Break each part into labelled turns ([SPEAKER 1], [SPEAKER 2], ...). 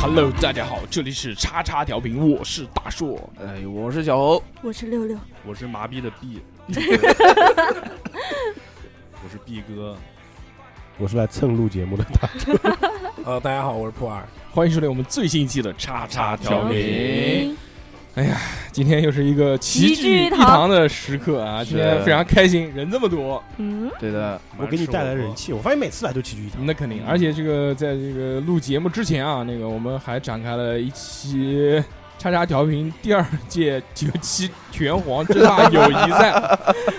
[SPEAKER 1] Hello，大家好，这里是叉叉调频，我是大硕。
[SPEAKER 2] 哎，我是小侯，
[SPEAKER 3] 我是六六，
[SPEAKER 4] 我是麻痹的 B，我是 B 哥，
[SPEAKER 5] 我是来蹭录节目的。
[SPEAKER 6] 呃，大家好，我是普洱。
[SPEAKER 1] 欢迎收听我们最新一期的叉叉调频。
[SPEAKER 3] 嗯
[SPEAKER 1] 今天又是一个齐
[SPEAKER 3] 齐
[SPEAKER 1] 聚
[SPEAKER 3] 聚
[SPEAKER 1] 一
[SPEAKER 3] 一
[SPEAKER 1] 堂的时刻啊！今天
[SPEAKER 2] 是
[SPEAKER 1] 非常开心，人这么多，
[SPEAKER 3] 嗯，
[SPEAKER 2] 对的，
[SPEAKER 5] 我给你带来人气，我发现每次来都齐聚一堂。
[SPEAKER 1] 那肯定。而且这个在这个录节目之前啊，那个我们还展开了一期。叉叉调频第二届九七拳皇之大友谊赛，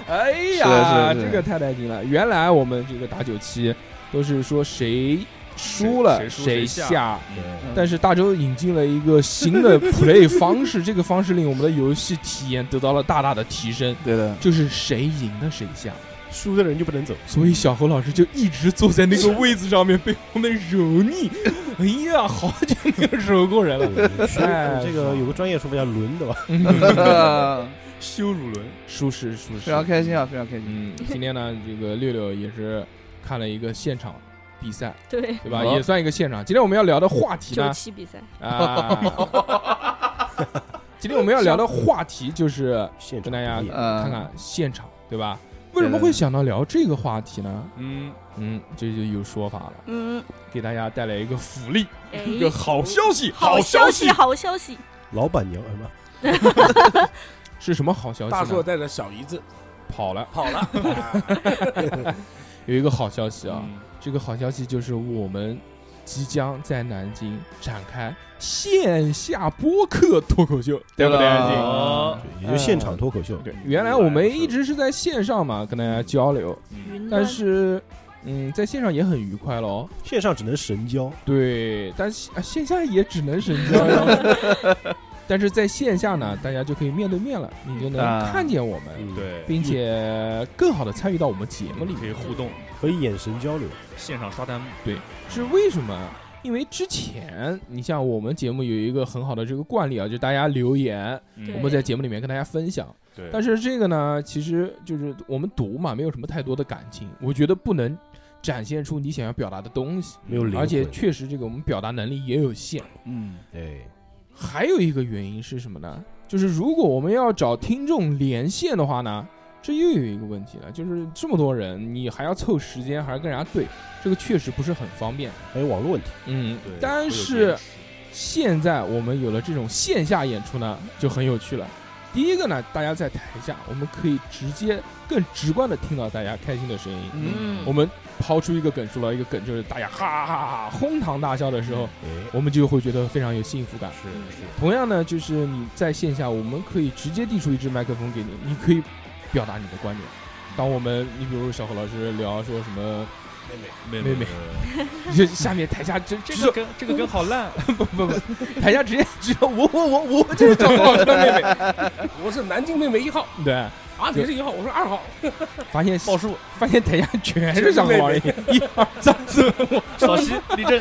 [SPEAKER 1] 哎呀，
[SPEAKER 2] 是的是的
[SPEAKER 1] 这个太带劲了！原来我们这个打九七都是说谁输了
[SPEAKER 4] 谁输
[SPEAKER 1] 谁
[SPEAKER 4] 谁下
[SPEAKER 1] 下，
[SPEAKER 2] 嗯
[SPEAKER 1] 但是大周引进了一个新 的 play 方式，这个方式令我们的游戏体验得到了大大的提升，
[SPEAKER 2] 对的，
[SPEAKER 1] 就是谁赢了谁下。
[SPEAKER 5] 输的人就不能走，
[SPEAKER 1] 所以小侯老师就一直坐在那个位子上面被我们蹂躏。哎呀，好久没有蹂过人了。
[SPEAKER 5] 输
[SPEAKER 1] 哎
[SPEAKER 5] 这个有个专业说法叫轮，对吧？
[SPEAKER 2] 呃
[SPEAKER 4] 羞辱轮，
[SPEAKER 1] 舒适舒适
[SPEAKER 2] 非，常开心啊，非常开心。
[SPEAKER 1] 嗯，今天呢，这个六六也是看了一个现场比赛，
[SPEAKER 3] 对，
[SPEAKER 1] 对吧？
[SPEAKER 2] 好
[SPEAKER 1] 也算一个现场。今天我们要聊的话题
[SPEAKER 3] 九
[SPEAKER 1] 呢，
[SPEAKER 3] 七比赛，
[SPEAKER 1] 啊， 今天我们要聊的话题就是
[SPEAKER 5] 现
[SPEAKER 1] 跟
[SPEAKER 5] 场
[SPEAKER 1] 大家
[SPEAKER 5] 表演
[SPEAKER 2] 呃
[SPEAKER 1] 看看现场，嗯对吧？为什么会想到聊这个话题呢？
[SPEAKER 4] 嗯，
[SPEAKER 1] 嗯，这就有说法了，
[SPEAKER 3] 嗯，
[SPEAKER 1] 给大家带来一个福利，
[SPEAKER 3] 哎，
[SPEAKER 1] 一个好消息，
[SPEAKER 3] 好消
[SPEAKER 1] 消
[SPEAKER 3] 息，好消息，
[SPEAKER 5] 老板娘什么？
[SPEAKER 1] 是什么好消息呢？
[SPEAKER 6] 大硕带着小姨子
[SPEAKER 1] 跑了，
[SPEAKER 6] 跑了，啊
[SPEAKER 1] 有一个好消息啊，
[SPEAKER 4] 嗯
[SPEAKER 1] 这个好消息就是我们即将在南京展开线下播客脱口秀，对不对？
[SPEAKER 2] 对了
[SPEAKER 1] 安静
[SPEAKER 4] 哦
[SPEAKER 5] 对也就现场脱口秀。
[SPEAKER 1] 对，原来我们一直是在线上嘛，跟大家交流，
[SPEAKER 4] 嗯
[SPEAKER 3] 云端
[SPEAKER 1] 但是，嗯，在线上也很愉快喽。
[SPEAKER 5] 线上只能神交，
[SPEAKER 1] 对，但是啊，线下也只能神交呀。 但是在线下呢，大家就可以面对面了，你就能
[SPEAKER 2] 啊
[SPEAKER 1] 看见我们，
[SPEAKER 5] 嗯，
[SPEAKER 4] 对，
[SPEAKER 1] 并且更好的参与到我们节目
[SPEAKER 4] 我
[SPEAKER 1] 里
[SPEAKER 4] 们
[SPEAKER 1] 面
[SPEAKER 4] 可以互动，
[SPEAKER 5] 可以眼神交流。
[SPEAKER 4] 现场刷弹幕，
[SPEAKER 1] 是为什么？因为之前你像我们节目有一个很好的这个惯例啊，就大家留言，
[SPEAKER 3] 对
[SPEAKER 4] 嗯
[SPEAKER 1] 我们在节目里面跟大家分享。
[SPEAKER 4] 对，
[SPEAKER 1] 但是这个呢，其实就是我们读嘛，没有什么太多的感情，我觉得不能展现出你想要表达的东西，
[SPEAKER 5] 没有灵魂
[SPEAKER 1] 而且确实这个我们表达能力也有限。
[SPEAKER 2] 嗯，
[SPEAKER 5] 哎，
[SPEAKER 1] 还有一个原因是什么呢？就是如果我们要找听众连线的话呢，这又有一个问题了，就是这么多人，你还要凑时间，还要跟人家对，这个确实不是很方便。
[SPEAKER 5] 还有网络问题，
[SPEAKER 1] 嗯
[SPEAKER 4] 对，
[SPEAKER 1] 但是现在我们有了这种线下演出呢，就很有趣了。第一个呢，大家在台下，我们可以直接更直观的听到大家开心的声音。
[SPEAKER 2] 嗯
[SPEAKER 1] 我们抛出一个梗，说了一个梗，就是大家哈哈哈哈哄堂大笑的时候，
[SPEAKER 5] 哎，
[SPEAKER 1] 我们就会觉得非常有幸福感。
[SPEAKER 4] 是是，
[SPEAKER 1] 同样呢，就是你在线下，我们可以直接递出一支麦克风给你，你可以表达你的观点。当我们，你比如小何老师聊说什么，
[SPEAKER 4] 妹
[SPEAKER 1] 妹妹
[SPEAKER 4] 妹，
[SPEAKER 1] 就下面台下 这这
[SPEAKER 4] 这个梗这个梗好烂，
[SPEAKER 1] 不不不，台下直接直接我我我我就是小何老师的妹妹。
[SPEAKER 6] 我是南京妹妹一号
[SPEAKER 1] 对，
[SPEAKER 6] 啊，你是一号，我是二号，
[SPEAKER 1] 发现
[SPEAKER 4] 报数，
[SPEAKER 1] 发现台下全是小何老师，一二三四五。
[SPEAKER 4] 小 西立正，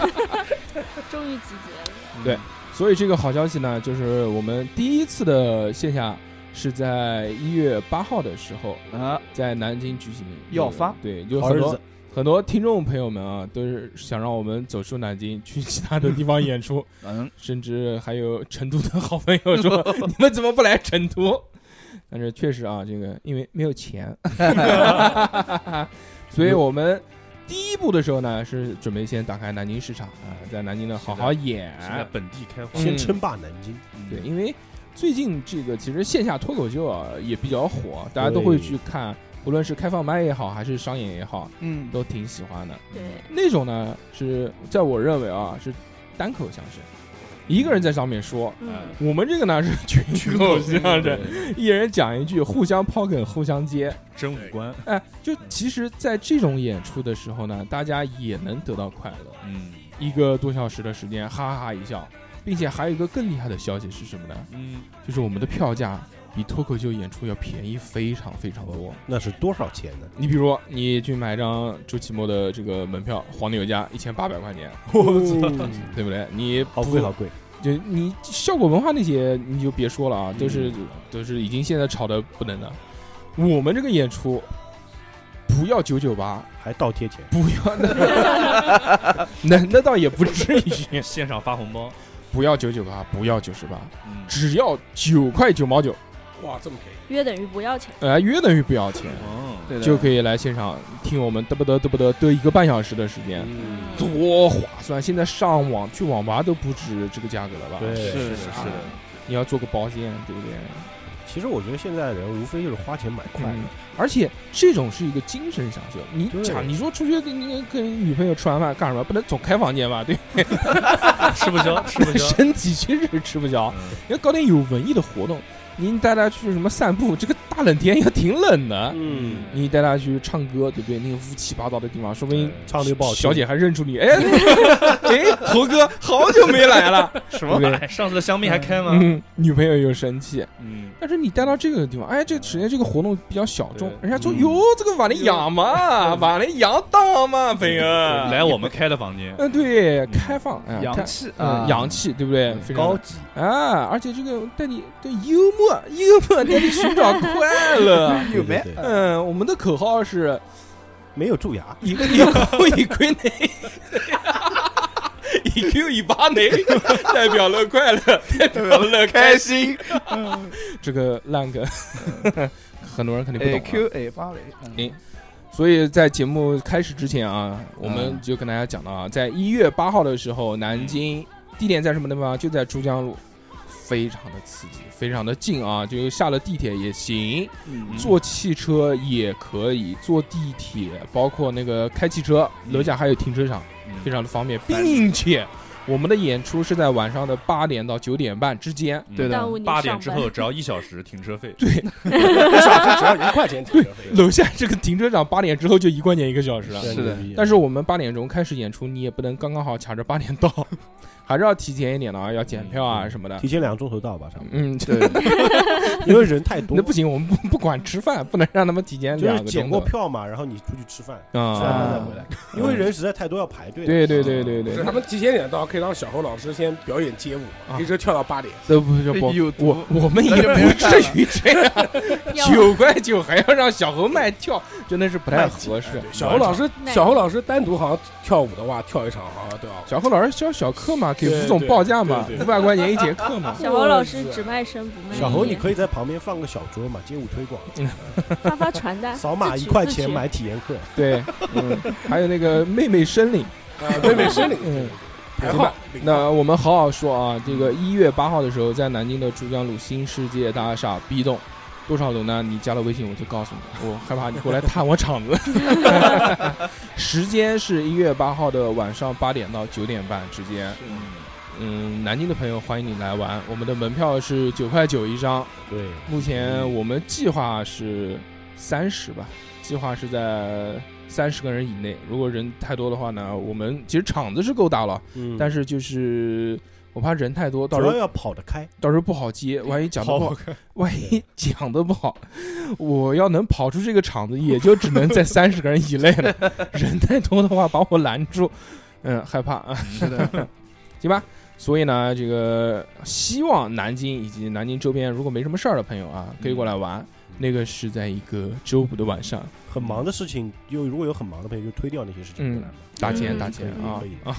[SPEAKER 3] 终于集结了，
[SPEAKER 1] 对所以这个好消息呢，就是我们第一次的线下是在一月八号的时候，
[SPEAKER 2] 啊，
[SPEAKER 1] 在南京举行。
[SPEAKER 2] 要发
[SPEAKER 1] 对，就
[SPEAKER 5] 好
[SPEAKER 1] 很
[SPEAKER 5] 儿
[SPEAKER 1] 多
[SPEAKER 5] 子，
[SPEAKER 1] 很多听众朋友们啊，都是想让我们走出南京，去其他的地方演 出。
[SPEAKER 2] 嗯，
[SPEAKER 1] 甚至还有成都的好朋友说：“ 你们怎么不来成都？”但是确实啊，这个因为没有 钱， 所以我们第一步的时候呢，是准备先打开南京市场啊、在南京呢好好演。
[SPEAKER 4] 现在本地开花，嗯
[SPEAKER 1] 嗯
[SPEAKER 5] 先称霸南京，
[SPEAKER 1] 对，因为最近这个其实线下脱口秀啊也比较火，大家都会去看，无论是开放麦也好，还是商演也好，
[SPEAKER 2] 嗯，
[SPEAKER 1] 都挺喜欢的。
[SPEAKER 3] 对，
[SPEAKER 1] 那种呢，是在我认为啊是单口相声，一个人在上面说。
[SPEAKER 3] 嗯，
[SPEAKER 1] 我们这个呢是 群口相声，一人讲一句，互相抛梗，互相接。
[SPEAKER 4] 真五官，
[SPEAKER 1] 哎，就其实，在这种演出的时候呢，大家也能得到快乐。
[SPEAKER 4] 嗯
[SPEAKER 1] 一个多小时的时间，哈哈哈一笑，并且还有一个更厉害的消息是什么呢？
[SPEAKER 4] 嗯，
[SPEAKER 1] 就是我们的票价比脱口秀演出要便宜非常非常多。
[SPEAKER 5] 那是多少钱呢？
[SPEAKER 1] 你比如，你去买张周奇墨的这个门票，黄牛价一千八百块 钱，
[SPEAKER 5] 嗯
[SPEAKER 1] 对不对？你
[SPEAKER 5] 好贵好贵，
[SPEAKER 1] 就你效果文化那些你就别说了啊，都是、
[SPEAKER 5] 嗯
[SPEAKER 1] 都是已经现在炒的不能的。我们这个演出不要九九八，
[SPEAKER 5] 还倒贴钱，
[SPEAKER 1] 不要那那那倒也不至于，
[SPEAKER 4] 现场发红包，
[SPEAKER 1] 不要九九八，不要九十八，
[SPEAKER 4] 嗯
[SPEAKER 1] 只要九块九毛九，
[SPEAKER 6] 哇，这么便宜，
[SPEAKER 3] 约等于不要钱，
[SPEAKER 1] 呃，约等于不要钱，
[SPEAKER 4] 哦，
[SPEAKER 2] 对的，
[SPEAKER 1] 就可以来现场听我们嘚不嘚嘚不嘚嘚一个半小时的时间，
[SPEAKER 5] 嗯
[SPEAKER 1] 多划算！现在上网去网吧都不止这个价格了吧？
[SPEAKER 5] 对，
[SPEAKER 2] 是的
[SPEAKER 5] 是
[SPEAKER 2] 是
[SPEAKER 5] 的。
[SPEAKER 1] 你要做个保险，对不对？
[SPEAKER 5] 其实我觉得现在人无非就是花钱买快
[SPEAKER 1] 嗯
[SPEAKER 5] 乐，，
[SPEAKER 1] 而且这种是一个精神享受。你
[SPEAKER 5] 对
[SPEAKER 1] 讲，你说出去跟你跟女朋友吃完饭干什么？不能总开房间吧？对，
[SPEAKER 4] 啊吃不消，吃 不消。
[SPEAKER 1] 身体确实吃不消，
[SPEAKER 4] 嗯
[SPEAKER 1] 你要搞点有文艺的活动。您带她去什么散步？这个大冷天也挺冷的。
[SPEAKER 5] 嗯，
[SPEAKER 1] 你带她去唱歌，对不对？那个乌七八糟的地方，说不定
[SPEAKER 5] 唱的又不好听
[SPEAKER 1] 小姐还认出你。哎， 哎，猴哥，好久没来了。
[SPEAKER 4] 什么玩意儿？上次的香槟还开吗？
[SPEAKER 1] 嗯，女朋友又生气。
[SPEAKER 4] 嗯，
[SPEAKER 1] 但是你带到这个地方，哎，这首先这个活动比较小众，人
[SPEAKER 4] 对
[SPEAKER 1] 家说
[SPEAKER 5] 嗯
[SPEAKER 1] 哟，这个把你养嘛，把你养大嘛，朋友。
[SPEAKER 4] 来我们开的 房间，
[SPEAKER 1] 嗯，对，开放，哎
[SPEAKER 2] 洋
[SPEAKER 1] 看
[SPEAKER 2] 气
[SPEAKER 1] 嗯
[SPEAKER 2] 啊，
[SPEAKER 1] 洋气，对不对？非常
[SPEAKER 5] 高级，
[SPEAKER 1] 啊，而且这个带你对幽默，幽默带你寻找快乐。
[SPEAKER 2] 有
[SPEAKER 5] 对
[SPEAKER 2] 没？
[SPEAKER 5] 对对
[SPEAKER 1] 嗯，我们的口号是
[SPEAKER 5] 没有蛀牙，
[SPEAKER 1] 一个一哭一亏内，一 Q 一把内，代表了快乐，代表了开
[SPEAKER 2] 开
[SPEAKER 1] 心。
[SPEAKER 2] 心，
[SPEAKER 1] 这个烂梗，很多人肯定不
[SPEAKER 2] 哎
[SPEAKER 1] 懂啊、
[SPEAKER 2] Q A 芭蕾，嗯
[SPEAKER 1] 所以在节目开始之前啊，我们就跟大家讲到啊，在一月八号的时候，南京地点在什么地方？就在珠江路，非常的刺激，非常的近啊，就下了地铁也行，
[SPEAKER 2] 嗯
[SPEAKER 1] 坐汽车也可以，坐地铁，包括那个开汽车，
[SPEAKER 4] 嗯
[SPEAKER 1] 楼下还有停车场，非常的方便，并且我们的演出是在晚上的八点到九点半之间。
[SPEAKER 4] 嗯
[SPEAKER 2] 对的
[SPEAKER 3] 耽误你
[SPEAKER 4] 八
[SPEAKER 3] 上
[SPEAKER 4] 点之
[SPEAKER 3] 班
[SPEAKER 4] 后只要一小时停车费，
[SPEAKER 6] 我想这只要一块钱停车费，
[SPEAKER 1] 楼下这个停车场八点之后就一块钱一个小时了，
[SPEAKER 2] 是的
[SPEAKER 5] 牛逼
[SPEAKER 1] 但是我们八点钟开始演出，你也不能刚刚好卡着八点到，还是要提前一点的啊，要检票啊什么的。
[SPEAKER 5] 提前两个钟头到吧，差不多，
[SPEAKER 1] 嗯，这
[SPEAKER 2] 对，
[SPEAKER 5] 因为人太 多
[SPEAKER 1] 那，不行，我们不不管吃饭，不能让他们提前
[SPEAKER 5] 就
[SPEAKER 1] 两
[SPEAKER 5] 是
[SPEAKER 1] 个
[SPEAKER 5] 捡
[SPEAKER 1] 钟
[SPEAKER 5] 过
[SPEAKER 1] 头
[SPEAKER 5] 票嘛，然后你出去吃饭，吃完
[SPEAKER 1] 啊。
[SPEAKER 5] 饭再回来，因为人实在太多要排队。
[SPEAKER 1] 对对对对
[SPEAKER 6] 是
[SPEAKER 1] 对，
[SPEAKER 6] 他们提前点到，可以让小侯老师先表演街舞，
[SPEAKER 1] 啊
[SPEAKER 6] 一直跳到八点。
[SPEAKER 1] 这不是不
[SPEAKER 2] 有毒
[SPEAKER 1] 我我们也
[SPEAKER 2] 那就没
[SPEAKER 1] 不
[SPEAKER 2] 人干了
[SPEAKER 1] 至于这样，
[SPEAKER 3] 要
[SPEAKER 1] 九块九还要让小猴卖跳，真的是不太合适。
[SPEAKER 6] 小侯 老师，
[SPEAKER 3] 那
[SPEAKER 6] 小侯老师单独好像跳舞的话，跳一场好像都要
[SPEAKER 1] 小猴老师教小课嘛，给
[SPEAKER 6] 对
[SPEAKER 1] 吴总
[SPEAKER 6] 对
[SPEAKER 1] 报价嘛
[SPEAKER 6] 对，
[SPEAKER 1] 五
[SPEAKER 6] 对
[SPEAKER 1] 百块钱一节课嘛。
[SPEAKER 3] 小侯老师只卖身不卖艺，
[SPEAKER 5] 小侯，你可以在旁边放个小桌嘛，街舞推广，
[SPEAKER 3] 发发传单，
[SPEAKER 5] 扫码
[SPEAKER 3] 啊自
[SPEAKER 5] 一
[SPEAKER 3] 取
[SPEAKER 5] 块
[SPEAKER 3] 自
[SPEAKER 5] 钱
[SPEAKER 3] 取
[SPEAKER 5] 买体验课，
[SPEAKER 1] 对，嗯，还有那个妹妹申领，
[SPEAKER 6] 啊，对美声领
[SPEAKER 1] 嗯
[SPEAKER 6] 排号。
[SPEAKER 1] 那我们好好说啊，这个一月八号的时候，在南京的珠江路新世界大厦 B 栋，多少楼呢？你加了微信我就告诉你，我害怕你过来探我场 子。时间是一月八号的晚上八点到九点半之间。嗯，南京的朋友欢迎你来玩，我们的门票是九块九一张，
[SPEAKER 5] 对，
[SPEAKER 1] 目前我们计划是三十吧，计划是在三十个人以内。如果人太多的话呢，我们其实场子是够大了。
[SPEAKER 5] 嗯
[SPEAKER 1] 但是就是我怕人太多，到
[SPEAKER 5] 主
[SPEAKER 1] 时候嗯
[SPEAKER 5] 要要跑得开，
[SPEAKER 1] 到时候不好接，万一讲的不好
[SPEAKER 4] 好，
[SPEAKER 1] 万一讲的不好，我要能跑出这个场子，也就只能在三十个人以内了。人太多的话，把我拦住，嗯，害怕啊，
[SPEAKER 2] 是的，
[SPEAKER 1] 行吧。所以呢，这个希望南京以及南京周边，如果没什么事儿的朋友啊，可以过来玩。那个是在一个周五的晚上，
[SPEAKER 5] 很忙的事情，就如果有很忙的朋友，就推掉那些事情
[SPEAKER 1] 嗯
[SPEAKER 5] 过来嘛。
[SPEAKER 1] 打钱
[SPEAKER 3] 嗯
[SPEAKER 1] 打钱啊
[SPEAKER 5] 可以可
[SPEAKER 1] 啊，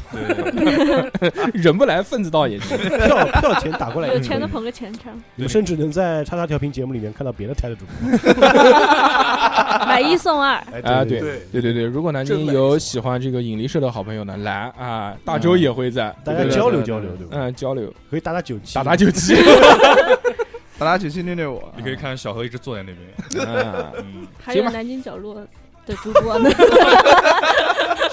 [SPEAKER 4] 对，
[SPEAKER 1] 人不来份子倒也行。
[SPEAKER 5] 票 票钱打过来
[SPEAKER 3] 有
[SPEAKER 5] 也
[SPEAKER 3] 钱
[SPEAKER 5] 可
[SPEAKER 3] 的
[SPEAKER 5] 以，
[SPEAKER 3] 捧个钱场，
[SPEAKER 5] 你们甚至能在叉叉调频节目里面看到别的台的主播。
[SPEAKER 3] 买一送二，
[SPEAKER 5] 哎
[SPEAKER 1] 啊
[SPEAKER 5] 对
[SPEAKER 6] 对，
[SPEAKER 1] 对对对，如果南京有喜欢这个引力社的好朋友呢，来啊，大周也会在，
[SPEAKER 5] 嗯大
[SPEAKER 1] 对
[SPEAKER 5] 家
[SPEAKER 1] 对对
[SPEAKER 5] 交
[SPEAKER 1] 对
[SPEAKER 5] 流
[SPEAKER 1] 对
[SPEAKER 5] 交流，对吧？
[SPEAKER 1] 嗯，交流，嗯
[SPEAKER 5] 可以打打九七，
[SPEAKER 1] 打打九七。
[SPEAKER 2] 打打九七虐虐我，
[SPEAKER 4] 你可以看小何一直坐在那边，
[SPEAKER 1] 啊，
[SPEAKER 4] 嗯，
[SPEAKER 3] 还有
[SPEAKER 1] 行吧
[SPEAKER 3] 南京角落的主播呢，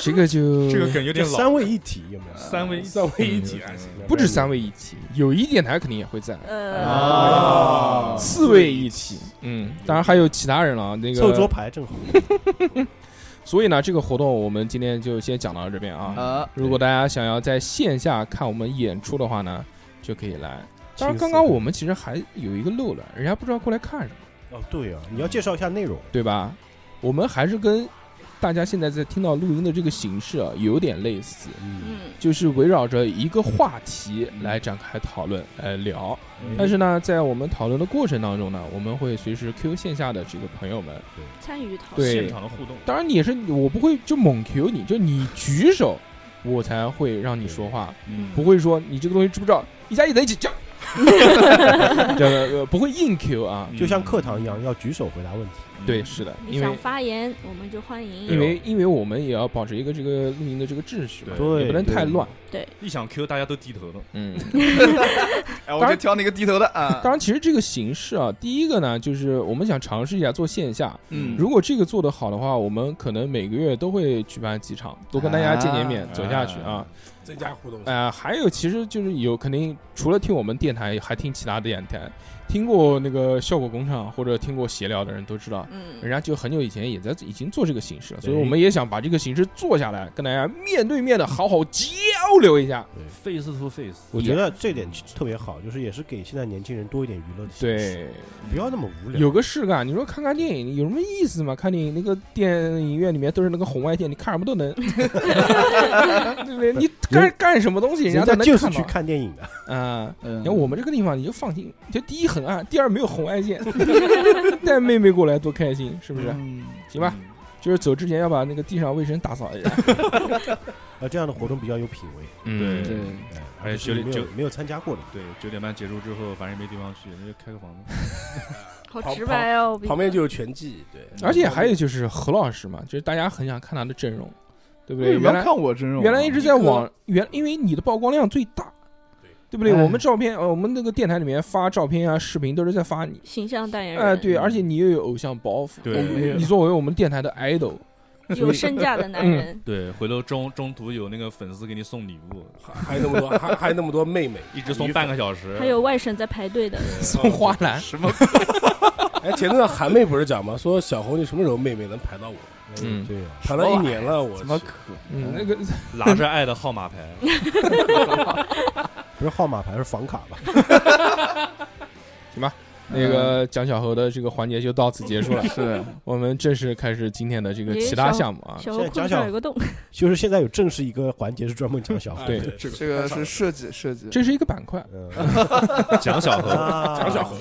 [SPEAKER 1] 这个就
[SPEAKER 4] 这个梗有
[SPEAKER 5] 就
[SPEAKER 4] 点老，
[SPEAKER 5] 三位一体有没有？
[SPEAKER 4] 三位嗯
[SPEAKER 6] 三位一体还行。
[SPEAKER 1] 不止三位一体，友谊电台肯定也会在，
[SPEAKER 3] 呃，
[SPEAKER 2] 啊
[SPEAKER 1] 四位一体，嗯，当然还有其他人了，那
[SPEAKER 5] 凑桌
[SPEAKER 1] 个，
[SPEAKER 5] 牌正好。
[SPEAKER 1] 所以呢，这个活动我们今天就先讲到这边啊。
[SPEAKER 2] 啊，
[SPEAKER 1] 如果大家想要在线下看我们演出的话呢，就可以来。当然，
[SPEAKER 5] 青丝
[SPEAKER 1] 刚刚我们其实还有一个漏了，人家不知道过来看什么，
[SPEAKER 5] 哦，对啊，你要介绍一下内容。
[SPEAKER 1] 对吧？我们还是跟大家现在在听到录音的这个形式啊，有点类似。
[SPEAKER 5] 嗯，
[SPEAKER 3] 嗯，
[SPEAKER 1] 就是围绕着一个话题来展开讨论，来聊。
[SPEAKER 4] 嗯
[SPEAKER 1] 但是呢，在我们讨论的过程当中呢，我们会随时 Q 线下的这个朋友们。
[SPEAKER 3] 参与讨论，
[SPEAKER 1] 对
[SPEAKER 4] 现场的互动，
[SPEAKER 1] 当然，你也是我不会就猛 Q 你，就你举手，我才会让你说话，
[SPEAKER 4] 嗯
[SPEAKER 1] 不会说你这个东西知不知道，一加一等于几， 这样这个呃不会硬 Q 啊。
[SPEAKER 5] 就像课堂一样，要举手回答问题。
[SPEAKER 4] 嗯
[SPEAKER 1] 对，是的，
[SPEAKER 3] 你
[SPEAKER 1] 因为
[SPEAKER 3] 想发言，我们就欢迎。
[SPEAKER 1] 因为因为我们也要保持一个这个录音的这个秩序嘛，
[SPEAKER 5] 对
[SPEAKER 1] 也不能太乱。
[SPEAKER 4] 一想 Q 大家都低头了，
[SPEAKER 1] 嗯，
[SPEAKER 2] 哎，
[SPEAKER 1] 当
[SPEAKER 2] 我就
[SPEAKER 1] 然
[SPEAKER 2] 挑那个低头的啊。
[SPEAKER 1] 当然，其实这个形式啊，第一个呢，就是我们想尝试一下做线下。
[SPEAKER 2] 嗯
[SPEAKER 1] 如果这个做得好的话，我们可能每个月都会举办几场，多跟大家见见面，
[SPEAKER 4] 啊
[SPEAKER 1] 走下去啊。
[SPEAKER 6] 增加互动性。
[SPEAKER 1] 呃，还有其实就是有肯定除了听我们电台，还听其他的电台，听过那个效果工厂或者听过闲聊的人都知道，
[SPEAKER 3] 嗯
[SPEAKER 1] 人，家就很久以前也在已经做这个形式了，所以
[SPEAKER 5] 对
[SPEAKER 1] 我们也想把这个形式做下来，跟大家面对面的好好交流一下。
[SPEAKER 4] ，face to face，
[SPEAKER 5] 我觉得这点特别好，就是也是给现在年轻人多一点娱乐的形式，
[SPEAKER 1] 对，
[SPEAKER 5] 不要那么无聊。
[SPEAKER 1] 有个事啊干，你说看看电影有什么意思吗？看电影那个电影院里面都是那个红外线，你看什么都 能，对不对？你干干什么东西，
[SPEAKER 5] 人
[SPEAKER 1] 家
[SPEAKER 5] 家
[SPEAKER 1] 都
[SPEAKER 5] 就
[SPEAKER 1] 能
[SPEAKER 5] 是去
[SPEAKER 1] 到。
[SPEAKER 5] 看电影的，
[SPEAKER 1] 嗯，
[SPEAKER 2] 嗯
[SPEAKER 1] 你看我们这个地方，你就放心，就第一很暗，第二没有红外 线，带妹妹过来多开心，是不是？
[SPEAKER 2] 嗯
[SPEAKER 1] 行吧，就是走之前要把那个地上卫生打扫 一下。
[SPEAKER 5] 呃，这样的活动比较有品味。
[SPEAKER 1] 嗯
[SPEAKER 2] 对，
[SPEAKER 5] 哎，
[SPEAKER 4] 而且
[SPEAKER 5] 是
[SPEAKER 4] 九
[SPEAKER 5] 没
[SPEAKER 4] 九
[SPEAKER 5] 有没有参加过的，
[SPEAKER 4] 对，九点半结束之后，反正也没地方去，那就开个房子。
[SPEAKER 3] 好
[SPEAKER 6] 旁
[SPEAKER 3] 直白哦。
[SPEAKER 6] 旁边就有拳击，对，
[SPEAKER 1] 而且还有就是何老师嘛，就是大家很想看他的阵容，对不
[SPEAKER 2] 为
[SPEAKER 1] 对？
[SPEAKER 2] 什么
[SPEAKER 1] 原
[SPEAKER 2] 要
[SPEAKER 1] 来
[SPEAKER 2] 看我真容啊？
[SPEAKER 1] 原来一直在
[SPEAKER 2] 你哥
[SPEAKER 1] 往原，因为你的曝光量最大，
[SPEAKER 6] 对
[SPEAKER 1] 对不对？
[SPEAKER 2] 哎
[SPEAKER 1] 我们照片，呃，我们那个电台里面发照片啊、视频都是在发你，
[SPEAKER 3] 形象代言人，
[SPEAKER 1] 哎，对，而且你又有偶像包袱，
[SPEAKER 4] 对
[SPEAKER 1] 我们你作为我们电台的 idol，
[SPEAKER 3] 有身价的男人，
[SPEAKER 4] 对，回头中中途有那个粉丝给你送礼物，
[SPEAKER 6] 还还有那么多，还还有那么多妹妹，
[SPEAKER 4] 一直送半个小时。
[SPEAKER 3] 还有外省在排队的，
[SPEAKER 1] 送花篮，
[SPEAKER 2] 什么？
[SPEAKER 6] 哎，前段韩妹不是讲吗？说小红，你什么时候妹妹能排到我？
[SPEAKER 1] 嗯
[SPEAKER 5] 对啊，
[SPEAKER 6] 排了一年了，我
[SPEAKER 2] 怎么
[SPEAKER 6] 去
[SPEAKER 2] 可，
[SPEAKER 1] 嗯，那个
[SPEAKER 4] 拿着爱的号码牌，
[SPEAKER 5] 不是号码牌，是房卡吧？
[SPEAKER 1] 那个蒋小猴的这个环节就到此结束了
[SPEAKER 2] 是？
[SPEAKER 1] 我们正式开始今天的这个其他项目啊，
[SPEAKER 3] 小猴裤上有个洞，
[SPEAKER 5] 就是现在有正式一个环节是专门讲小孩
[SPEAKER 6] 哎
[SPEAKER 5] 的，
[SPEAKER 1] 对
[SPEAKER 6] 这
[SPEAKER 2] 这个是设计设计，
[SPEAKER 1] 这是一个板块。
[SPEAKER 5] 嗯，
[SPEAKER 4] 蒋小 何，
[SPEAKER 6] 蒋
[SPEAKER 2] 啊
[SPEAKER 5] 讲
[SPEAKER 6] 小红，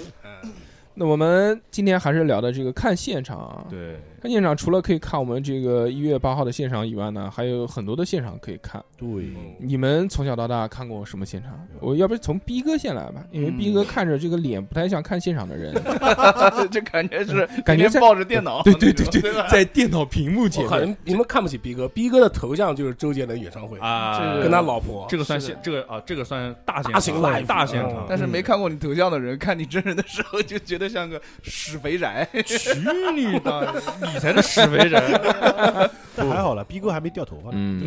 [SPEAKER 1] 那我们今天还是聊的这个看现场啊，
[SPEAKER 4] 对，
[SPEAKER 1] 看现场除了可以看我们这个一月八号的现场以外呢，还有很多的现场可以看。
[SPEAKER 5] 对，
[SPEAKER 6] 嗯
[SPEAKER 1] 你们从小到大看过什么现场？我要不从逼哥先来吧，因为
[SPEAKER 4] 嗯
[SPEAKER 1] 逼哥看着这个脸不太像看现场的 人，
[SPEAKER 2] 这嗯感觉是
[SPEAKER 1] 感觉
[SPEAKER 2] 天
[SPEAKER 1] 在
[SPEAKER 2] 天抱着电脑，
[SPEAKER 1] 对对对
[SPEAKER 2] 对
[SPEAKER 1] 对，在电脑屏幕前
[SPEAKER 6] 我 靠，
[SPEAKER 1] 面。
[SPEAKER 6] 你你们看不起逼哥，逼哥的头像就是周杰伦演唱会，
[SPEAKER 4] 啊，
[SPEAKER 2] 这个
[SPEAKER 6] 跟他老婆
[SPEAKER 4] 这个算
[SPEAKER 2] 是的
[SPEAKER 4] 现这个啊，这个算大
[SPEAKER 6] 大
[SPEAKER 4] 现
[SPEAKER 6] 型嗯
[SPEAKER 4] 场，
[SPEAKER 6] live
[SPEAKER 4] 大现场
[SPEAKER 2] 但。是没看过你头像的人，看你真人的时候就觉得像个屎肥 宅。
[SPEAKER 4] 去你
[SPEAKER 2] 啊
[SPEAKER 4] 的，你才是屎肥人！
[SPEAKER 5] 但 还好了，逼哥还没掉头发呢，
[SPEAKER 1] 嗯，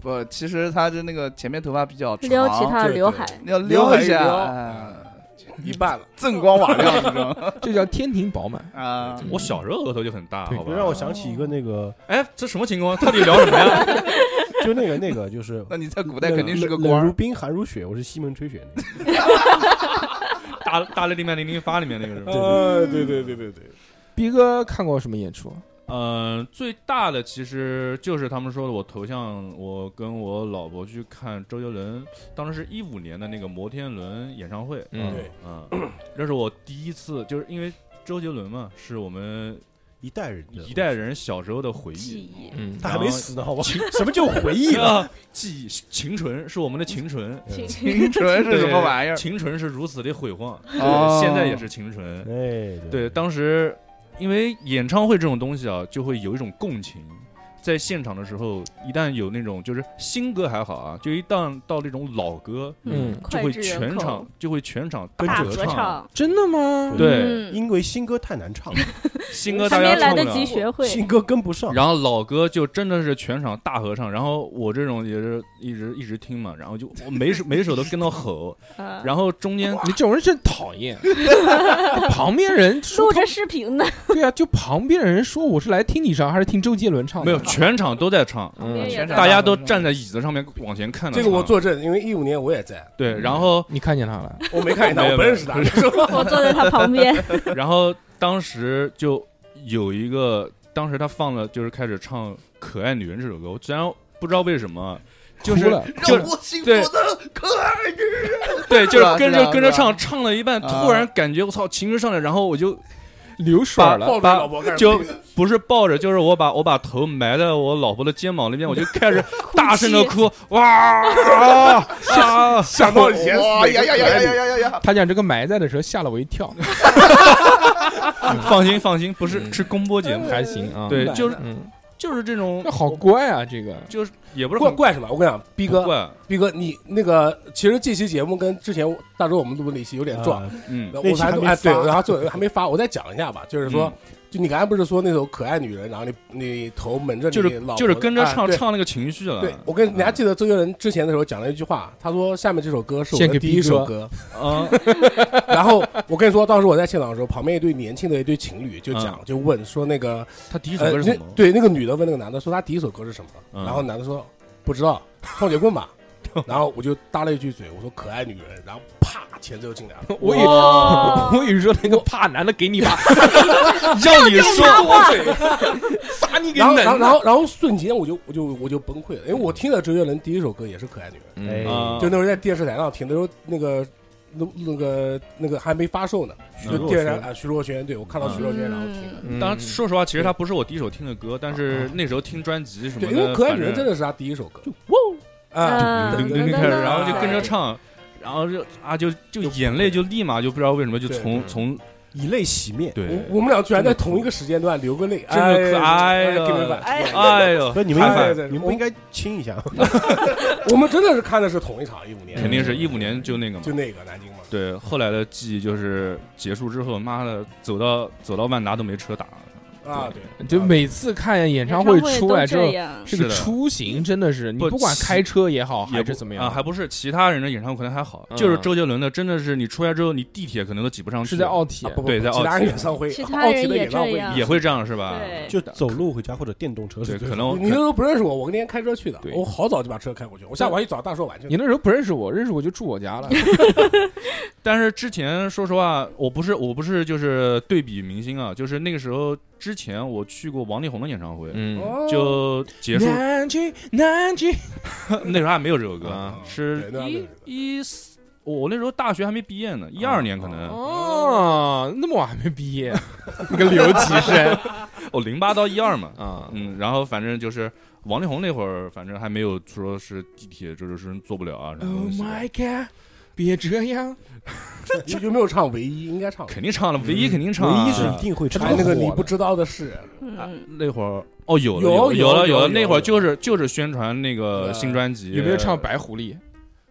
[SPEAKER 2] 不，其实他是那个前面头发比较长，
[SPEAKER 3] 撩起他的
[SPEAKER 6] 对
[SPEAKER 3] 刘海，
[SPEAKER 2] 要撩
[SPEAKER 6] 撩
[SPEAKER 2] 一下，
[SPEAKER 6] 一撩
[SPEAKER 2] 哎
[SPEAKER 6] 一半了，
[SPEAKER 2] 锃光瓦亮那种
[SPEAKER 1] 这叫天庭饱满。
[SPEAKER 2] 啊。
[SPEAKER 4] 我小时候额头就很大，
[SPEAKER 1] 对
[SPEAKER 4] 好吧？
[SPEAKER 5] 就让我想起一个那个，
[SPEAKER 4] 哎，这什么情况？到底聊什么呀？
[SPEAKER 5] 就那个那个就是
[SPEAKER 2] 那你在古代肯定是个
[SPEAKER 5] 冷冷
[SPEAKER 2] 官
[SPEAKER 5] 如
[SPEAKER 2] 儿，
[SPEAKER 5] 冰，寒如雪，我是西门吹雪那个。
[SPEAKER 4] 大大内零版零零发里面那个是吧？
[SPEAKER 6] 呃，对对对对对，
[SPEAKER 1] 逼哥看过什么演出？
[SPEAKER 4] 嗯，最大的其实就是他们说的，我头像，我跟我老婆去看周杰伦，当时是一五年的那个摩天轮演唱会，
[SPEAKER 1] 嗯
[SPEAKER 6] 对
[SPEAKER 4] 嗯，这是我第一次，就是因为周杰伦嘛，是我们
[SPEAKER 5] 一代人的
[SPEAKER 4] 一代人小时候的回
[SPEAKER 3] 记
[SPEAKER 4] 忆。
[SPEAKER 3] 忆，
[SPEAKER 1] 嗯，
[SPEAKER 5] 他还没死呢，好吧？什么叫回忆 啊？
[SPEAKER 4] 啊，记忆情纯是我们的情纯，
[SPEAKER 3] 请
[SPEAKER 2] 清纯是什么玩意儿？
[SPEAKER 4] 情纯是如此的毁晃，
[SPEAKER 2] 哦
[SPEAKER 4] 现在也是情纯。
[SPEAKER 5] 哎，
[SPEAKER 4] 对，当时因为演唱会这种东西啊，就会有一种共情。在现场的时候，一旦有那种就是新歌还好啊，就一旦到那种老歌，
[SPEAKER 1] 嗯
[SPEAKER 4] 就
[SPEAKER 3] 脍
[SPEAKER 4] 会
[SPEAKER 3] 炙人
[SPEAKER 4] 全场
[SPEAKER 3] 口，
[SPEAKER 4] 就会全场
[SPEAKER 3] 大
[SPEAKER 4] 大
[SPEAKER 3] 合
[SPEAKER 4] 唱。
[SPEAKER 3] 唱，
[SPEAKER 1] 真的吗？
[SPEAKER 4] 对，
[SPEAKER 3] 嗯
[SPEAKER 5] 因为新歌太难唱了，
[SPEAKER 4] 新歌
[SPEAKER 3] 还
[SPEAKER 4] 大
[SPEAKER 3] 没
[SPEAKER 4] 家
[SPEAKER 3] 来
[SPEAKER 4] 唱不
[SPEAKER 3] 得
[SPEAKER 4] 了
[SPEAKER 3] 及，学会，
[SPEAKER 5] 新歌跟不上。
[SPEAKER 4] 然后老歌就真的是全场大合唱。然后我这种也是一直一直听嘛，然后就我每首每首都跟到吼，
[SPEAKER 3] 嗯
[SPEAKER 4] 然后中间
[SPEAKER 1] 你这种人真讨 厌。旁边人说
[SPEAKER 3] 录
[SPEAKER 1] 他
[SPEAKER 3] 着视频呢，
[SPEAKER 1] 对啊，就旁边人说我是来听你唱还是听周杰伦唱的？
[SPEAKER 4] 没有，全场都在唱，
[SPEAKER 1] 嗯，
[SPEAKER 3] 也
[SPEAKER 2] 全场
[SPEAKER 4] 大家都站在椅子上面往前看的
[SPEAKER 6] 这
[SPEAKER 4] 唱。
[SPEAKER 6] 个我作证，因为一五年我也在，
[SPEAKER 4] 对，然后
[SPEAKER 1] 你看见他了？
[SPEAKER 6] 我没看见他，
[SPEAKER 4] 没有
[SPEAKER 6] 我不认识他，
[SPEAKER 3] 我坐在他旁边，
[SPEAKER 4] 然后当时就有一个，当时他放了就是开始唱《可爱女人》这首歌，我虽然不知道为什么， 就是
[SPEAKER 1] 哭了
[SPEAKER 4] 就是
[SPEAKER 2] 让我幸福
[SPEAKER 4] 对
[SPEAKER 2] 的可爱女人。
[SPEAKER 4] 对，就是是
[SPEAKER 2] 吧
[SPEAKER 4] 跟
[SPEAKER 2] 是吧
[SPEAKER 4] 着跟
[SPEAKER 2] 是吧
[SPEAKER 4] 着唱，唱了一半，
[SPEAKER 2] 啊
[SPEAKER 4] 突然感觉我操情绪上来，然后我就
[SPEAKER 1] 流水
[SPEAKER 4] 把
[SPEAKER 1] 了，
[SPEAKER 6] 抱住老婆干什么
[SPEAKER 4] 就？不是抱着，就是我把我把头埋在我老婆的肩膀那边，我就开 始
[SPEAKER 3] 哭
[SPEAKER 4] 大声的
[SPEAKER 3] 泣
[SPEAKER 4] 哭，哇啊啊！
[SPEAKER 6] 想到以前
[SPEAKER 2] 哇哎呀呀呀呀呀
[SPEAKER 6] 呀！
[SPEAKER 2] 呀呀呀！
[SPEAKER 1] 他讲这个埋在的时候吓了我一跳，
[SPEAKER 4] 嗯 放心放心，不是是公播 节目，
[SPEAKER 1] 还行啊。
[SPEAKER 4] 对，
[SPEAKER 6] 明白
[SPEAKER 4] 就是
[SPEAKER 1] 嗯，
[SPEAKER 4] 就是这种
[SPEAKER 1] 那，好乖啊，这个
[SPEAKER 4] 就是也不是
[SPEAKER 6] 怪
[SPEAKER 4] 很
[SPEAKER 6] 怪什么？我跟你讲，逼哥，
[SPEAKER 4] 怪，
[SPEAKER 6] 逼哥，你那个其实这期节目跟之前大周我们录的那期有点
[SPEAKER 5] 啊
[SPEAKER 6] 撞，
[SPEAKER 4] 嗯，
[SPEAKER 6] 然后
[SPEAKER 5] 那
[SPEAKER 6] 我
[SPEAKER 5] 期
[SPEAKER 6] 才
[SPEAKER 5] 还没
[SPEAKER 6] 哎对，
[SPEAKER 5] 发
[SPEAKER 6] 然后最后还没发，我再讲一下吧，就是说
[SPEAKER 4] 嗯，
[SPEAKER 6] 就你刚才不是说那首《可爱女人》，然后你你头蒙着你
[SPEAKER 4] 就是
[SPEAKER 6] 老婆
[SPEAKER 4] 就是跟着
[SPEAKER 6] 哎
[SPEAKER 4] 唱嗯
[SPEAKER 6] 对
[SPEAKER 4] 唱那个情绪了。
[SPEAKER 6] 对，我跟你还记得周杰伦之前的时候讲了一句话，他说下面这首歌是我
[SPEAKER 1] 献
[SPEAKER 6] 的
[SPEAKER 1] 给
[SPEAKER 6] 第
[SPEAKER 1] 逼
[SPEAKER 6] 一首
[SPEAKER 1] 哥
[SPEAKER 6] 歌，
[SPEAKER 4] 啊，
[SPEAKER 6] 然后我跟你说，当时我在现场的时候，旁边一对年轻的一对情侣就
[SPEAKER 4] 嗯
[SPEAKER 6] 讲，就问说那个
[SPEAKER 4] 他第一首
[SPEAKER 6] 呃，
[SPEAKER 4] 歌是
[SPEAKER 6] 那
[SPEAKER 4] 什么？
[SPEAKER 6] 对那个女的问那个男的说他第一首歌是什么，
[SPEAKER 4] 嗯
[SPEAKER 6] 然后男的说不知道，双截 棍吧。然后我就搭了一句嘴，我说可爱女人，然后啪，前奏进来了。
[SPEAKER 1] 我以
[SPEAKER 3] 哇
[SPEAKER 1] 我以为说那个怕男的给你吧，
[SPEAKER 4] 让你说，
[SPEAKER 1] 打你给
[SPEAKER 6] 然后，然后，
[SPEAKER 1] 能
[SPEAKER 6] 然后，然后瞬间我就我就我就崩溃了，因为
[SPEAKER 4] 嗯
[SPEAKER 6] 我听了周杰伦第一首歌也是可爱女人，
[SPEAKER 1] 嗯
[SPEAKER 4] 啊
[SPEAKER 6] 哎就那时候在电视台上听，那时候那个那那个那个还没发售呢，就
[SPEAKER 5] 嗯
[SPEAKER 6] 电视台啊徐若瑄，对我看到徐若瑄然后听的。
[SPEAKER 3] 嗯
[SPEAKER 1] 嗯
[SPEAKER 4] 当然，说实话，其实他不是我第一首听的歌，但是那时候听专辑什么
[SPEAKER 6] 对，
[SPEAKER 4] 的，
[SPEAKER 6] 因为可爱女人
[SPEAKER 4] 反正 哦
[SPEAKER 6] 真的是他第一首歌，就
[SPEAKER 3] 啊
[SPEAKER 6] 啊，
[SPEAKER 4] 噔
[SPEAKER 3] 嗯
[SPEAKER 4] 噔
[SPEAKER 3] 噔
[SPEAKER 4] 开始，
[SPEAKER 3] 噔
[SPEAKER 4] 然后就跟着
[SPEAKER 3] 对
[SPEAKER 4] 唱，然后就啊就就眼泪就立马就不知道为什么就
[SPEAKER 6] 对
[SPEAKER 4] 从
[SPEAKER 1] 对
[SPEAKER 4] 从
[SPEAKER 5] 以泪洗面。
[SPEAKER 4] 对，
[SPEAKER 6] 我我们俩居然在同一个时间段流个泪，
[SPEAKER 4] 真的可爱啊
[SPEAKER 6] 哎
[SPEAKER 4] 了
[SPEAKER 6] 给你们吧
[SPEAKER 3] 哎
[SPEAKER 4] 哎呦，
[SPEAKER 5] 不是你们应
[SPEAKER 6] 哎
[SPEAKER 5] 该
[SPEAKER 6] 对对对
[SPEAKER 5] 你们不应该亲一下，
[SPEAKER 6] 我们真的是看的是同一场一五年，
[SPEAKER 4] 肯定是一五年就那个嘛
[SPEAKER 6] 就。那个南京嘛。
[SPEAKER 4] 对，后来的记忆就是结束之后，妈的，走到走到万达都没车打，
[SPEAKER 1] 哦
[SPEAKER 6] 啊，对，
[SPEAKER 1] 就每次看演唱
[SPEAKER 3] 会
[SPEAKER 1] 会出来之后
[SPEAKER 3] 都这，样
[SPEAKER 1] 这
[SPEAKER 4] 是
[SPEAKER 1] 个
[SPEAKER 4] 的
[SPEAKER 1] 出行真的是你
[SPEAKER 4] 不
[SPEAKER 1] 不管
[SPEAKER 4] 骑
[SPEAKER 1] 开车也好
[SPEAKER 4] 也
[SPEAKER 1] 还
[SPEAKER 4] 不
[SPEAKER 1] 是怎么
[SPEAKER 4] 啊，还
[SPEAKER 1] 样，
[SPEAKER 4] 不是其他人的演唱会可能还好，
[SPEAKER 1] 嗯
[SPEAKER 4] 就是周杰伦的，真的是你出来之后，你地铁可能都挤不上去，
[SPEAKER 1] 是在奥体
[SPEAKER 6] 啊不不
[SPEAKER 4] 对
[SPEAKER 6] 不
[SPEAKER 4] 在奥
[SPEAKER 6] 其他
[SPEAKER 4] 体
[SPEAKER 6] 人演唱会，
[SPEAKER 3] 其他
[SPEAKER 6] 奥
[SPEAKER 3] 人
[SPEAKER 6] 体的
[SPEAKER 3] 也
[SPEAKER 6] 演唱
[SPEAKER 3] 这
[SPEAKER 6] 会
[SPEAKER 3] 样
[SPEAKER 4] 也会这样是吧？
[SPEAKER 3] 对
[SPEAKER 5] 啊就走路回家或者电动车是
[SPEAKER 4] 对，
[SPEAKER 5] 最
[SPEAKER 4] 可
[SPEAKER 5] 好
[SPEAKER 4] 能
[SPEAKER 6] 你那时候不认识我，我那天开车去的
[SPEAKER 1] 对，
[SPEAKER 6] 我好早就把车开过去，我下午还去找大硕玩去
[SPEAKER 1] 你。那时候不认识我，认识我就住我家了。
[SPEAKER 4] 但是之前说实话，我不是我不是就是对比明星啊，就是那个时候之前我去过王力宏的演唱会，
[SPEAKER 1] 嗯，
[SPEAKER 6] 哦
[SPEAKER 4] 就结束
[SPEAKER 1] 南京，南京，
[SPEAKER 4] 那时候还没有这首歌，
[SPEAKER 1] 啊
[SPEAKER 4] 是
[SPEAKER 6] 对那还没有这
[SPEAKER 4] 一
[SPEAKER 6] 首歌
[SPEAKER 4] 一四，我那时候大学还没毕业呢，一二年可能，
[SPEAKER 1] 哦，那么我还没毕 业，那个留 级生
[SPEAKER 4] 我哦零八到一二 嘛，
[SPEAKER 1] 啊，
[SPEAKER 4] 嗯，然后反正就是王力宏那会儿，反正还没有说是地铁这就是坐不了啊什么
[SPEAKER 1] Oh
[SPEAKER 4] 东西的
[SPEAKER 1] my god！别这样，
[SPEAKER 6] 你有没有唱唯一？应该唱。
[SPEAKER 4] 肯定唱了，唯一肯定唱、啊，
[SPEAKER 5] 唯一是一定会唱
[SPEAKER 6] 还有那个你
[SPEAKER 1] 火了
[SPEAKER 6] 不知道的事，
[SPEAKER 4] 啊
[SPEAKER 3] 嗯，
[SPEAKER 4] 那会儿哦有了
[SPEAKER 6] 有
[SPEAKER 4] 有了
[SPEAKER 6] 有
[SPEAKER 4] 了
[SPEAKER 6] 有
[SPEAKER 4] 了，
[SPEAKER 6] 有
[SPEAKER 4] 那会儿
[SPEAKER 6] 有
[SPEAKER 4] 就是就是宣传那个
[SPEAKER 6] 呃
[SPEAKER 4] 新专辑，
[SPEAKER 1] 有没有唱白狐狸？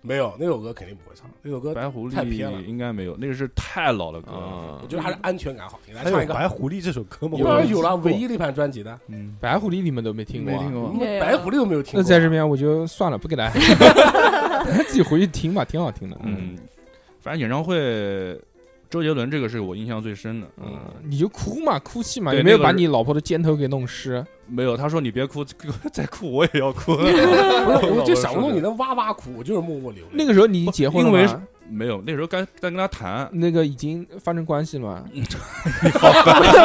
[SPEAKER 6] 没有那首歌肯定不会唱，那首歌
[SPEAKER 4] 白狐
[SPEAKER 6] 太偏了
[SPEAKER 4] 狸？应该没有，那个是太老的歌了，
[SPEAKER 1] 啊
[SPEAKER 6] 我，觉得还是安全感好听。来
[SPEAKER 5] 还
[SPEAKER 6] 唱
[SPEAKER 5] 有
[SPEAKER 6] 一
[SPEAKER 5] 《
[SPEAKER 6] 个，
[SPEAKER 5] 白狐狸》这首歌吗？
[SPEAKER 6] 当然
[SPEAKER 5] 我哦
[SPEAKER 6] 有了，唯一那盘专辑呢，
[SPEAKER 4] 嗯，
[SPEAKER 1] 白狐狸你们都没听过啊？
[SPEAKER 6] 你
[SPEAKER 4] 过
[SPEAKER 6] 们
[SPEAKER 3] 没有
[SPEAKER 6] 白狐狸有没有听过？
[SPEAKER 1] 那在这边我就算了，不给大家， 自己回去听吧，挺好听的。
[SPEAKER 4] 嗯，反正演唱会周杰伦这个是我印象最深的，嗯。
[SPEAKER 1] 嗯，你就哭嘛，哭泣嘛，
[SPEAKER 4] 对
[SPEAKER 1] 有没有
[SPEAKER 4] 那个
[SPEAKER 1] 把
[SPEAKER 4] 是
[SPEAKER 1] 你老婆的肩头给弄湿？
[SPEAKER 4] 没有，他说你别哭， 再哭我也要哭。
[SPEAKER 6] 不是，我就想不
[SPEAKER 4] 我
[SPEAKER 6] 通
[SPEAKER 4] 是
[SPEAKER 6] 你能哇哇哭，我就是默默流泪。
[SPEAKER 1] 那个时候你已经结婚了
[SPEAKER 4] 因为
[SPEAKER 1] 吗？
[SPEAKER 4] 没有，那时候刚在跟他谈，
[SPEAKER 1] 那个已经发生关系了吗？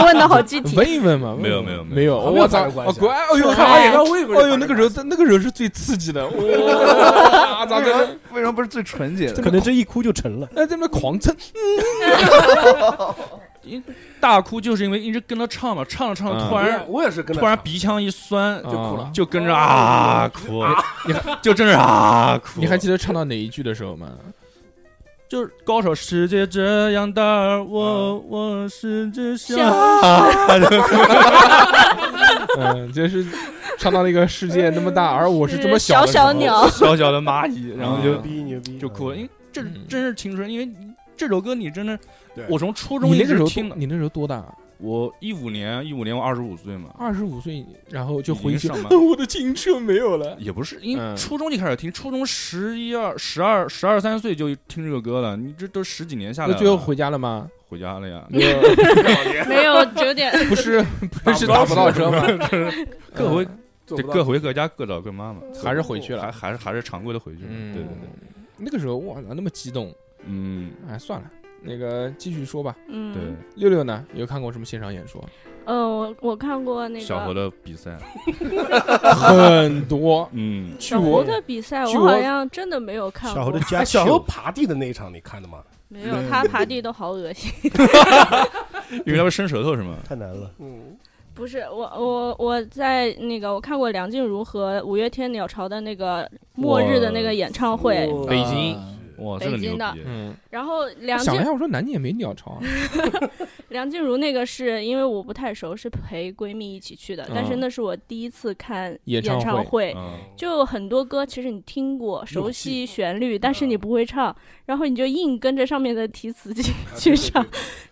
[SPEAKER 3] 问的好具 体，
[SPEAKER 1] 问一问嘛。
[SPEAKER 4] 没有
[SPEAKER 1] 问一问
[SPEAKER 4] 没有
[SPEAKER 1] 没有，
[SPEAKER 6] 没有
[SPEAKER 1] 我
[SPEAKER 6] 发
[SPEAKER 1] 操！
[SPEAKER 6] 生关
[SPEAKER 1] 啊
[SPEAKER 6] 系
[SPEAKER 1] 乖，哎呦，
[SPEAKER 3] 是
[SPEAKER 1] 哎
[SPEAKER 3] 哎
[SPEAKER 1] 呀，
[SPEAKER 6] 我以为
[SPEAKER 1] 哎呦，那个时候那个时候是最刺激的，哇！ 咋
[SPEAKER 2] 为
[SPEAKER 6] 哎
[SPEAKER 1] 这
[SPEAKER 2] 什么为什么不是最纯洁的？
[SPEAKER 5] 可能这一哭就成了。
[SPEAKER 1] 哎在那狂蹭，
[SPEAKER 4] 大哭就是因为一直跟他唱嘛，唱着唱着
[SPEAKER 1] 嗯
[SPEAKER 4] 突然、
[SPEAKER 6] 我也是跟他
[SPEAKER 4] 突然
[SPEAKER 6] 唱
[SPEAKER 4] 鼻腔一酸，
[SPEAKER 1] 啊
[SPEAKER 6] 就哭了。
[SPEAKER 4] 就跟着啊哭，你还 就真是啊哭。
[SPEAKER 1] 你还记得唱到哪一句的时候吗？
[SPEAKER 4] 就是高手世界这样大，我我是只小
[SPEAKER 1] 嗯，就是唱到那个世界那么大，而我是这么的
[SPEAKER 3] 小
[SPEAKER 1] 时候
[SPEAKER 3] 小， 鸟，
[SPEAKER 4] 小小的蚂蚁，然后就
[SPEAKER 1] 啊
[SPEAKER 5] 逼牛逼
[SPEAKER 4] 就哭了，因为这是
[SPEAKER 1] 嗯
[SPEAKER 4] 真是青春，因为这首歌你真的
[SPEAKER 6] 对，
[SPEAKER 4] 我从初中
[SPEAKER 1] 你
[SPEAKER 4] 一
[SPEAKER 1] 那个
[SPEAKER 4] 直
[SPEAKER 1] 时候
[SPEAKER 4] 听
[SPEAKER 1] 多
[SPEAKER 4] 的，
[SPEAKER 1] 你那时候多大？啊
[SPEAKER 4] 我一五年一五年我二十五岁嘛，
[SPEAKER 1] 二十五岁，然后就
[SPEAKER 4] 已经
[SPEAKER 1] 回去，
[SPEAKER 4] 上班
[SPEAKER 1] 我的青春没有了。
[SPEAKER 4] 也不是，因
[SPEAKER 1] 嗯
[SPEAKER 4] 为初中就开始听，初中十一二、十二、十二三岁就听这个歌了，你这都十几年下来
[SPEAKER 1] 那
[SPEAKER 4] 了。
[SPEAKER 1] 最后回家了 吗？
[SPEAKER 4] 回家了呀，
[SPEAKER 3] 没有九点，
[SPEAKER 1] 不是不是打不到车嗯吗？
[SPEAKER 4] 各回
[SPEAKER 6] 做
[SPEAKER 4] 得
[SPEAKER 6] 不到
[SPEAKER 4] 各回各家，各找各妈嘛，
[SPEAKER 3] 嗯
[SPEAKER 1] 还是回去了
[SPEAKER 4] 还还是还是常规的回去。
[SPEAKER 1] 嗯，
[SPEAKER 4] 对对对，。
[SPEAKER 1] 那个时候哇，那么激动，
[SPEAKER 4] 嗯，
[SPEAKER 1] 哎，算了，那个继续说吧。
[SPEAKER 4] 对
[SPEAKER 3] 嗯，，
[SPEAKER 1] 六六呢？有看过什么现场演 出？
[SPEAKER 3] 呃，我我看过那
[SPEAKER 4] 小何
[SPEAKER 3] 个
[SPEAKER 4] 的比赛，
[SPEAKER 1] 很多。
[SPEAKER 4] 嗯，
[SPEAKER 1] 据
[SPEAKER 3] 小猴
[SPEAKER 1] 我
[SPEAKER 3] 的比赛，
[SPEAKER 1] 据
[SPEAKER 3] 我
[SPEAKER 1] 我
[SPEAKER 3] 好像真的没有看
[SPEAKER 5] 小猴
[SPEAKER 3] 过
[SPEAKER 5] 的，家
[SPEAKER 6] 哎，小
[SPEAKER 5] 秀
[SPEAKER 6] 时候爬地的那一场你看的吗？
[SPEAKER 3] 没有，他爬地都好恶心，
[SPEAKER 4] 因为他们伸舌头是吗？
[SPEAKER 5] 太难了。
[SPEAKER 6] 嗯，
[SPEAKER 3] 不是我我我在那个我看过梁静茹和五月天鸟巢的那个末日的那个演唱会，
[SPEAKER 6] 哇
[SPEAKER 1] 北京
[SPEAKER 2] 啊
[SPEAKER 4] 哇，这个
[SPEAKER 3] 北京
[SPEAKER 4] 牛
[SPEAKER 3] 的
[SPEAKER 4] 逼！
[SPEAKER 1] 嗯，
[SPEAKER 3] 然后梁
[SPEAKER 1] 想了一
[SPEAKER 3] 静
[SPEAKER 1] 下，我说南京也没鸟巢啊，
[SPEAKER 3] 梁静茹那个是因为我不太熟，是陪闺蜜一起去的，但是
[SPEAKER 1] 嗯
[SPEAKER 3] 那是我第一次看
[SPEAKER 1] 演
[SPEAKER 3] 演
[SPEAKER 1] 唱
[SPEAKER 3] 唱会，
[SPEAKER 6] 哦
[SPEAKER 4] 嗯，
[SPEAKER 3] 就很多歌其实你听过熟悉旋律，但是你不会唱，然后你就硬跟着上面的提词去去唱，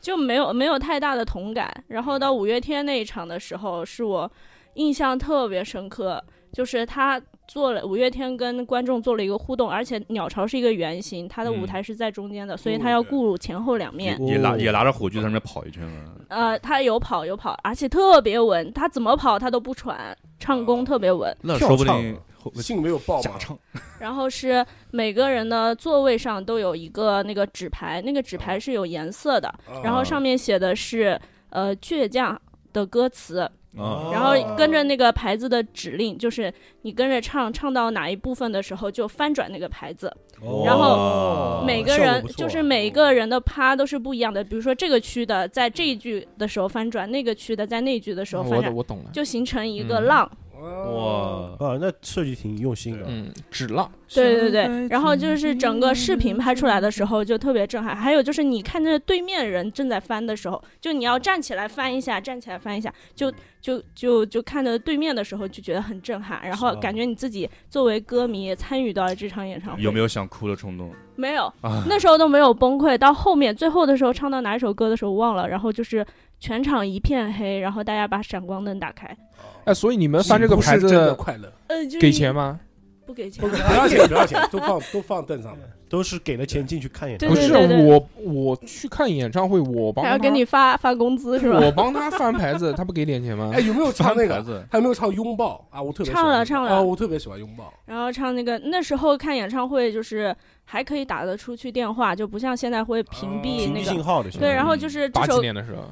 [SPEAKER 3] 就没有没有太大的同感。然后到五月天那一场的时候，是我印象特别深刻，就是他做了五月天跟观众做了一个互动，而且鸟巢是一个圆形，它的舞台是在中间的，所以他要顾前后两面。
[SPEAKER 5] 哦
[SPEAKER 4] 也也拿也拿着火炬在那边跑一圈嘛。
[SPEAKER 3] 呃，他有跑有跑，而且特别稳，他怎么跑他都不喘，唱功特别稳。
[SPEAKER 4] 那
[SPEAKER 6] 跳
[SPEAKER 4] 说不
[SPEAKER 6] 唱
[SPEAKER 4] 定会不会
[SPEAKER 6] 信没有报
[SPEAKER 4] 假
[SPEAKER 6] 嘛？
[SPEAKER 4] 唱
[SPEAKER 3] 然后是每个人的座位上都有一个那个纸牌，那个纸牌是有颜色的，
[SPEAKER 6] 啊
[SPEAKER 3] 然后上面写的是呃倔强的歌词，
[SPEAKER 4] 啊，
[SPEAKER 3] 然
[SPEAKER 5] 哦
[SPEAKER 3] 后跟着那个牌子的指令，就是你跟着唱，唱到哪一部分的时候就翻转那个牌子。
[SPEAKER 5] 哦
[SPEAKER 3] 然
[SPEAKER 4] 后
[SPEAKER 3] 每个
[SPEAKER 5] 效果
[SPEAKER 3] 人
[SPEAKER 5] 不错哦
[SPEAKER 3] 就是每个人的趴都是不一样的，比如说这个区的在这一句的时候翻转，那个区的在那一句的
[SPEAKER 5] 嗯
[SPEAKER 3] 时候翻
[SPEAKER 1] 我
[SPEAKER 3] 转，
[SPEAKER 1] 我懂了，
[SPEAKER 3] 就形成一个
[SPEAKER 1] 嗯
[SPEAKER 3] 浪。
[SPEAKER 6] 哦
[SPEAKER 4] 哇，
[SPEAKER 5] 啊，那设计挺用心的。
[SPEAKER 1] 嗯，纸浪，
[SPEAKER 3] 对对对，然后就是整个视频拍出来的时候就特别震撼，还有就是你看着对面人正在翻的时候，就你要站起来翻一下，站起来翻一下，就就就就看着对面的时候就觉得很震撼，然后
[SPEAKER 5] 是吧
[SPEAKER 3] 感觉你自己作为歌迷也参与到了这场演唱会，
[SPEAKER 4] 有没有想哭的冲动
[SPEAKER 3] 没有，
[SPEAKER 4] 啊？
[SPEAKER 3] 那时候都没有崩溃，到后面最后的时候唱到哪一首歌的时候忘了，然后就是全场一片黑，然后大家把闪光灯打开，
[SPEAKER 1] 哎，所以你们翻这个牌
[SPEAKER 6] 是不是真的
[SPEAKER 1] 子
[SPEAKER 6] 快乐，
[SPEAKER 3] 呃，就
[SPEAKER 1] 给钱吗？
[SPEAKER 3] 不给
[SPEAKER 6] 不，
[SPEAKER 3] 钱
[SPEAKER 6] 不要钱，不要钱，都放都放凳上的。
[SPEAKER 5] 都是给了钱进去看演
[SPEAKER 3] 对
[SPEAKER 5] 唱
[SPEAKER 1] 不
[SPEAKER 5] 会，
[SPEAKER 1] 是
[SPEAKER 3] 对对
[SPEAKER 1] 我，我去看演唱会，我帮
[SPEAKER 3] 还要
[SPEAKER 1] 他
[SPEAKER 3] 给你发发工资是吧？
[SPEAKER 1] 我帮他翻牌子，他不给点钱吗
[SPEAKER 6] 哎，？有没有唱那
[SPEAKER 4] 翻牌
[SPEAKER 6] 个？
[SPEAKER 4] 子
[SPEAKER 6] 还有没有唱拥抱啊？我特别喜欢
[SPEAKER 3] 唱了唱了
[SPEAKER 6] 啊，我特别喜欢拥抱。
[SPEAKER 3] 然后唱那个那时候看演唱会就是还可以打得出去电话，就不像现在会屏蔽
[SPEAKER 5] 哦屏
[SPEAKER 3] 那
[SPEAKER 5] 蔽
[SPEAKER 3] 个。
[SPEAKER 5] 信号的现在。
[SPEAKER 3] 对，然后就是这
[SPEAKER 1] 八几
[SPEAKER 3] 首
[SPEAKER 1] 年的时候，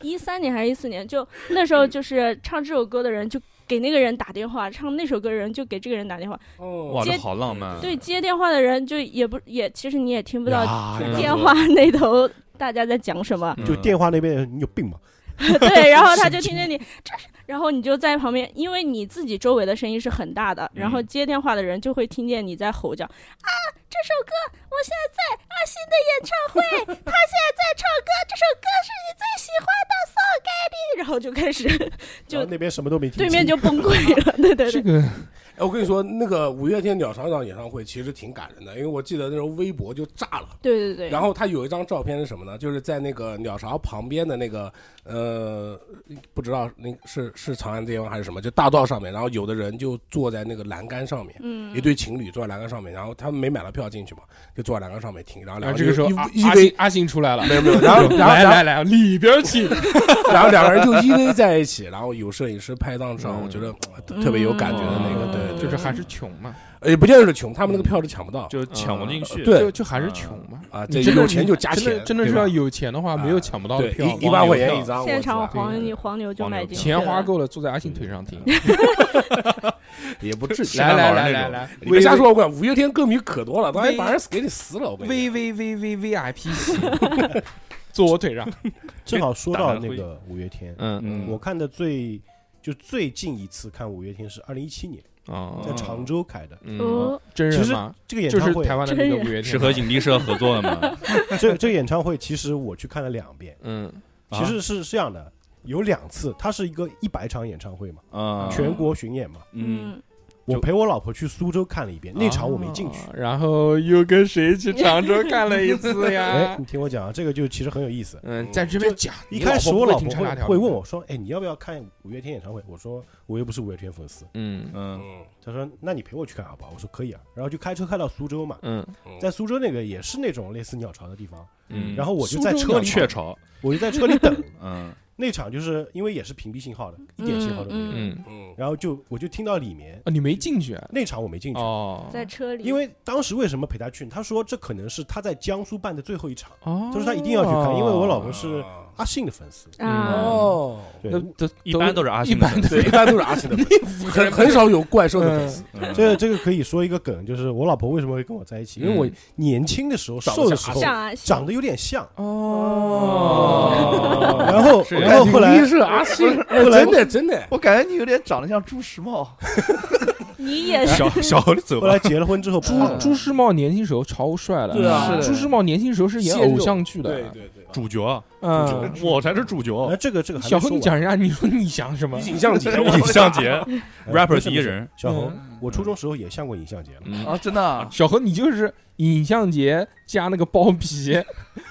[SPEAKER 3] 一三年还是一四年，就那时候就是唱这首歌的人就给那个人打电话，唱那首歌的人就给这个人打电话，
[SPEAKER 4] 哇，
[SPEAKER 6] 哦，
[SPEAKER 4] 这
[SPEAKER 3] 接
[SPEAKER 4] 好浪漫。
[SPEAKER 3] 对，接电话的人就也不也其实你也听不到
[SPEAKER 4] 呀
[SPEAKER 1] 嗯
[SPEAKER 3] 电话那头大家在讲什
[SPEAKER 4] 嗯
[SPEAKER 3] 么，
[SPEAKER 5] 就电话那边你有病吧？
[SPEAKER 3] 对，然后他就听见你这是，然后你就在旁边，因为你自己周围的声音是很大的，然后
[SPEAKER 4] 嗯
[SPEAKER 3] 接电话的人就会听见你在吼叫啊，这首歌我现在在阿信的演唱会， 他现在在唱歌，这首歌是你最喜欢的，送给你，然后就开始就
[SPEAKER 5] 然后那边什么都没听清，
[SPEAKER 3] 对面就崩溃了，对对
[SPEAKER 1] 这
[SPEAKER 3] 对，
[SPEAKER 1] 个
[SPEAKER 6] 哎，我跟你说，那个五月天鸟巢那场演唱会其实挺感人的，因为我记得那时候微博就炸了。
[SPEAKER 3] 对对对
[SPEAKER 6] 然，后他有一张照片是什么呢？就是在那个鸟巢旁边的那个呃，不知道那是是长安街吗还是什么，就大道上面，然后有的人就坐在那个栏杆上面。
[SPEAKER 3] 嗯
[SPEAKER 6] 一，对情侣坐在栏杆上面，然后他们没买了票进去嘛，就坐在栏杆上面听，然后
[SPEAKER 1] 然
[SPEAKER 6] 两啊
[SPEAKER 1] 后
[SPEAKER 6] 个
[SPEAKER 1] 这个时候
[SPEAKER 6] 人
[SPEAKER 1] 阿
[SPEAKER 6] 依
[SPEAKER 1] 阿
[SPEAKER 6] 偎
[SPEAKER 1] 信阿信出来了，
[SPEAKER 6] 没有没有，然后然后
[SPEAKER 1] 来
[SPEAKER 6] 然后
[SPEAKER 1] 来来，里边 请。
[SPEAKER 6] 啊 然后两个人就依偎在一起，然后有摄影师拍张照，
[SPEAKER 1] 嗯
[SPEAKER 6] 我觉得呃特别有感觉的那
[SPEAKER 3] 嗯
[SPEAKER 6] 个，对对，
[SPEAKER 1] 就是还是穷嘛，
[SPEAKER 6] 也不见得是穷，他们那个票是抢不到，
[SPEAKER 4] 就抢不进去。
[SPEAKER 6] 对
[SPEAKER 1] 就就还是穷嘛。
[SPEAKER 6] 啊，这
[SPEAKER 1] 你真的
[SPEAKER 6] 有钱就加
[SPEAKER 1] 真的
[SPEAKER 6] 钱，
[SPEAKER 1] 真的是
[SPEAKER 6] 对吧啊
[SPEAKER 1] 要有钱的话，没有抢不到的
[SPEAKER 6] 对
[SPEAKER 1] 票。
[SPEAKER 6] 一一万块钱一张，
[SPEAKER 3] 现场
[SPEAKER 6] 我知道
[SPEAKER 3] 黄牛黄牛就
[SPEAKER 4] 黄
[SPEAKER 3] 买
[SPEAKER 4] 牛
[SPEAKER 3] 进去
[SPEAKER 1] 钱花
[SPEAKER 3] 了，哦
[SPEAKER 1] 够了，坐在阿信腿上听。
[SPEAKER 6] 也 不至于。
[SPEAKER 1] 来来来来来，
[SPEAKER 6] 你别瞎说，我跟你讲五月天歌迷可多了，当然
[SPEAKER 1] 微
[SPEAKER 6] 把人给你撕了，我跟你
[SPEAKER 1] V V V V V I P 席，坐我腿上。
[SPEAKER 5] 正好说到那个五月天，
[SPEAKER 1] 嗯
[SPEAKER 5] 我看的最就最近一次看五月天是二零一七年
[SPEAKER 1] 嗯啊
[SPEAKER 5] 在常州开的
[SPEAKER 1] 嗯
[SPEAKER 3] 哦，
[SPEAKER 1] 真
[SPEAKER 5] 其
[SPEAKER 1] 人
[SPEAKER 5] 实
[SPEAKER 1] 吗？
[SPEAKER 5] 这个演
[SPEAKER 1] 就
[SPEAKER 5] 唱
[SPEAKER 1] 是
[SPEAKER 5] 会
[SPEAKER 1] 台，湾的那个五月天，
[SPEAKER 4] 是和影帝社合作的吗？
[SPEAKER 3] 嗯
[SPEAKER 5] 这这个演唱会其实我去看了两遍，
[SPEAKER 1] 嗯
[SPEAKER 5] 其实是是这样的，有两次，它是一个一百场演唱会嘛，
[SPEAKER 4] 啊，
[SPEAKER 5] 全国巡演嘛，
[SPEAKER 4] 嗯，
[SPEAKER 5] 我陪我老婆去苏州看了一遍，那场我没进去。
[SPEAKER 1] 啊然后又跟谁去常州看了一次
[SPEAKER 5] 哎
[SPEAKER 1] 呀，
[SPEAKER 5] 你？听我讲啊，这个就其实很有意思。
[SPEAKER 1] 嗯，在这边讲，
[SPEAKER 5] 一开始我老
[SPEAKER 1] 你不会
[SPEAKER 5] 婆
[SPEAKER 1] 听叉
[SPEAKER 5] 会
[SPEAKER 1] 叉条
[SPEAKER 5] 会问，我说：“哎，你要不要看五月天演唱会？”我说：“我又不是五月天粉丝。
[SPEAKER 1] 嗯
[SPEAKER 4] 嗯
[SPEAKER 6] 讲。”
[SPEAKER 5] 她说：“那你陪我去看好不好？”我说：“可以啊。”然后就开车开到苏州嘛，
[SPEAKER 1] 嗯
[SPEAKER 6] 嗯
[SPEAKER 5] 在苏州那个也是那种类似鸟巢的地方，
[SPEAKER 1] 嗯，
[SPEAKER 5] 然
[SPEAKER 1] 后
[SPEAKER 5] 后我就在车里，
[SPEAKER 4] 雀巢，
[SPEAKER 5] 我就在车里等。
[SPEAKER 4] 嗯
[SPEAKER 5] 那场就是因为也是屏蔽信号的，一点信号都没有，
[SPEAKER 3] 嗯
[SPEAKER 1] 嗯，
[SPEAKER 6] 嗯，
[SPEAKER 5] 然后就我就听到里面
[SPEAKER 1] 啊，你没进去啊？
[SPEAKER 5] 那场我没进去，
[SPEAKER 1] 哦，
[SPEAKER 3] 在车里，
[SPEAKER 5] 因为当时为什么陪她去？她说这可能是她在江苏办的最后一场，
[SPEAKER 1] 哦，
[SPEAKER 5] 她说她一定要去看，因为我老婆是阿信的粉丝，
[SPEAKER 3] 啊，
[SPEAKER 6] 哦，
[SPEAKER 5] 对
[SPEAKER 1] 那，呃都
[SPEAKER 4] 一般都是阿信
[SPEAKER 1] 一
[SPEAKER 4] 的
[SPEAKER 1] 般
[SPEAKER 4] 粉
[SPEAKER 1] 都
[SPEAKER 4] 丝
[SPEAKER 1] 是
[SPEAKER 6] 对，一般都是阿信的粉 丝，很很少有怪兽的粉丝。
[SPEAKER 4] 嗯
[SPEAKER 5] 这这个可以说一个梗，就是我老婆为什么会跟我在一起？因为我
[SPEAKER 4] 嗯
[SPEAKER 5] 年轻的时候
[SPEAKER 6] 长得
[SPEAKER 5] 瘦的时
[SPEAKER 6] 像
[SPEAKER 5] 候
[SPEAKER 6] 阿
[SPEAKER 3] 像啊，
[SPEAKER 5] 长得有点像，
[SPEAKER 1] 嗯 哦，
[SPEAKER 5] 然后
[SPEAKER 4] 是
[SPEAKER 5] 然后后来
[SPEAKER 6] 你是阿信，哎
[SPEAKER 5] 后来
[SPEAKER 6] 真的真的，
[SPEAKER 2] 我感觉你有点长得像朱时茂，
[SPEAKER 3] 你也 是
[SPEAKER 4] 小小走
[SPEAKER 5] 后
[SPEAKER 4] 吧，
[SPEAKER 5] 来结了婚之 后，
[SPEAKER 1] 朱
[SPEAKER 5] 啪
[SPEAKER 1] 朱时茂年轻时候超帅了，嗯
[SPEAKER 6] 对啊
[SPEAKER 2] 是的
[SPEAKER 1] 朱时茂年轻时候是演
[SPEAKER 6] 鲜肉
[SPEAKER 1] 偶像剧
[SPEAKER 6] 对
[SPEAKER 1] 的，
[SPEAKER 6] 对对，
[SPEAKER 4] 主角啊，哎
[SPEAKER 1] 嗯，
[SPEAKER 4] 我才是主角。
[SPEAKER 5] 然后这个这个还没
[SPEAKER 1] 小何
[SPEAKER 5] 说
[SPEAKER 1] 你
[SPEAKER 5] 完
[SPEAKER 1] 讲一下，你说你想什么？
[SPEAKER 6] 影像 级，
[SPEAKER 4] 尹相杰
[SPEAKER 5] 哎
[SPEAKER 4] ，rapper
[SPEAKER 5] 没事
[SPEAKER 4] 第一人，
[SPEAKER 5] 小红，
[SPEAKER 1] 嗯
[SPEAKER 5] 我初中时候也上过影像节了，
[SPEAKER 4] 嗯，
[SPEAKER 2] 啊，真的啊，
[SPEAKER 1] 小何你就是尹相杰加那个包 皮，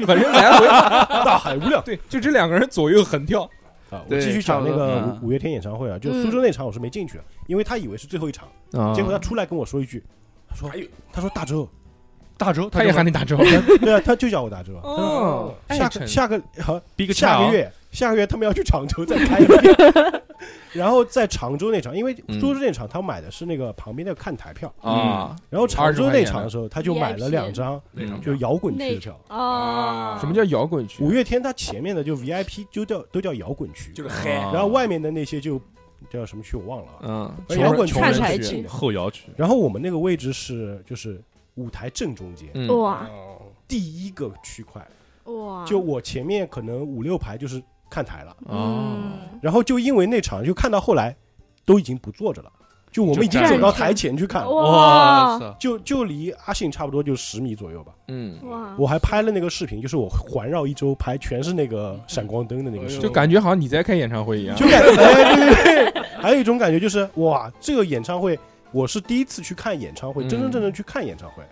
[SPEAKER 1] 反正来回
[SPEAKER 5] 大海无量
[SPEAKER 1] 对，就这两个人左右横跳，
[SPEAKER 5] 啊！我
[SPEAKER 2] 对
[SPEAKER 5] 继续讲那
[SPEAKER 2] 差不多
[SPEAKER 5] 个
[SPEAKER 2] 嗯
[SPEAKER 5] 五五月天演唱会啊，就
[SPEAKER 3] 嗯
[SPEAKER 5] 苏州那场我是没进去的，啊因为他以为是最后一场，
[SPEAKER 1] 嗯
[SPEAKER 5] 结果他出来跟我说一句，他说
[SPEAKER 6] 还有
[SPEAKER 5] 他说大周，
[SPEAKER 4] 大哲
[SPEAKER 1] 他也喊你打招呼，
[SPEAKER 5] 对啊，他就叫我大周啊，
[SPEAKER 1] 哦，
[SPEAKER 5] 下
[SPEAKER 1] 爱
[SPEAKER 5] 个
[SPEAKER 1] 晨
[SPEAKER 5] 下个好
[SPEAKER 4] Big
[SPEAKER 5] 下个
[SPEAKER 1] 啊
[SPEAKER 4] Child
[SPEAKER 5] 月，下个月他们要去常州再开一遍，然后在常州那场，因为
[SPEAKER 1] 嗯
[SPEAKER 5] 苏州那场他买的是那个旁边那个看台票，
[SPEAKER 2] 嗯
[SPEAKER 1] 啊，
[SPEAKER 5] 然后常州
[SPEAKER 1] 20
[SPEAKER 5] 那
[SPEAKER 1] 块钱
[SPEAKER 5] 场
[SPEAKER 1] 的
[SPEAKER 5] 的时候他就买了两张
[SPEAKER 1] 嗯
[SPEAKER 5] 就摇滚区的票。
[SPEAKER 3] 哦，
[SPEAKER 1] 什么叫摇滚区？
[SPEAKER 5] 五月天他前面的就 VIP 就叫都叫摇滚区，
[SPEAKER 6] 就是嗨，
[SPEAKER 1] 啊
[SPEAKER 5] 然后外面的那些就叫什么区我忘了啊。
[SPEAKER 1] 嗯，
[SPEAKER 5] 而
[SPEAKER 1] 穷
[SPEAKER 5] 摇
[SPEAKER 1] 人
[SPEAKER 5] 滚
[SPEAKER 1] 穷
[SPEAKER 3] 看
[SPEAKER 1] 人
[SPEAKER 3] 起来
[SPEAKER 1] 区
[SPEAKER 3] 去
[SPEAKER 4] 后摇曲，
[SPEAKER 5] 然后我们那个位置是就是舞台正中间
[SPEAKER 1] 嗯
[SPEAKER 3] 哇
[SPEAKER 6] 哦
[SPEAKER 5] 第一个区块，
[SPEAKER 3] 哇，
[SPEAKER 5] 就我前面可能五六排就是看台了，
[SPEAKER 1] 哦，
[SPEAKER 3] 嗯，
[SPEAKER 5] 然后就因为那场就看到后来都已经不坐着了，就我们已经
[SPEAKER 4] 就站
[SPEAKER 5] 走到
[SPEAKER 3] 着
[SPEAKER 5] 台前去看了，
[SPEAKER 4] 哇
[SPEAKER 3] 哇
[SPEAKER 4] 塞，
[SPEAKER 5] 就就离阿信差不多就十米左右吧。
[SPEAKER 1] 嗯，
[SPEAKER 3] 哇，
[SPEAKER 5] 我还拍了那个视频，就是我环绕一周拍全是那个闪光灯的那个视频，
[SPEAKER 1] 就感觉好像你在开演唱会一样，
[SPEAKER 5] 就感觉、哎、对对对，还有一种感觉就是哇，这个演唱会我是第一次去看演唱会，
[SPEAKER 1] 嗯
[SPEAKER 5] 真真正正去看演唱会，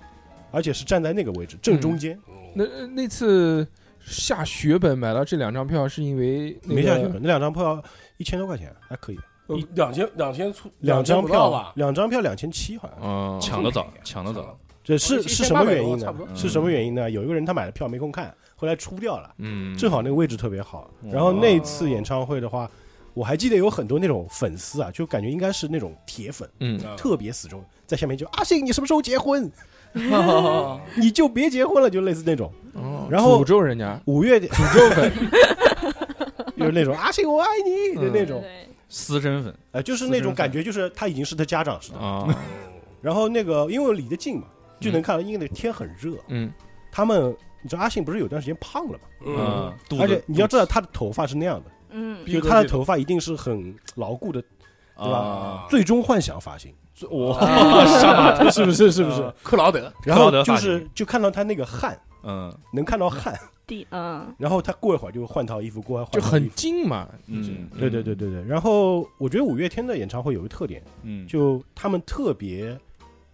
[SPEAKER 5] 而且是站在那个位置正中间，
[SPEAKER 1] 那呃那次下血本买到这两张票，是因为那
[SPEAKER 5] 没下去，
[SPEAKER 1] 个
[SPEAKER 5] 那两张票一千多块钱还可以，
[SPEAKER 6] 一两千两千出
[SPEAKER 5] 两张
[SPEAKER 6] 千不到
[SPEAKER 5] 票
[SPEAKER 6] 吧，
[SPEAKER 5] 两张票两千七好像，
[SPEAKER 1] 哦
[SPEAKER 4] 抢得早，抢得早，嗯
[SPEAKER 5] 这是是什么原因呢
[SPEAKER 6] 差不？多嗯
[SPEAKER 5] 是什么原因呢？有一个人他买了票没空看，后来出掉了，
[SPEAKER 1] 嗯，
[SPEAKER 5] 正好那个位置特别好。
[SPEAKER 4] 嗯
[SPEAKER 5] 然后那次演唱会的话，我还记得有很多那种粉丝啊，就感觉应该是那种铁粉，
[SPEAKER 1] 嗯，
[SPEAKER 6] 嗯
[SPEAKER 5] 特别死忠，在下面就阿信你什么时候 结婚？
[SPEAKER 2] 哦
[SPEAKER 5] 你就别结婚了，就类似那种。
[SPEAKER 1] 哦
[SPEAKER 5] 然后
[SPEAKER 1] 诅咒人家，
[SPEAKER 5] 五月底
[SPEAKER 1] 诅 咒粉，
[SPEAKER 5] 就是那种阿信我爱你的那
[SPEAKER 6] 嗯
[SPEAKER 5] 种，
[SPEAKER 3] 对，
[SPEAKER 4] 私生粉
[SPEAKER 5] 呃，就是那种感觉，就是他已经是他家长似的。
[SPEAKER 1] 啊，
[SPEAKER 5] 然后那个因为我离得近嘛，就
[SPEAKER 6] 嗯
[SPEAKER 5] 能看到，因为那天很热，
[SPEAKER 1] 嗯
[SPEAKER 5] 他们你知道阿信不是有段时间胖了嘛？
[SPEAKER 6] 嗯，
[SPEAKER 4] 啊，肚子
[SPEAKER 5] 而且你要知道他的头发是那样的，
[SPEAKER 3] 嗯，
[SPEAKER 5] 就是他的头发一定是很牢固的，对吧
[SPEAKER 4] 啊？
[SPEAKER 5] 最终幻想发型，
[SPEAKER 4] 我
[SPEAKER 5] 是不是？是不是？
[SPEAKER 6] 克劳德，
[SPEAKER 5] 然
[SPEAKER 4] 克劳
[SPEAKER 5] 后
[SPEAKER 4] 德
[SPEAKER 5] 就
[SPEAKER 4] 发
[SPEAKER 5] 是就看到他那个汗，
[SPEAKER 4] 嗯
[SPEAKER 5] 能看到汗，
[SPEAKER 3] 第嗯，
[SPEAKER 5] 然后他过一会儿就换套衣服，过一会
[SPEAKER 1] 就
[SPEAKER 5] 儿换套衣
[SPEAKER 1] 很
[SPEAKER 5] 服。
[SPEAKER 1] 近嘛，
[SPEAKER 4] 嗯，
[SPEAKER 5] 对对对对对，然后我觉得五月天的演唱会有一个特点，
[SPEAKER 4] 嗯，
[SPEAKER 5] 就他们特别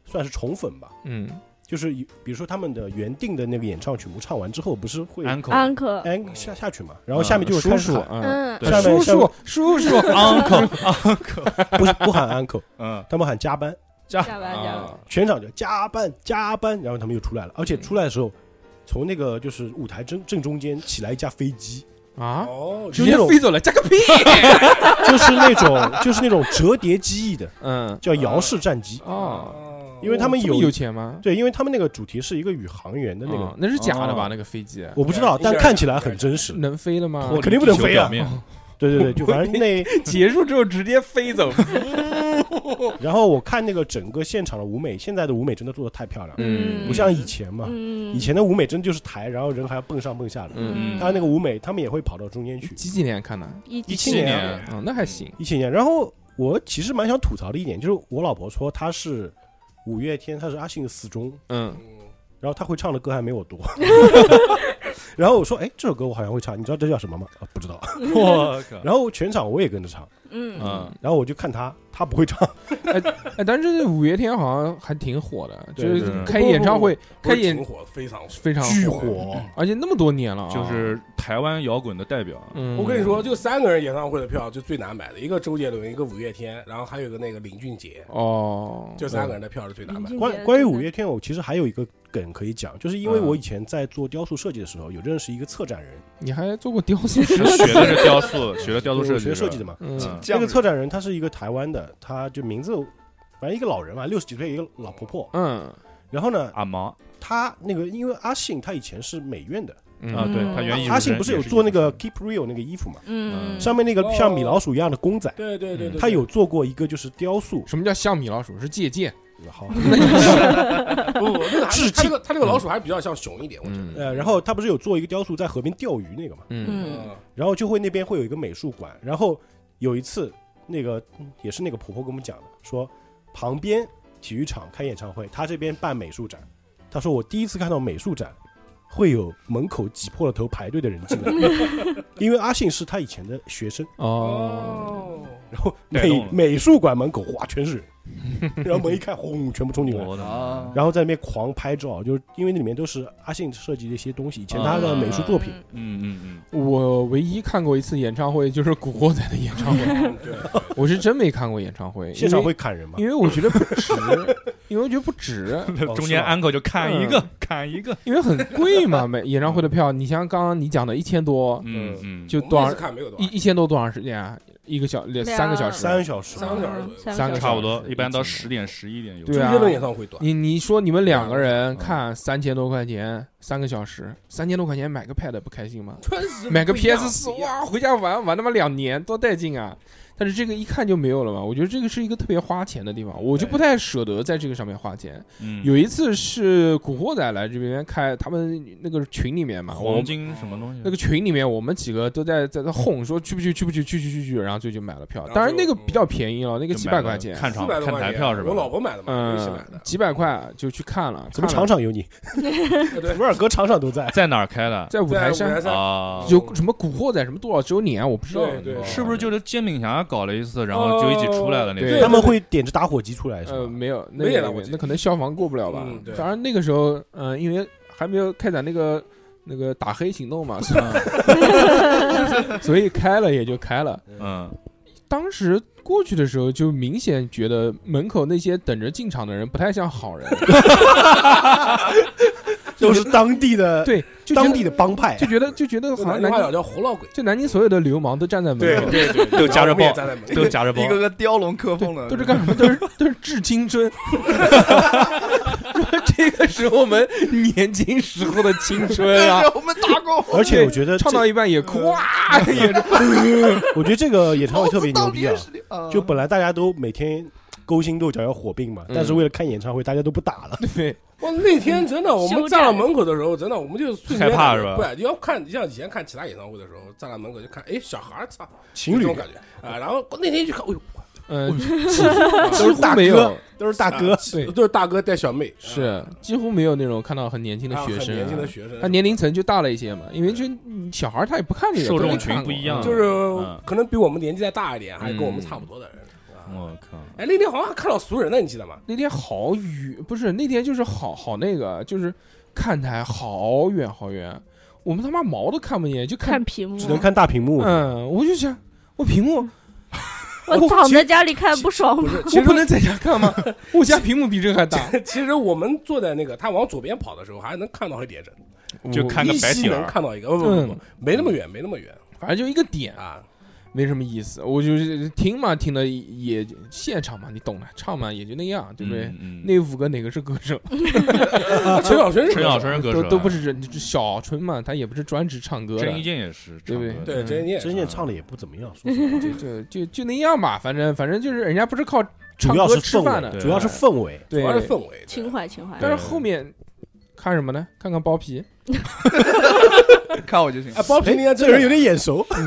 [SPEAKER 5] 算是宠粉吧，
[SPEAKER 1] 嗯
[SPEAKER 5] 就是有比如说他们的原定的那个演唱曲目唱完之后，不是会
[SPEAKER 4] 安可
[SPEAKER 3] 安可，
[SPEAKER 5] 哎下下去嘛，然后下面就
[SPEAKER 1] 叔
[SPEAKER 5] 开始
[SPEAKER 1] 叔
[SPEAKER 5] 喊，
[SPEAKER 1] 啊，
[SPEAKER 3] 嗯，
[SPEAKER 4] 对
[SPEAKER 5] 下面
[SPEAKER 1] 叔叔叔叔
[SPEAKER 4] uncle
[SPEAKER 5] 不是不喊 uncle，
[SPEAKER 4] 嗯
[SPEAKER 5] 他们喊加班，
[SPEAKER 4] 加
[SPEAKER 3] 加班加班
[SPEAKER 4] 啊
[SPEAKER 5] 全场就加班加班，然后他们就出来了，而且出来的时候，从那个就是舞台正正中间起来一架飞机，
[SPEAKER 1] 啊，
[SPEAKER 6] 哦，
[SPEAKER 1] 直
[SPEAKER 5] 就
[SPEAKER 1] 接
[SPEAKER 5] 那种
[SPEAKER 1] 飞走了，加个屁，
[SPEAKER 5] 就是那种就是那种折叠机翼的，
[SPEAKER 1] 嗯
[SPEAKER 5] 叫摇式战机，
[SPEAKER 6] 啊
[SPEAKER 1] 哦，
[SPEAKER 5] 因为他们
[SPEAKER 1] 这么
[SPEAKER 5] 有
[SPEAKER 1] 有钱吗？
[SPEAKER 5] 对，因为他们那个主题是一个宇航员的那
[SPEAKER 1] 哦
[SPEAKER 5] 个，
[SPEAKER 1] 那是假的吧？
[SPEAKER 4] 哦
[SPEAKER 1] 那个飞机
[SPEAKER 5] 我不知道，
[SPEAKER 6] 一点儿
[SPEAKER 5] 但看起来很真实。
[SPEAKER 1] 能飞了吗？
[SPEAKER 4] 脱离
[SPEAKER 5] 肯定不能
[SPEAKER 4] 地球
[SPEAKER 5] 飞啊
[SPEAKER 4] 表面
[SPEAKER 5] 对对对， 就反正那
[SPEAKER 1] 结束之后直接飞走，
[SPEAKER 5] 然后我看那个整个现场的舞美，现在的舞美真的做的太漂亮了，
[SPEAKER 1] 嗯
[SPEAKER 5] 不像以前嘛，
[SPEAKER 3] 嗯，
[SPEAKER 5] 以前的舞美真的就是抬，然后人还要蹦上蹦下的。
[SPEAKER 1] 嗯
[SPEAKER 4] 嗯
[SPEAKER 5] 他那个舞美，他们也会跑到中间去。
[SPEAKER 1] 几几年看的？
[SPEAKER 3] 一
[SPEAKER 5] 一
[SPEAKER 4] 七
[SPEAKER 5] 七年
[SPEAKER 4] 年
[SPEAKER 1] 啊，那还行，
[SPEAKER 5] 一七年，然后我其实蛮想吐槽的一点就是，我老婆说她是五月天，她是阿信的死忠，
[SPEAKER 1] 嗯
[SPEAKER 5] 然后她会唱的歌还没我多。 然后我说，哎，这首歌我好像会唱，你知道这叫什么吗？啊，不知道。
[SPEAKER 4] 我 靠，
[SPEAKER 5] 然后全场我也跟着唱，
[SPEAKER 3] 嗯
[SPEAKER 4] 嗯，
[SPEAKER 5] 然后我就看她，她不会唱，
[SPEAKER 1] 哎，但是这五月天好像还挺火的，就
[SPEAKER 5] 对
[SPEAKER 1] 是
[SPEAKER 4] 对
[SPEAKER 1] 开演唱会，
[SPEAKER 6] 不
[SPEAKER 1] 开
[SPEAKER 6] 是挺
[SPEAKER 1] 演
[SPEAKER 6] 火，非常火。
[SPEAKER 1] 非常
[SPEAKER 5] 巨，火。
[SPEAKER 1] 而且那么多年了
[SPEAKER 5] 嗯
[SPEAKER 1] 啊，
[SPEAKER 4] 就是台湾摇滚的代表，啊
[SPEAKER 1] 嗯，
[SPEAKER 6] 我跟你说，就三个人演唱会的票就最难买的，一个周杰伦，一个五月天，然后还有一个那个林俊杰，
[SPEAKER 1] 哦，
[SPEAKER 6] 就三个人的票是最难买的。
[SPEAKER 5] 关关于五月天，我其实还有一个梗可以讲，就是因为
[SPEAKER 4] 嗯
[SPEAKER 5] 我以前在做雕塑设计的时候，有认识一个策展人，
[SPEAKER 1] 你还做过雕塑师
[SPEAKER 4] 他？学的是雕塑，学的雕塑
[SPEAKER 5] 就
[SPEAKER 4] 设计
[SPEAKER 5] 是我学
[SPEAKER 4] 的，
[SPEAKER 5] 设计的嘛。
[SPEAKER 1] 嗯
[SPEAKER 4] 嗯
[SPEAKER 5] 那个策展人他是一个台湾的，他就名字反正一个老人嘛，六十几岁一个老婆婆。
[SPEAKER 1] 嗯
[SPEAKER 5] 然后呢，
[SPEAKER 4] 阿毛，
[SPEAKER 5] 他那个因为阿信他以前是美院的，
[SPEAKER 1] 嗯
[SPEAKER 4] 啊，对
[SPEAKER 3] 嗯
[SPEAKER 4] 他原艺术
[SPEAKER 5] 阿信
[SPEAKER 4] 生
[SPEAKER 5] 不是
[SPEAKER 4] 也
[SPEAKER 5] 有做那个
[SPEAKER 4] 艺术
[SPEAKER 5] Keep Real 那个衣服嘛，
[SPEAKER 3] 嗯，
[SPEAKER 5] 上面那个像米老鼠一样的公仔，
[SPEAKER 6] 对对对对，
[SPEAKER 5] 嗯他有做过一个就是雕塑，
[SPEAKER 1] 什么叫像米老鼠？是借鉴。
[SPEAKER 5] 好，
[SPEAKER 6] 不不，那个还是他
[SPEAKER 5] 致嗯
[SPEAKER 6] 这个他这个老鼠还是比较像熊一点，我觉得。
[SPEAKER 1] 嗯
[SPEAKER 5] 呃，然后他不是有做一个雕塑在河边钓鱼那个嘛，
[SPEAKER 1] 嗯
[SPEAKER 3] 嗯
[SPEAKER 5] 然后就会那边会有一个美术馆，然后有一次那个嗯也是那个婆婆跟我们讲的，说旁边体育场开演唱会，她这边办美术展，她说我第一次看到美术展会有门口挤破了头排队的人 进来，因为阿信是他以前的学生，
[SPEAKER 6] 嗯
[SPEAKER 1] 哦，
[SPEAKER 5] 然后
[SPEAKER 4] 带动
[SPEAKER 5] 美
[SPEAKER 4] 了
[SPEAKER 5] 美术馆门口哗全是 人，然后门一开，轰，全部冲进
[SPEAKER 4] 生
[SPEAKER 5] 来。
[SPEAKER 4] 我的
[SPEAKER 2] 啊
[SPEAKER 5] 然后在那边狂拍照，就是因为那里面都是阿信设计的一些东西，以前他的美术作
[SPEAKER 1] 啊
[SPEAKER 5] 品。
[SPEAKER 4] 嗯嗯嗯，
[SPEAKER 1] 我唯一看过一次演唱会就是古惑仔的演 唱会，我是真没看过演唱会，
[SPEAKER 5] 现场会砍人吗？
[SPEAKER 1] 因为，因为我觉得不值，因为我觉得不值，
[SPEAKER 5] 哦
[SPEAKER 4] 中
[SPEAKER 5] 是
[SPEAKER 4] 间
[SPEAKER 5] 吗
[SPEAKER 4] 安口就砍一
[SPEAKER 1] 嗯
[SPEAKER 4] 个，砍一个，
[SPEAKER 1] 因为很贵嘛，每演唱会的票，你像刚刚你讲的一千多，
[SPEAKER 4] 嗯嗯，
[SPEAKER 1] 就
[SPEAKER 6] 我
[SPEAKER 1] 多
[SPEAKER 6] 们那
[SPEAKER 1] 少
[SPEAKER 6] 次看没有多
[SPEAKER 1] 一
[SPEAKER 6] 少，
[SPEAKER 1] 一千多多长时间啊？一个小两
[SPEAKER 3] 两
[SPEAKER 1] 三个小时，
[SPEAKER 5] 三个小时，
[SPEAKER 6] 三个小时左右
[SPEAKER 3] 嗯三
[SPEAKER 1] 三个
[SPEAKER 4] 差不
[SPEAKER 1] 小
[SPEAKER 4] 多，
[SPEAKER 1] 时
[SPEAKER 4] 一般到
[SPEAKER 1] 一千
[SPEAKER 4] 十点十一点有。
[SPEAKER 1] 对啊
[SPEAKER 6] 周杰伦演唱会短，
[SPEAKER 1] 你你说你们两个人
[SPEAKER 4] 嗯
[SPEAKER 1] 看三千多块钱，三个小时，三千多块钱买个 pad 不开心吗？
[SPEAKER 6] 确实
[SPEAKER 1] 买个
[SPEAKER 6] 不一样
[SPEAKER 1] PS 四，
[SPEAKER 6] 不一样
[SPEAKER 1] 哇，回家玩玩他妈两年，多带劲啊！但是这个一看就没有了嘛，我觉得这个是一个特别花钱的地方，我就不太舍得在这个上面花钱。
[SPEAKER 4] 嗯，
[SPEAKER 1] 有一次是古惑仔来这边开，他们那个群里面嘛，我
[SPEAKER 4] 黄
[SPEAKER 1] 们
[SPEAKER 4] 金什么东西？
[SPEAKER 1] 那个群里面我们几个都在在在哄说去不去去不去去去去去，然后最后就买了票
[SPEAKER 6] 然，后
[SPEAKER 1] 当然那个
[SPEAKER 6] 就
[SPEAKER 1] 比较便宜了，那个
[SPEAKER 4] 就
[SPEAKER 1] 几
[SPEAKER 4] 买
[SPEAKER 1] 百
[SPEAKER 4] 了
[SPEAKER 1] 块钱，
[SPEAKER 4] 看场
[SPEAKER 6] 四百多
[SPEAKER 4] 看
[SPEAKER 6] 块
[SPEAKER 4] 台
[SPEAKER 6] 钱
[SPEAKER 4] 票是吧？
[SPEAKER 6] 我老婆买的嘛，我一起买
[SPEAKER 1] 嗯
[SPEAKER 6] 的，。
[SPEAKER 1] 几百块就去看了，
[SPEAKER 5] 怎么
[SPEAKER 1] 看了
[SPEAKER 5] 场场有你？
[SPEAKER 6] 对
[SPEAKER 5] 不是哥场场都在。
[SPEAKER 4] 在哪儿开的？
[SPEAKER 1] 在舞台
[SPEAKER 6] 在
[SPEAKER 1] 上
[SPEAKER 6] 舞台上
[SPEAKER 4] 啊，
[SPEAKER 1] 有什么古惑仔什么多少周年，我不知道，
[SPEAKER 6] 对
[SPEAKER 1] 嗯
[SPEAKER 6] 对
[SPEAKER 1] 你知道吗
[SPEAKER 4] 是不是就是煎饼侠搞了一次，然
[SPEAKER 6] 哦
[SPEAKER 4] 后就一起出来了那
[SPEAKER 1] 对
[SPEAKER 4] 个？
[SPEAKER 5] 他们会点着打火机出来是
[SPEAKER 1] 呃，
[SPEAKER 5] 吧？
[SPEAKER 1] 没有，那
[SPEAKER 6] 没
[SPEAKER 1] 个
[SPEAKER 6] 演到
[SPEAKER 1] 里
[SPEAKER 6] 过
[SPEAKER 1] 面
[SPEAKER 6] 这
[SPEAKER 1] 那可能消防过不了吧
[SPEAKER 6] 嗯。对
[SPEAKER 1] 当然那个时候，嗯，因为还没有开展那个那个打黑行动嘛，所
[SPEAKER 6] 啊
[SPEAKER 1] 以 所以开了也就开了。
[SPEAKER 4] 嗯，
[SPEAKER 1] 当时过去的时候，就明显觉得门口那些等着进场的人不太像 好人，
[SPEAKER 5] 都是当地的
[SPEAKER 1] 对，呃就觉得
[SPEAKER 5] 当地的帮派
[SPEAKER 1] 就，觉得就觉得好像
[SPEAKER 6] 南京
[SPEAKER 1] 南
[SPEAKER 6] 话
[SPEAKER 1] 京
[SPEAKER 6] 讲叫活老鬼，
[SPEAKER 1] 就南京所有的流氓都站在门口，
[SPEAKER 6] 对对，
[SPEAKER 4] 都夹着
[SPEAKER 6] 我们也
[SPEAKER 4] 包，
[SPEAKER 6] 站在门口
[SPEAKER 4] 都夹 着包
[SPEAKER 2] 一，个个雕龙刻凤的，
[SPEAKER 1] 都是干什么？都是都是治青春。 说这个是我们年轻时候的青春啊
[SPEAKER 2] 对，！我们打工，
[SPEAKER 5] 而且我觉
[SPEAKER 6] 呃
[SPEAKER 5] 得
[SPEAKER 1] 唱
[SPEAKER 5] 这
[SPEAKER 1] 到一半也哭啊！ 也是
[SPEAKER 5] 我觉得这个演唱会特别牛
[SPEAKER 1] 哦
[SPEAKER 5] 逼啊！
[SPEAKER 2] 啊
[SPEAKER 5] 就本来大家都每天勾心斗角要火并嘛，
[SPEAKER 1] 嗯
[SPEAKER 5] 但是为了看演唱会，大家都不打了。
[SPEAKER 1] 对，
[SPEAKER 6] 哇，那天真的，我们站到门口的时候，真的，我们就瞬间
[SPEAKER 4] 害怕是吧
[SPEAKER 6] 对，要看，像以前看其他演唱会的时候，站到门口就看，哎，小孩儿操，
[SPEAKER 5] 情侣
[SPEAKER 6] 这种感觉啊。然后那天就看，哎呦，
[SPEAKER 1] 嗯，
[SPEAKER 4] 呃
[SPEAKER 5] 都
[SPEAKER 1] 几
[SPEAKER 5] 是大
[SPEAKER 1] 乎没有
[SPEAKER 5] 哥，，都是大哥
[SPEAKER 6] 啊，
[SPEAKER 1] 对
[SPEAKER 6] 都是大哥带小妹，
[SPEAKER 1] 是几乎没有那种看到很年轻的
[SPEAKER 6] 啊
[SPEAKER 1] 学
[SPEAKER 6] 很
[SPEAKER 1] 生
[SPEAKER 6] 年轻的
[SPEAKER 1] 啊，
[SPEAKER 6] 学
[SPEAKER 1] 他
[SPEAKER 6] 生，
[SPEAKER 1] 年龄层就大了一些嘛，因为就嗯小孩儿他也不看这个，
[SPEAKER 4] 受
[SPEAKER 1] 都没
[SPEAKER 4] 众群
[SPEAKER 1] 看过啊
[SPEAKER 4] 不一样
[SPEAKER 6] 就是
[SPEAKER 4] 嗯
[SPEAKER 6] 可能比我们年纪再大一点，还跟我们
[SPEAKER 1] 嗯
[SPEAKER 6] 差不多的人。啊
[SPEAKER 4] 我靠，
[SPEAKER 6] 哎，那天好像还看到熟人了，你记得吗？
[SPEAKER 1] 那天好远，不是那天就是好好那个，就是看台好远好远，我们他妈毛都看不见，就
[SPEAKER 3] 看屏幕，啊
[SPEAKER 5] 只能看大屏幕。
[SPEAKER 1] 嗯，我就想我屏幕
[SPEAKER 3] 我
[SPEAKER 1] 我
[SPEAKER 3] 躺
[SPEAKER 1] 其
[SPEAKER 3] 在家里看不爽
[SPEAKER 6] 不
[SPEAKER 3] 吗？
[SPEAKER 6] 是，其
[SPEAKER 1] 我
[SPEAKER 6] 实
[SPEAKER 1] 不能在家 看吗？我家屏幕比这个还大，
[SPEAKER 6] 其实我们坐在那个，他往左边跑的时候，还能看到一点人，
[SPEAKER 4] 就看个
[SPEAKER 6] 依
[SPEAKER 4] 白
[SPEAKER 6] 稀
[SPEAKER 4] 点
[SPEAKER 6] 能
[SPEAKER 4] 儿，
[SPEAKER 6] 看到一个，不不不
[SPEAKER 1] 嗯
[SPEAKER 6] 不，没那么远，没那么远
[SPEAKER 1] 反正就一个点
[SPEAKER 6] 啊。
[SPEAKER 1] 没什么意思，我就是听嘛，听的也现场嘛，你懂的，唱嘛也就那样，对不对？
[SPEAKER 4] 嗯？嗯
[SPEAKER 1] 那五个哪个是歌手？
[SPEAKER 6] 啊陈小春是
[SPEAKER 4] 陈小春歌手
[SPEAKER 1] 都
[SPEAKER 4] 啊
[SPEAKER 1] 都不是人，就是小春嘛，他也不是专职唱歌
[SPEAKER 4] 郑伊
[SPEAKER 1] 的，
[SPEAKER 4] 健也是，
[SPEAKER 1] 对不对
[SPEAKER 4] 唱歌
[SPEAKER 6] 对
[SPEAKER 4] 的
[SPEAKER 1] 嗯
[SPEAKER 6] 真也
[SPEAKER 5] 真健唱的也不怎么样，说实话
[SPEAKER 1] 就就就就那样吧，反正反正就是人家不是靠唱
[SPEAKER 5] 主要
[SPEAKER 1] 歌
[SPEAKER 5] 是
[SPEAKER 1] 吃饭
[SPEAKER 5] 氛
[SPEAKER 1] 的，
[SPEAKER 5] 围，
[SPEAKER 4] 对
[SPEAKER 5] 主要是氛围。
[SPEAKER 1] 对
[SPEAKER 6] 主。要是氛围，对
[SPEAKER 3] 情怀情怀
[SPEAKER 1] 但，是后面看什么呢？看看包皮，
[SPEAKER 2] 啊看我就行
[SPEAKER 6] 哎，，包皮
[SPEAKER 5] 哎
[SPEAKER 6] 那天，
[SPEAKER 5] 这
[SPEAKER 6] 真
[SPEAKER 5] 个
[SPEAKER 6] 的
[SPEAKER 5] 人有点眼熟，
[SPEAKER 6] 来，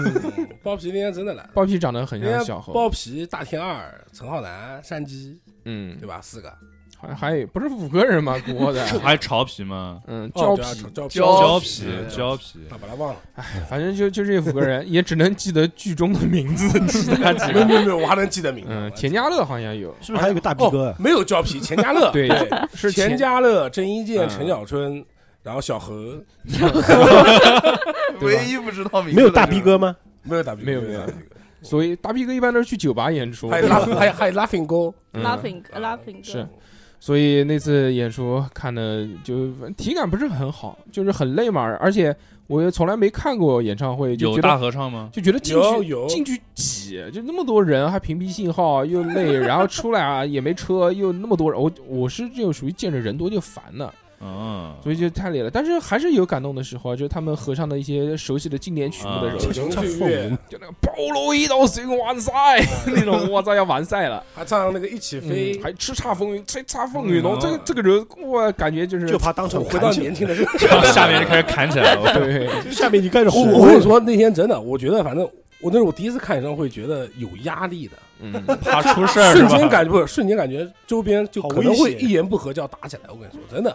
[SPEAKER 6] 包皮那天真的来，
[SPEAKER 1] 包皮长得很像
[SPEAKER 6] 那
[SPEAKER 1] 小
[SPEAKER 6] 天
[SPEAKER 1] 猴
[SPEAKER 6] 包，皮、大天二、陈浩南、山鸡，
[SPEAKER 1] 嗯
[SPEAKER 6] 对，吧？四个
[SPEAKER 1] 还还有不是五个人吗？古惑 仔，
[SPEAKER 4] 哦还潮皮吗？
[SPEAKER 1] 嗯，
[SPEAKER 6] 哦
[SPEAKER 1] 胶
[SPEAKER 6] 对啊
[SPEAKER 1] 皮，
[SPEAKER 6] 胶
[SPEAKER 2] 胶
[SPEAKER 4] 胶
[SPEAKER 2] 胶
[SPEAKER 4] 皮
[SPEAKER 2] 皮，
[SPEAKER 4] 胶皮，
[SPEAKER 6] 啊，把他忘了。
[SPEAKER 1] 反正就就这五个人，也只能记得剧中的名字，其他几
[SPEAKER 6] 没有
[SPEAKER 1] 个，
[SPEAKER 6] 没有没有，我还能记得名字。我还
[SPEAKER 1] 嗯，
[SPEAKER 6] 记
[SPEAKER 1] 钱
[SPEAKER 6] 得
[SPEAKER 1] 嘉乐好像有，
[SPEAKER 5] 是不是还有个大逼哥
[SPEAKER 6] 哦？，没有胶皮，钱嘉乐
[SPEAKER 1] 对是
[SPEAKER 6] 是钱嘉乐、郑伊健、
[SPEAKER 1] 嗯
[SPEAKER 6] 陈小春，然后小何，
[SPEAKER 1] 对吧
[SPEAKER 2] 唯一不知道名字的
[SPEAKER 5] 没有大逼 哥吗？
[SPEAKER 6] 没有打比，
[SPEAKER 1] 没有没有
[SPEAKER 6] 打比哥，
[SPEAKER 1] 所以大逼哥一般都是去酒吧演出，
[SPEAKER 6] 还有哎拉还有还有 laughing 哥，
[SPEAKER 1] 嗯
[SPEAKER 3] laughing laughing
[SPEAKER 1] 是所以那次演出看的就体感不是很好，就是很累嘛，而且我也从来没看过演唱会，就
[SPEAKER 4] 有
[SPEAKER 1] 觉
[SPEAKER 4] 大
[SPEAKER 1] 得
[SPEAKER 4] 合唱吗？
[SPEAKER 1] 就觉得进
[SPEAKER 6] 有
[SPEAKER 1] 去
[SPEAKER 6] 有
[SPEAKER 1] 进去挤，就那么多人，还屏蔽信号，又累，然后出来啊也没车，又那么多人，我我是这种属于见着人多就烦的，
[SPEAKER 4] 嗯，
[SPEAKER 1] 所以就太累了。但是还是有感动的时候啊，就是他们合唱的一些熟悉的经典曲目的时候，
[SPEAKER 5] 九
[SPEAKER 6] 九
[SPEAKER 5] 城
[SPEAKER 6] 九
[SPEAKER 5] 岁
[SPEAKER 6] 月
[SPEAKER 5] 月，
[SPEAKER 1] 就那个保罗一刀随完赛 那种，我操，要完赛了，
[SPEAKER 6] 还唱那个一起飞
[SPEAKER 1] 嗯，还叱咤风云，叱咤风云，龙
[SPEAKER 6] 嗯
[SPEAKER 1] 这个这个人，我感觉就是
[SPEAKER 5] 就怕当场
[SPEAKER 6] 回到
[SPEAKER 5] 砍起来
[SPEAKER 6] 年轻的时候。
[SPEAKER 4] 然后下面就开始砍起来了。我
[SPEAKER 1] 对，
[SPEAKER 5] 下面已经开始
[SPEAKER 6] 我
[SPEAKER 5] 红
[SPEAKER 6] 我跟你说，那天真的，我觉得反正我那是我第一次看演唱会，觉得有压力的，
[SPEAKER 1] 嗯，
[SPEAKER 4] 怕出事 儿是
[SPEAKER 6] 瞬间
[SPEAKER 4] 吧？
[SPEAKER 6] 感觉不是瞬间感觉周边就
[SPEAKER 5] 好
[SPEAKER 6] 可
[SPEAKER 5] 危
[SPEAKER 6] 能会
[SPEAKER 5] 险
[SPEAKER 6] 一言不合就要打起来。我跟你说，真的，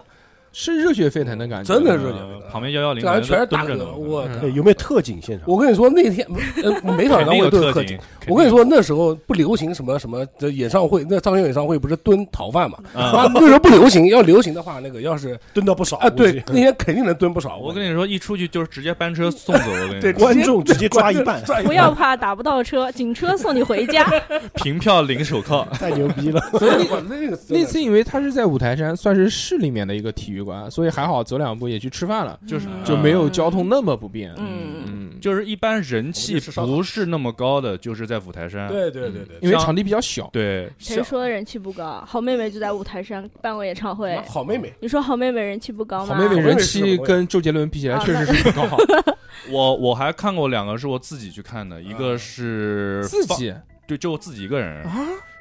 [SPEAKER 1] 是热血沸腾的感觉，
[SPEAKER 6] 真的是
[SPEAKER 4] 嗯旁边幺幺零
[SPEAKER 6] 这感觉全是大
[SPEAKER 4] 蹲着
[SPEAKER 6] 哥
[SPEAKER 4] 呢。。
[SPEAKER 6] 我
[SPEAKER 1] 嗯
[SPEAKER 5] 对，哎有没有特警现场？
[SPEAKER 6] 我跟你说，那天呃每场演
[SPEAKER 4] 肯
[SPEAKER 6] 唱会
[SPEAKER 4] 定有
[SPEAKER 6] 都有
[SPEAKER 4] 特
[SPEAKER 6] 特
[SPEAKER 4] 警
[SPEAKER 6] 警。，我跟你说，那时候不流行什么什么的演唱会，那张学友演唱会不是蹲逃犯嘛？啊
[SPEAKER 4] 啊，，
[SPEAKER 6] 那时候不流行，要流行的话，那个要是
[SPEAKER 5] 蹲到不少
[SPEAKER 6] 啊，对，
[SPEAKER 5] 估
[SPEAKER 6] 那
[SPEAKER 5] 计
[SPEAKER 6] 天肯定能蹲不少。
[SPEAKER 4] 我
[SPEAKER 6] 你
[SPEAKER 4] 跟你说，一出去就是直接班车送走。我跟
[SPEAKER 6] 对
[SPEAKER 4] 你说，
[SPEAKER 5] 观众直接抓一半，
[SPEAKER 6] 说，
[SPEAKER 3] 不要怕打不到车，警车送你回家。
[SPEAKER 4] 凭票领 手铐。
[SPEAKER 5] 太牛逼了！
[SPEAKER 6] 所 以那个
[SPEAKER 1] 嗯那次因为他是在五台山，算是市里面的一个体育馆，所以还好走两步也去吃饭了，
[SPEAKER 4] 就是
[SPEAKER 3] 嗯
[SPEAKER 1] 就没有交通那么不便。
[SPEAKER 3] 嗯
[SPEAKER 1] 嗯，
[SPEAKER 4] 就是一般人气
[SPEAKER 6] 我去吃烧烤
[SPEAKER 4] 不是那么高的，就是在五台山。
[SPEAKER 6] 对对对对，
[SPEAKER 1] 因为场地比较小，
[SPEAKER 4] 对，
[SPEAKER 3] 谁说人气不高？好妹妹就在舞台上办过演唱会。
[SPEAKER 6] 好妹妹，
[SPEAKER 3] 你说好妹妹人气不高
[SPEAKER 1] 好
[SPEAKER 3] 吗？
[SPEAKER 1] 妹妹
[SPEAKER 6] 我
[SPEAKER 1] 人
[SPEAKER 6] 也是
[SPEAKER 1] 气
[SPEAKER 6] 我也
[SPEAKER 1] 跟周杰伦比起来
[SPEAKER 3] 啊
[SPEAKER 1] 确实是不高，
[SPEAKER 4] 我我还看过两个是我自己去看的，一
[SPEAKER 6] 嗯
[SPEAKER 4] 个是
[SPEAKER 1] 自
[SPEAKER 4] 放，
[SPEAKER 1] 己
[SPEAKER 4] 就就我自己一个人
[SPEAKER 1] 啊，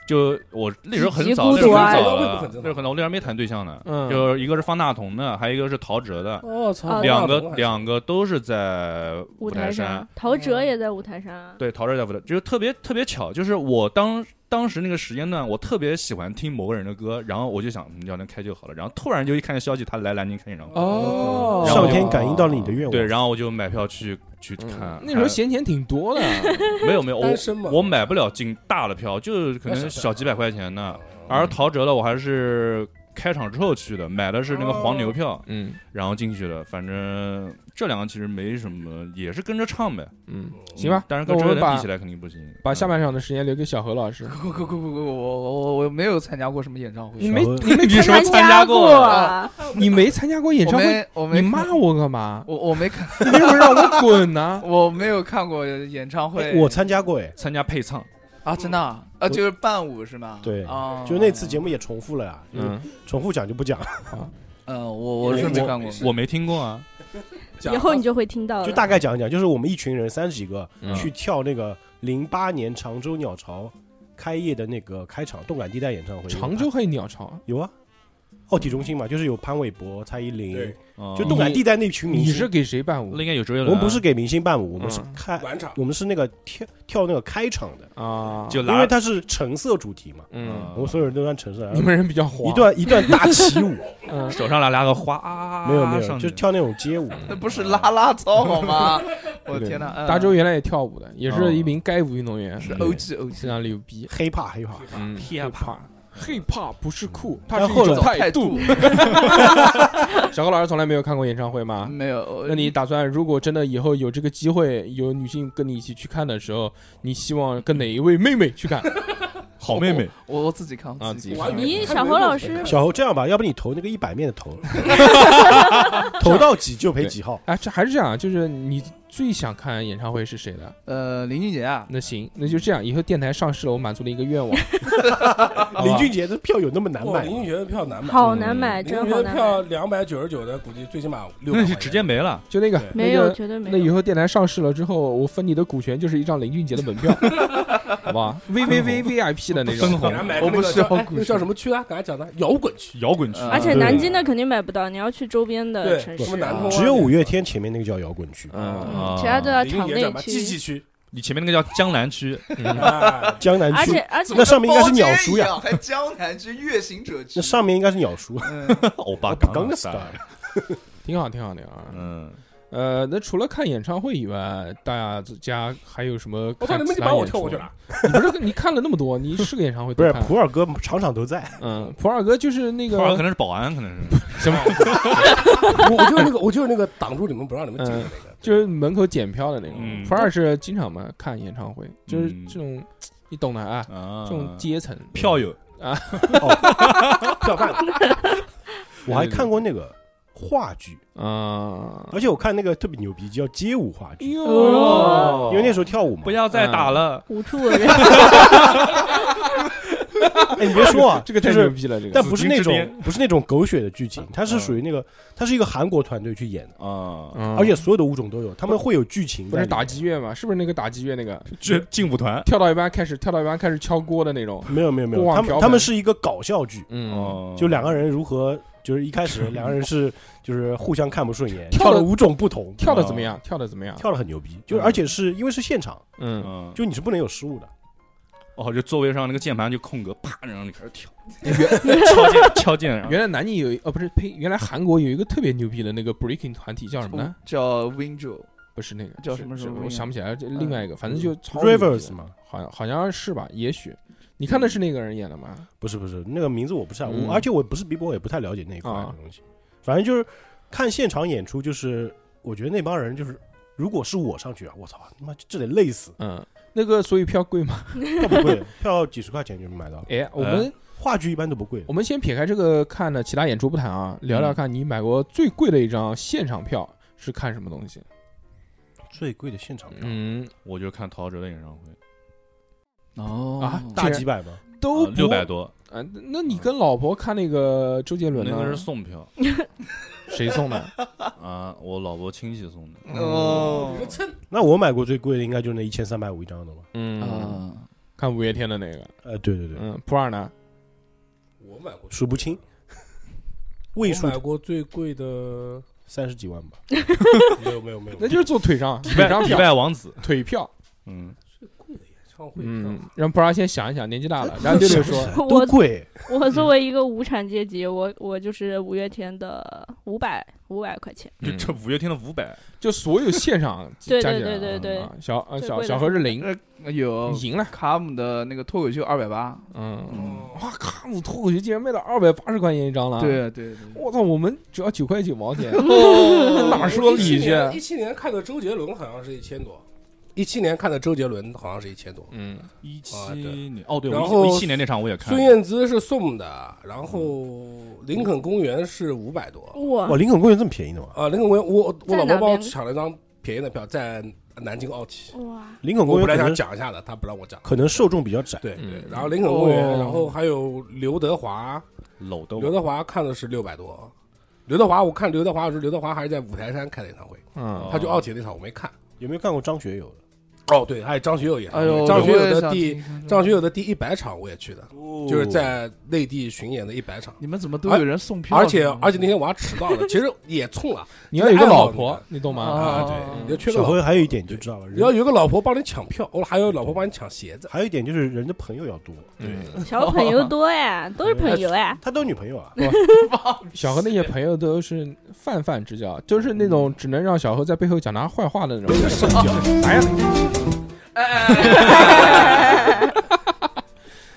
[SPEAKER 4] 就我那时候很早，
[SPEAKER 3] 孤
[SPEAKER 4] 那时候
[SPEAKER 3] 独啊
[SPEAKER 4] 很早
[SPEAKER 6] 那会不会
[SPEAKER 4] 了
[SPEAKER 6] 很，正
[SPEAKER 4] 那时候很早，我那时候还没谈对象呢。
[SPEAKER 1] 嗯
[SPEAKER 4] 就是一个是方大同的，还有一个是陶喆的，
[SPEAKER 3] 嗯
[SPEAKER 6] 我操，
[SPEAKER 4] 两个两个都是在
[SPEAKER 3] 舞
[SPEAKER 4] 五
[SPEAKER 3] 台
[SPEAKER 4] 台
[SPEAKER 3] 上
[SPEAKER 4] 山。，
[SPEAKER 3] 陶喆也在舞台上啊。
[SPEAKER 4] 对，陶喆在舞台，就是特别特别巧，就是我当当时那个时间段，我特别喜欢听某个人的歌，然后我就想，嗯，要能开就好了。然后突然就一看消息，他来南京开演唱会，
[SPEAKER 1] 哦，
[SPEAKER 5] 上天感应到了你的愿望，哎
[SPEAKER 4] 对，然后我就买票去去看
[SPEAKER 1] 嗯。那时候
[SPEAKER 4] 还
[SPEAKER 1] 闲钱挺多的，
[SPEAKER 4] 没有没有，我
[SPEAKER 6] 单身嘛，
[SPEAKER 4] 我买不了进大的票，就是可能小几百块钱的。
[SPEAKER 1] 嗯
[SPEAKER 6] 啊
[SPEAKER 4] 而陶喆的我还是开场之后去的，买的是那个黄牛票，
[SPEAKER 1] 嗯
[SPEAKER 4] 然后进去的。反正这两个其实没什么，也是跟着唱呗。
[SPEAKER 1] 嗯，行吧，
[SPEAKER 4] 但是
[SPEAKER 1] 那
[SPEAKER 4] 跟
[SPEAKER 1] 我
[SPEAKER 4] 周杰
[SPEAKER 1] 们
[SPEAKER 4] 伦
[SPEAKER 1] 把
[SPEAKER 4] 比起来肯定不行。嗯
[SPEAKER 1] 把下半场的时间留给小何老师，
[SPEAKER 2] 我我我我我我我没有参加过什么演唱
[SPEAKER 1] 你
[SPEAKER 2] 会，
[SPEAKER 1] 没
[SPEAKER 5] 小何
[SPEAKER 1] 你没
[SPEAKER 4] 你是不是
[SPEAKER 3] 参
[SPEAKER 4] 参加
[SPEAKER 3] 过
[SPEAKER 4] 过
[SPEAKER 3] 啊，
[SPEAKER 1] 你没参加过演
[SPEAKER 2] 我
[SPEAKER 1] 唱会，
[SPEAKER 2] 没我
[SPEAKER 1] 你
[SPEAKER 2] 没看
[SPEAKER 1] 骂我干嘛？
[SPEAKER 2] 我我没看，
[SPEAKER 1] 你为什么让我滚呢？
[SPEAKER 2] 我没有看过演唱
[SPEAKER 5] 哎
[SPEAKER 2] 会，
[SPEAKER 5] 我参加过哎，
[SPEAKER 4] 参加配唱，
[SPEAKER 2] 啊真的啊啊就是伴舞是吗？
[SPEAKER 5] 对
[SPEAKER 2] 啊，
[SPEAKER 5] 就那次节目也重复了啊，
[SPEAKER 1] 嗯，
[SPEAKER 5] 重复讲就不讲，
[SPEAKER 2] 嗯，我我是没看过，
[SPEAKER 4] 我没听过啊。
[SPEAKER 3] 以后你就会听到
[SPEAKER 5] 就
[SPEAKER 3] 了。
[SPEAKER 5] 大概讲一讲，就是我们一群人三十几个
[SPEAKER 1] 嗯
[SPEAKER 5] 去跳那个零八年常州鸟巢开业的那个开场动感地带演唱会，
[SPEAKER 1] 常州还有鸟巢，
[SPEAKER 5] 有啊，奥体中心嘛，就是有潘玮柏、蔡依林
[SPEAKER 6] 对，
[SPEAKER 4] 嗯
[SPEAKER 5] 就动感地带那群明
[SPEAKER 1] 你是
[SPEAKER 5] 星。
[SPEAKER 1] 给谁伴舞
[SPEAKER 4] 那应该有周杰
[SPEAKER 5] 我
[SPEAKER 4] 伦啊。
[SPEAKER 5] 们不是给明星伴舞，我们是
[SPEAKER 1] 嗯
[SPEAKER 5] 开，
[SPEAKER 6] 晚场
[SPEAKER 5] 我们是那个跳跳那个开场的，
[SPEAKER 1] 啊？
[SPEAKER 4] 就
[SPEAKER 5] 因为
[SPEAKER 4] 拿
[SPEAKER 5] 它是橙色主题嘛，
[SPEAKER 1] 嗯，
[SPEAKER 5] 我们所有人都穿橙色，然
[SPEAKER 1] 你
[SPEAKER 5] 后
[SPEAKER 1] 们人比较黄，
[SPEAKER 5] 一段一段大起舞，
[SPEAKER 1] 嗯
[SPEAKER 4] 手上拿拿个花啊，
[SPEAKER 5] 没有没有，
[SPEAKER 4] 上
[SPEAKER 5] 就
[SPEAKER 4] 去
[SPEAKER 5] 跳那种街舞，
[SPEAKER 2] 那不是拉拉操好吗？我的天哪，嗯
[SPEAKER 1] 达州原来也跳舞的，也是
[SPEAKER 4] 嗯
[SPEAKER 1] 一名街舞运动员，
[SPEAKER 2] 是
[SPEAKER 1] 嗯
[SPEAKER 2] OG
[SPEAKER 1] 非
[SPEAKER 2] OG，
[SPEAKER 1] 常牛逼。
[SPEAKER 5] 黑怕黑怕，
[SPEAKER 1] 嗯
[SPEAKER 4] Hip hop
[SPEAKER 1] hip hop 不是酷，它
[SPEAKER 5] 但
[SPEAKER 1] 是一
[SPEAKER 5] 后
[SPEAKER 1] 种
[SPEAKER 5] 来
[SPEAKER 1] 态度
[SPEAKER 2] 度。
[SPEAKER 1] 小何老师从来没有看过演唱会吗？
[SPEAKER 2] 没有，
[SPEAKER 1] 那你打算如果真的以后有这个机会，有女性跟你一起去看的时候，你希望跟哪一位妹妹去看？
[SPEAKER 4] 好妹妹，
[SPEAKER 2] 我我自己看
[SPEAKER 1] 啊
[SPEAKER 2] 我
[SPEAKER 1] 自己看
[SPEAKER 2] 看
[SPEAKER 3] 你小侯老师
[SPEAKER 5] 小侯这样吧，要不你投那个一百面的投，投到几就赔几号。
[SPEAKER 1] 哎，这还是这样，就是你最想看演唱会是谁的？
[SPEAKER 2] 呃林俊杰啊，
[SPEAKER 1] 那行，那就这样，以后电台上市了，我满足了一个愿望。好吧
[SPEAKER 4] 哦
[SPEAKER 5] 林俊杰的票有那么难
[SPEAKER 6] 哇
[SPEAKER 5] 买
[SPEAKER 6] 林
[SPEAKER 5] 吗？
[SPEAKER 6] 俊杰的票难买，
[SPEAKER 3] 好难买，
[SPEAKER 6] 林俊
[SPEAKER 3] 真
[SPEAKER 6] 杰
[SPEAKER 3] 好
[SPEAKER 6] 的
[SPEAKER 3] 难
[SPEAKER 6] 嗯票
[SPEAKER 3] 买，
[SPEAKER 6] 两百九十九的，估计最起码六百块
[SPEAKER 4] 那就
[SPEAKER 6] 钱，
[SPEAKER 4] 直接没
[SPEAKER 5] 嗯
[SPEAKER 4] 了。
[SPEAKER 1] 就那个
[SPEAKER 6] 对，
[SPEAKER 1] 那
[SPEAKER 3] 没有，
[SPEAKER 1] 个
[SPEAKER 3] 绝对没
[SPEAKER 1] 那以
[SPEAKER 3] 有。
[SPEAKER 1] 后电台上市了之后，我分你的股权就是一张林俊杰的门票，好吧？V V V V I P 的那
[SPEAKER 4] 分
[SPEAKER 1] 种。
[SPEAKER 4] 红
[SPEAKER 6] 很难买。
[SPEAKER 2] 我不需要
[SPEAKER 6] 哎
[SPEAKER 2] 故
[SPEAKER 6] 那
[SPEAKER 2] 事
[SPEAKER 6] 叫什么区啊？刚才讲的摇滚 区，
[SPEAKER 4] 摇滚区，
[SPEAKER 2] 呃
[SPEAKER 3] 而且
[SPEAKER 5] 对
[SPEAKER 3] 南京的肯定买不到，你要去周边的
[SPEAKER 6] 对
[SPEAKER 3] 城
[SPEAKER 6] 什
[SPEAKER 3] 市
[SPEAKER 6] 么。南通啊，
[SPEAKER 5] 只有五月天前面那个叫摇滚区，
[SPEAKER 2] 哦
[SPEAKER 1] 嗯，
[SPEAKER 3] 嗯
[SPEAKER 4] 啊
[SPEAKER 3] 其他都要
[SPEAKER 6] 林俊
[SPEAKER 3] 场
[SPEAKER 6] 杰
[SPEAKER 3] 内
[SPEAKER 6] 讲吧，积极
[SPEAKER 3] 区，
[SPEAKER 6] 区，
[SPEAKER 4] 你前面那个叫江南 区，
[SPEAKER 1] 嗯
[SPEAKER 6] 哎
[SPEAKER 5] 江南
[SPEAKER 3] 而且
[SPEAKER 5] 区，
[SPEAKER 3] 而且
[SPEAKER 5] 那上面应该是鸟叔呀，，
[SPEAKER 2] 还江南区月行者区
[SPEAKER 5] 那上面应该是鸟叔。
[SPEAKER 2] 嗯
[SPEAKER 4] 欧巴
[SPEAKER 5] 刚
[SPEAKER 4] 刚
[SPEAKER 5] 死的，
[SPEAKER 1] 挺好，挺好，挺好啊。
[SPEAKER 4] 嗯，
[SPEAKER 1] 呃，那除了看演唱会以外，大家还有什么
[SPEAKER 6] 我
[SPEAKER 1] 看
[SPEAKER 6] 操，你
[SPEAKER 1] 其他演出？
[SPEAKER 6] 们就把我跳过去了，
[SPEAKER 1] 你不是跟你看了那么多，你是个演唱会
[SPEAKER 5] 不
[SPEAKER 1] 都
[SPEAKER 5] 是
[SPEAKER 1] 看
[SPEAKER 5] 普洱哥场场 都在，
[SPEAKER 1] 嗯，普洱哥就是那
[SPEAKER 4] 普洱可
[SPEAKER 1] 个
[SPEAKER 4] 能是保安，可能是
[SPEAKER 1] 什么，
[SPEAKER 6] 我我就是那个，我就是那个挡住你们不让你们进的那个，
[SPEAKER 1] 嗯就是门口检票的那种。
[SPEAKER 4] 嗯
[SPEAKER 1] 普洱是经常嘛看演唱会，就是
[SPEAKER 4] 嗯
[SPEAKER 1] 这种，你懂的啊，
[SPEAKER 5] 嗯
[SPEAKER 4] 啊
[SPEAKER 1] 这种阶层
[SPEAKER 4] 票友，
[SPEAKER 6] 票贩子
[SPEAKER 5] 我还看过那个话剧，
[SPEAKER 1] 啊。
[SPEAKER 5] 而且我看那个特别牛逼，叫街舞话剧，
[SPEAKER 1] 哟哦
[SPEAKER 5] 因为那时候跳舞嘛
[SPEAKER 4] 不。要再打了，
[SPEAKER 3] 无处为人。
[SPEAKER 5] 哎，你别说啊，
[SPEAKER 1] 这个太
[SPEAKER 5] 就
[SPEAKER 1] 牛
[SPEAKER 5] 是，
[SPEAKER 1] 逼了，这个
[SPEAKER 5] 但不是那
[SPEAKER 4] 紫金之
[SPEAKER 5] 种不是那种狗血的剧
[SPEAKER 1] 嗯
[SPEAKER 5] 情，它是属于那个，它是一个韩国团队去演的，
[SPEAKER 4] 啊，
[SPEAKER 1] 嗯
[SPEAKER 5] 而且所有的物种都有，他们会有剧情在里
[SPEAKER 1] 不
[SPEAKER 5] 面，
[SPEAKER 1] 是打击乐嘛，是不是那个打击乐那个
[SPEAKER 4] 这劲舞团
[SPEAKER 1] 跳到一半开始跳到一半开始敲锅的那种？
[SPEAKER 5] 没有没有没有，
[SPEAKER 1] 哇
[SPEAKER 5] 他
[SPEAKER 1] 瓢盆
[SPEAKER 5] 们他们是一个搞笑剧，
[SPEAKER 1] 嗯，
[SPEAKER 4] 哦，
[SPEAKER 5] 就两个人如何，就是一 开始两个人是就是互相看不顺眼，
[SPEAKER 1] 跳
[SPEAKER 5] 跳
[SPEAKER 1] 得
[SPEAKER 5] 了五种不同，嗯
[SPEAKER 1] 跳的怎么样？跳的怎么样？
[SPEAKER 5] 哦跳的哦很牛逼，就是
[SPEAKER 1] 嗯
[SPEAKER 5] 而且是因为是现场，
[SPEAKER 1] 嗯，
[SPEAKER 4] 嗯，
[SPEAKER 5] 就你是不能有失误的，
[SPEAKER 4] 哦，就座位上那个键盘就空格，啪，然后你开始跳， 敲键敲键，然后
[SPEAKER 1] 原来南京有一哦，不是呸，原来韩国有一个特别牛逼的那个 breaking 团体叫什么呢？
[SPEAKER 2] 叫 Winjo，
[SPEAKER 1] 不是那个
[SPEAKER 2] 叫
[SPEAKER 1] 是
[SPEAKER 2] 什么
[SPEAKER 1] 是
[SPEAKER 2] 什么
[SPEAKER 1] 我想不起来了，这另外一个，反正
[SPEAKER 5] 嗯
[SPEAKER 1] 就超牛逼啊的
[SPEAKER 5] Rivers 嘛，
[SPEAKER 1] 好像好像是吧？也许你看的是那个人演的吗？
[SPEAKER 5] 不是不是，那个名字我不知道，
[SPEAKER 1] 嗯
[SPEAKER 5] 我而且我不是 B 波，也不太了解那一块
[SPEAKER 1] 啊，
[SPEAKER 5] 的东西。反正就是看现场演出，就是我觉得那帮人就是，如果是我上去啊，我操，他妈这得累死
[SPEAKER 1] 嗯，那个所以票贵吗？
[SPEAKER 5] 票不贵，票几十块钱就能买到了。
[SPEAKER 1] 哎，我们
[SPEAKER 5] 话剧一般都不贵
[SPEAKER 1] 我，们先撇开这个看的其他演出不谈啊，聊聊看你买过最贵的一张现场票是看什么东西？
[SPEAKER 5] 最贵的现场票
[SPEAKER 1] 嗯
[SPEAKER 4] 我就看陶喆的演唱会，
[SPEAKER 2] 哦
[SPEAKER 1] 啊
[SPEAKER 5] 大几百吧，
[SPEAKER 1] 都
[SPEAKER 4] 呃六百
[SPEAKER 1] 不
[SPEAKER 4] 多，
[SPEAKER 1] 啊，那你跟老婆看那个周杰伦
[SPEAKER 4] 那个
[SPEAKER 1] 呢
[SPEAKER 4] 是？送票
[SPEAKER 1] 谁送的？
[SPEAKER 4] 啊，我老婆亲戚送的，
[SPEAKER 5] 嗯
[SPEAKER 2] 哦
[SPEAKER 5] 那我买过最贵的应该就是那一千三百五一张的吧？
[SPEAKER 1] 嗯，
[SPEAKER 2] 啊，
[SPEAKER 1] 看五月天的那个。
[SPEAKER 5] 呃，对对对，
[SPEAKER 1] 嗯，普洱呢？
[SPEAKER 6] 我买过，
[SPEAKER 5] 数 不清，位
[SPEAKER 6] 我
[SPEAKER 5] 数
[SPEAKER 6] 买过最贵的，
[SPEAKER 5] 三十几万吧。
[SPEAKER 6] 没有没有没有，
[SPEAKER 1] 那就是坐腿上，
[SPEAKER 4] 迪
[SPEAKER 1] 腿
[SPEAKER 4] 拜
[SPEAKER 1] 上
[SPEAKER 4] 迪
[SPEAKER 1] 票，
[SPEAKER 4] 拜王子，
[SPEAKER 1] 腿票。
[SPEAKER 4] 嗯，
[SPEAKER 6] 最贵的演唱 会
[SPEAKER 1] 嗯
[SPEAKER 6] 票，，
[SPEAKER 1] 让普洱先想一想，年纪大了。然后六六说，
[SPEAKER 3] 我
[SPEAKER 5] 啊都贵，
[SPEAKER 3] 我作为一个无产阶级，我我就是五月天的五百五百块钱，
[SPEAKER 4] 就
[SPEAKER 1] 嗯
[SPEAKER 4] 这五月天的五百，
[SPEAKER 1] 就所有现场加
[SPEAKER 3] 对
[SPEAKER 1] 起来
[SPEAKER 3] 对
[SPEAKER 1] 啊，
[SPEAKER 3] 对对对
[SPEAKER 1] 啊小呃
[SPEAKER 3] 最
[SPEAKER 1] 小
[SPEAKER 3] 贵的
[SPEAKER 1] 小何是零，
[SPEAKER 2] 那有
[SPEAKER 1] 你赢了。
[SPEAKER 2] 卡姆的那个脱口秀二百八，
[SPEAKER 1] 嗯，
[SPEAKER 2] 哦嗯，
[SPEAKER 1] 哇，卡姆脱口秀竟然卖到二百八十块钱一张了。，啊
[SPEAKER 2] 对对对，
[SPEAKER 1] 我操，我们只要九块九毛钱。哪
[SPEAKER 2] 哪
[SPEAKER 1] 说理去
[SPEAKER 6] 哎一七年看的周杰伦好像是一千多，一七年看的周杰伦好像是一千多。
[SPEAKER 1] 嗯，
[SPEAKER 4] 一七
[SPEAKER 6] 啊对
[SPEAKER 4] 年哦，对，
[SPEAKER 6] 然
[SPEAKER 4] 我
[SPEAKER 6] 后
[SPEAKER 4] 一七年那场我也看
[SPEAKER 6] 孙，燕姿是送的，然后林肯公园是五百多。
[SPEAKER 5] 哇，
[SPEAKER 3] 我
[SPEAKER 5] 林肯公园这么便宜的吗？
[SPEAKER 6] 啊，林肯公园，我我
[SPEAKER 3] 在
[SPEAKER 6] 老
[SPEAKER 3] 哪
[SPEAKER 6] 婆帮我
[SPEAKER 3] 边
[SPEAKER 6] 抢了一张便宜的票，在南京奥体。
[SPEAKER 3] 哇，
[SPEAKER 5] 林肯
[SPEAKER 6] 我
[SPEAKER 5] 公
[SPEAKER 6] 本
[SPEAKER 5] 园
[SPEAKER 6] 来
[SPEAKER 5] 可
[SPEAKER 6] 想
[SPEAKER 5] 能
[SPEAKER 6] 讲一下的，他不让我讲。
[SPEAKER 5] 可能受众比较窄，
[SPEAKER 6] 对对
[SPEAKER 1] 嗯，
[SPEAKER 6] 然后林肯公园，
[SPEAKER 1] 哦
[SPEAKER 6] 然后还有刘德华，
[SPEAKER 4] 搂的
[SPEAKER 6] 刘
[SPEAKER 4] 我，
[SPEAKER 6] 德华看的是六百多。刘德华，我看刘德华的时候，刘德华还是在五台山开的演唱会，
[SPEAKER 1] 嗯，
[SPEAKER 6] 他就奥体那场我没看。
[SPEAKER 5] 有没有看过张学友的？
[SPEAKER 6] 哦，对，还有张学友演唱
[SPEAKER 2] 哎
[SPEAKER 6] 会
[SPEAKER 2] 呦，
[SPEAKER 6] 张学
[SPEAKER 2] 我也
[SPEAKER 6] 友的
[SPEAKER 2] 想
[SPEAKER 6] 第
[SPEAKER 2] 听张
[SPEAKER 6] 张学友的第一百场我也去的，
[SPEAKER 4] 哦
[SPEAKER 6] 就是在内地巡演的一百场。
[SPEAKER 2] 你们怎么都有人送票？
[SPEAKER 6] 而且而且那天我还迟到了，其实也冲了
[SPEAKER 1] 你要有个老
[SPEAKER 6] 爱
[SPEAKER 1] 婆
[SPEAKER 6] 好，
[SPEAKER 1] 你懂吗？
[SPEAKER 6] 啊，
[SPEAKER 2] 啊
[SPEAKER 6] 对，你就缺个
[SPEAKER 5] 小
[SPEAKER 6] 老
[SPEAKER 5] 辉
[SPEAKER 6] 婆，
[SPEAKER 5] 还有一点你就知道了，
[SPEAKER 6] 你要
[SPEAKER 5] 人
[SPEAKER 6] 有个老婆帮你抢票，哦，还有老婆帮你抢鞋子。
[SPEAKER 5] 还有一点就是人的朋友要多，
[SPEAKER 1] 嗯，
[SPEAKER 3] 小朋友多哎，都是朋友哎，
[SPEAKER 5] 他都有女朋友啊，
[SPEAKER 1] 小何那些朋友都是泛泛之交，就是那种只能让小何在背后讲他坏话的那种人。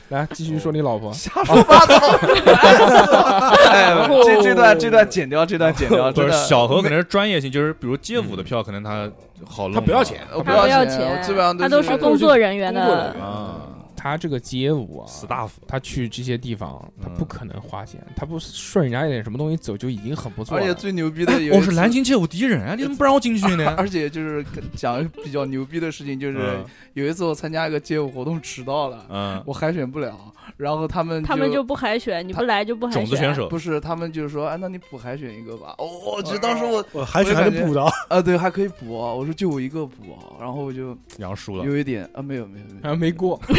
[SPEAKER 1] 来，继续说你老婆。
[SPEAKER 2] 瞎说八道！哎呦，这这段这段剪掉，这段剪掉，
[SPEAKER 4] 不
[SPEAKER 2] 真
[SPEAKER 4] 是
[SPEAKER 2] 的
[SPEAKER 4] 小何可能是专业性，就是比如街舞的票可能他好弄，
[SPEAKER 6] 他不要 钱，
[SPEAKER 2] 呃我不
[SPEAKER 3] 他不要
[SPEAKER 2] 钱，我基本上
[SPEAKER 3] 他
[SPEAKER 2] 都
[SPEAKER 3] 都
[SPEAKER 2] 是
[SPEAKER 3] 是工作人员
[SPEAKER 6] 工作人
[SPEAKER 3] 的，
[SPEAKER 6] 员
[SPEAKER 4] 啊，
[SPEAKER 1] 他这个街舞啊，
[SPEAKER 4] 嗯死大夫，
[SPEAKER 1] 他去这些地方，他
[SPEAKER 4] 嗯
[SPEAKER 1] 不可能花钱，他不顺人家一点什么东西走就已经很不错
[SPEAKER 2] 而且
[SPEAKER 1] 了。
[SPEAKER 2] 哎最牛逼的有一次
[SPEAKER 4] 哦我是南京街舞第一人啊，你怎么不让我进去 呢？
[SPEAKER 2] 而且就是跟讲比较牛逼的事情，就是
[SPEAKER 4] 嗯
[SPEAKER 2] 有一次我参加一个街舞活动迟到了，
[SPEAKER 4] 嗯，
[SPEAKER 2] 我海选不了，然后他们
[SPEAKER 3] 他们就不海选，你不来就不海选。
[SPEAKER 4] 种子选手
[SPEAKER 2] 不是，他们就说，哎，那你补海选一个吧。哦，我觉得当时我，
[SPEAKER 5] 我还是还能补的。
[SPEAKER 2] 啊，对，还可以补啊。我说就我一个补啊，然后我就
[SPEAKER 4] 然后输了，
[SPEAKER 2] 有一点啊，没有没有没
[SPEAKER 1] 然
[SPEAKER 2] 有，
[SPEAKER 1] 后没过，
[SPEAKER 6] 我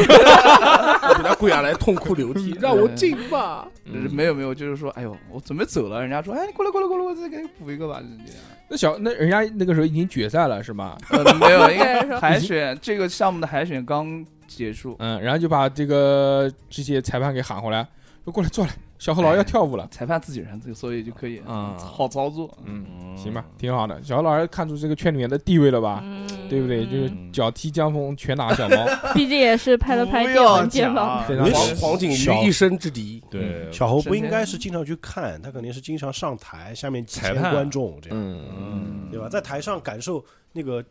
[SPEAKER 6] 给他跪下来痛哭流 涕，让我进吧。
[SPEAKER 1] 嗯
[SPEAKER 2] 就是没有没有，就是说，哎呦，我准备走了，人家说，哎，你过来过来过来，我再给你补一个吧，就是这样。
[SPEAKER 1] 那小那人家那个时候已经决赛了是吧？
[SPEAKER 2] 呃，没 有，因
[SPEAKER 3] 对
[SPEAKER 2] 为
[SPEAKER 3] 说
[SPEAKER 2] 海选这个项目的海选刚结束，
[SPEAKER 1] 嗯，然后就把这个这些裁判给喊回来，说过来坐来，小何老师要跳舞了。
[SPEAKER 2] 裁判自己人，所以就可以
[SPEAKER 1] 啊
[SPEAKER 2] 好操作。
[SPEAKER 1] 嗯，
[SPEAKER 4] 嗯
[SPEAKER 1] 行吧，挺好的。小何老师看出这个圈里面的地位了吧？
[SPEAKER 3] 嗯，
[SPEAKER 1] 啊对不对？就是
[SPEAKER 4] 嗯
[SPEAKER 1] 脚踢江风，拳打小猫。
[SPEAKER 3] 毕竟也是拍了拍
[SPEAKER 2] 不
[SPEAKER 3] 电
[SPEAKER 2] 要
[SPEAKER 3] 玩街坊，
[SPEAKER 2] 讲啊
[SPEAKER 1] 非，常
[SPEAKER 6] 黄
[SPEAKER 1] 好
[SPEAKER 6] 黄景
[SPEAKER 5] 小
[SPEAKER 6] 瑜一生之敌，
[SPEAKER 4] 对，
[SPEAKER 5] 小侯不应该是经常去看，他肯定是经常上台，下面几千
[SPEAKER 4] 裁判
[SPEAKER 5] 观众这样，
[SPEAKER 1] 嗯，
[SPEAKER 4] 嗯
[SPEAKER 5] 对吧？在台上感受那个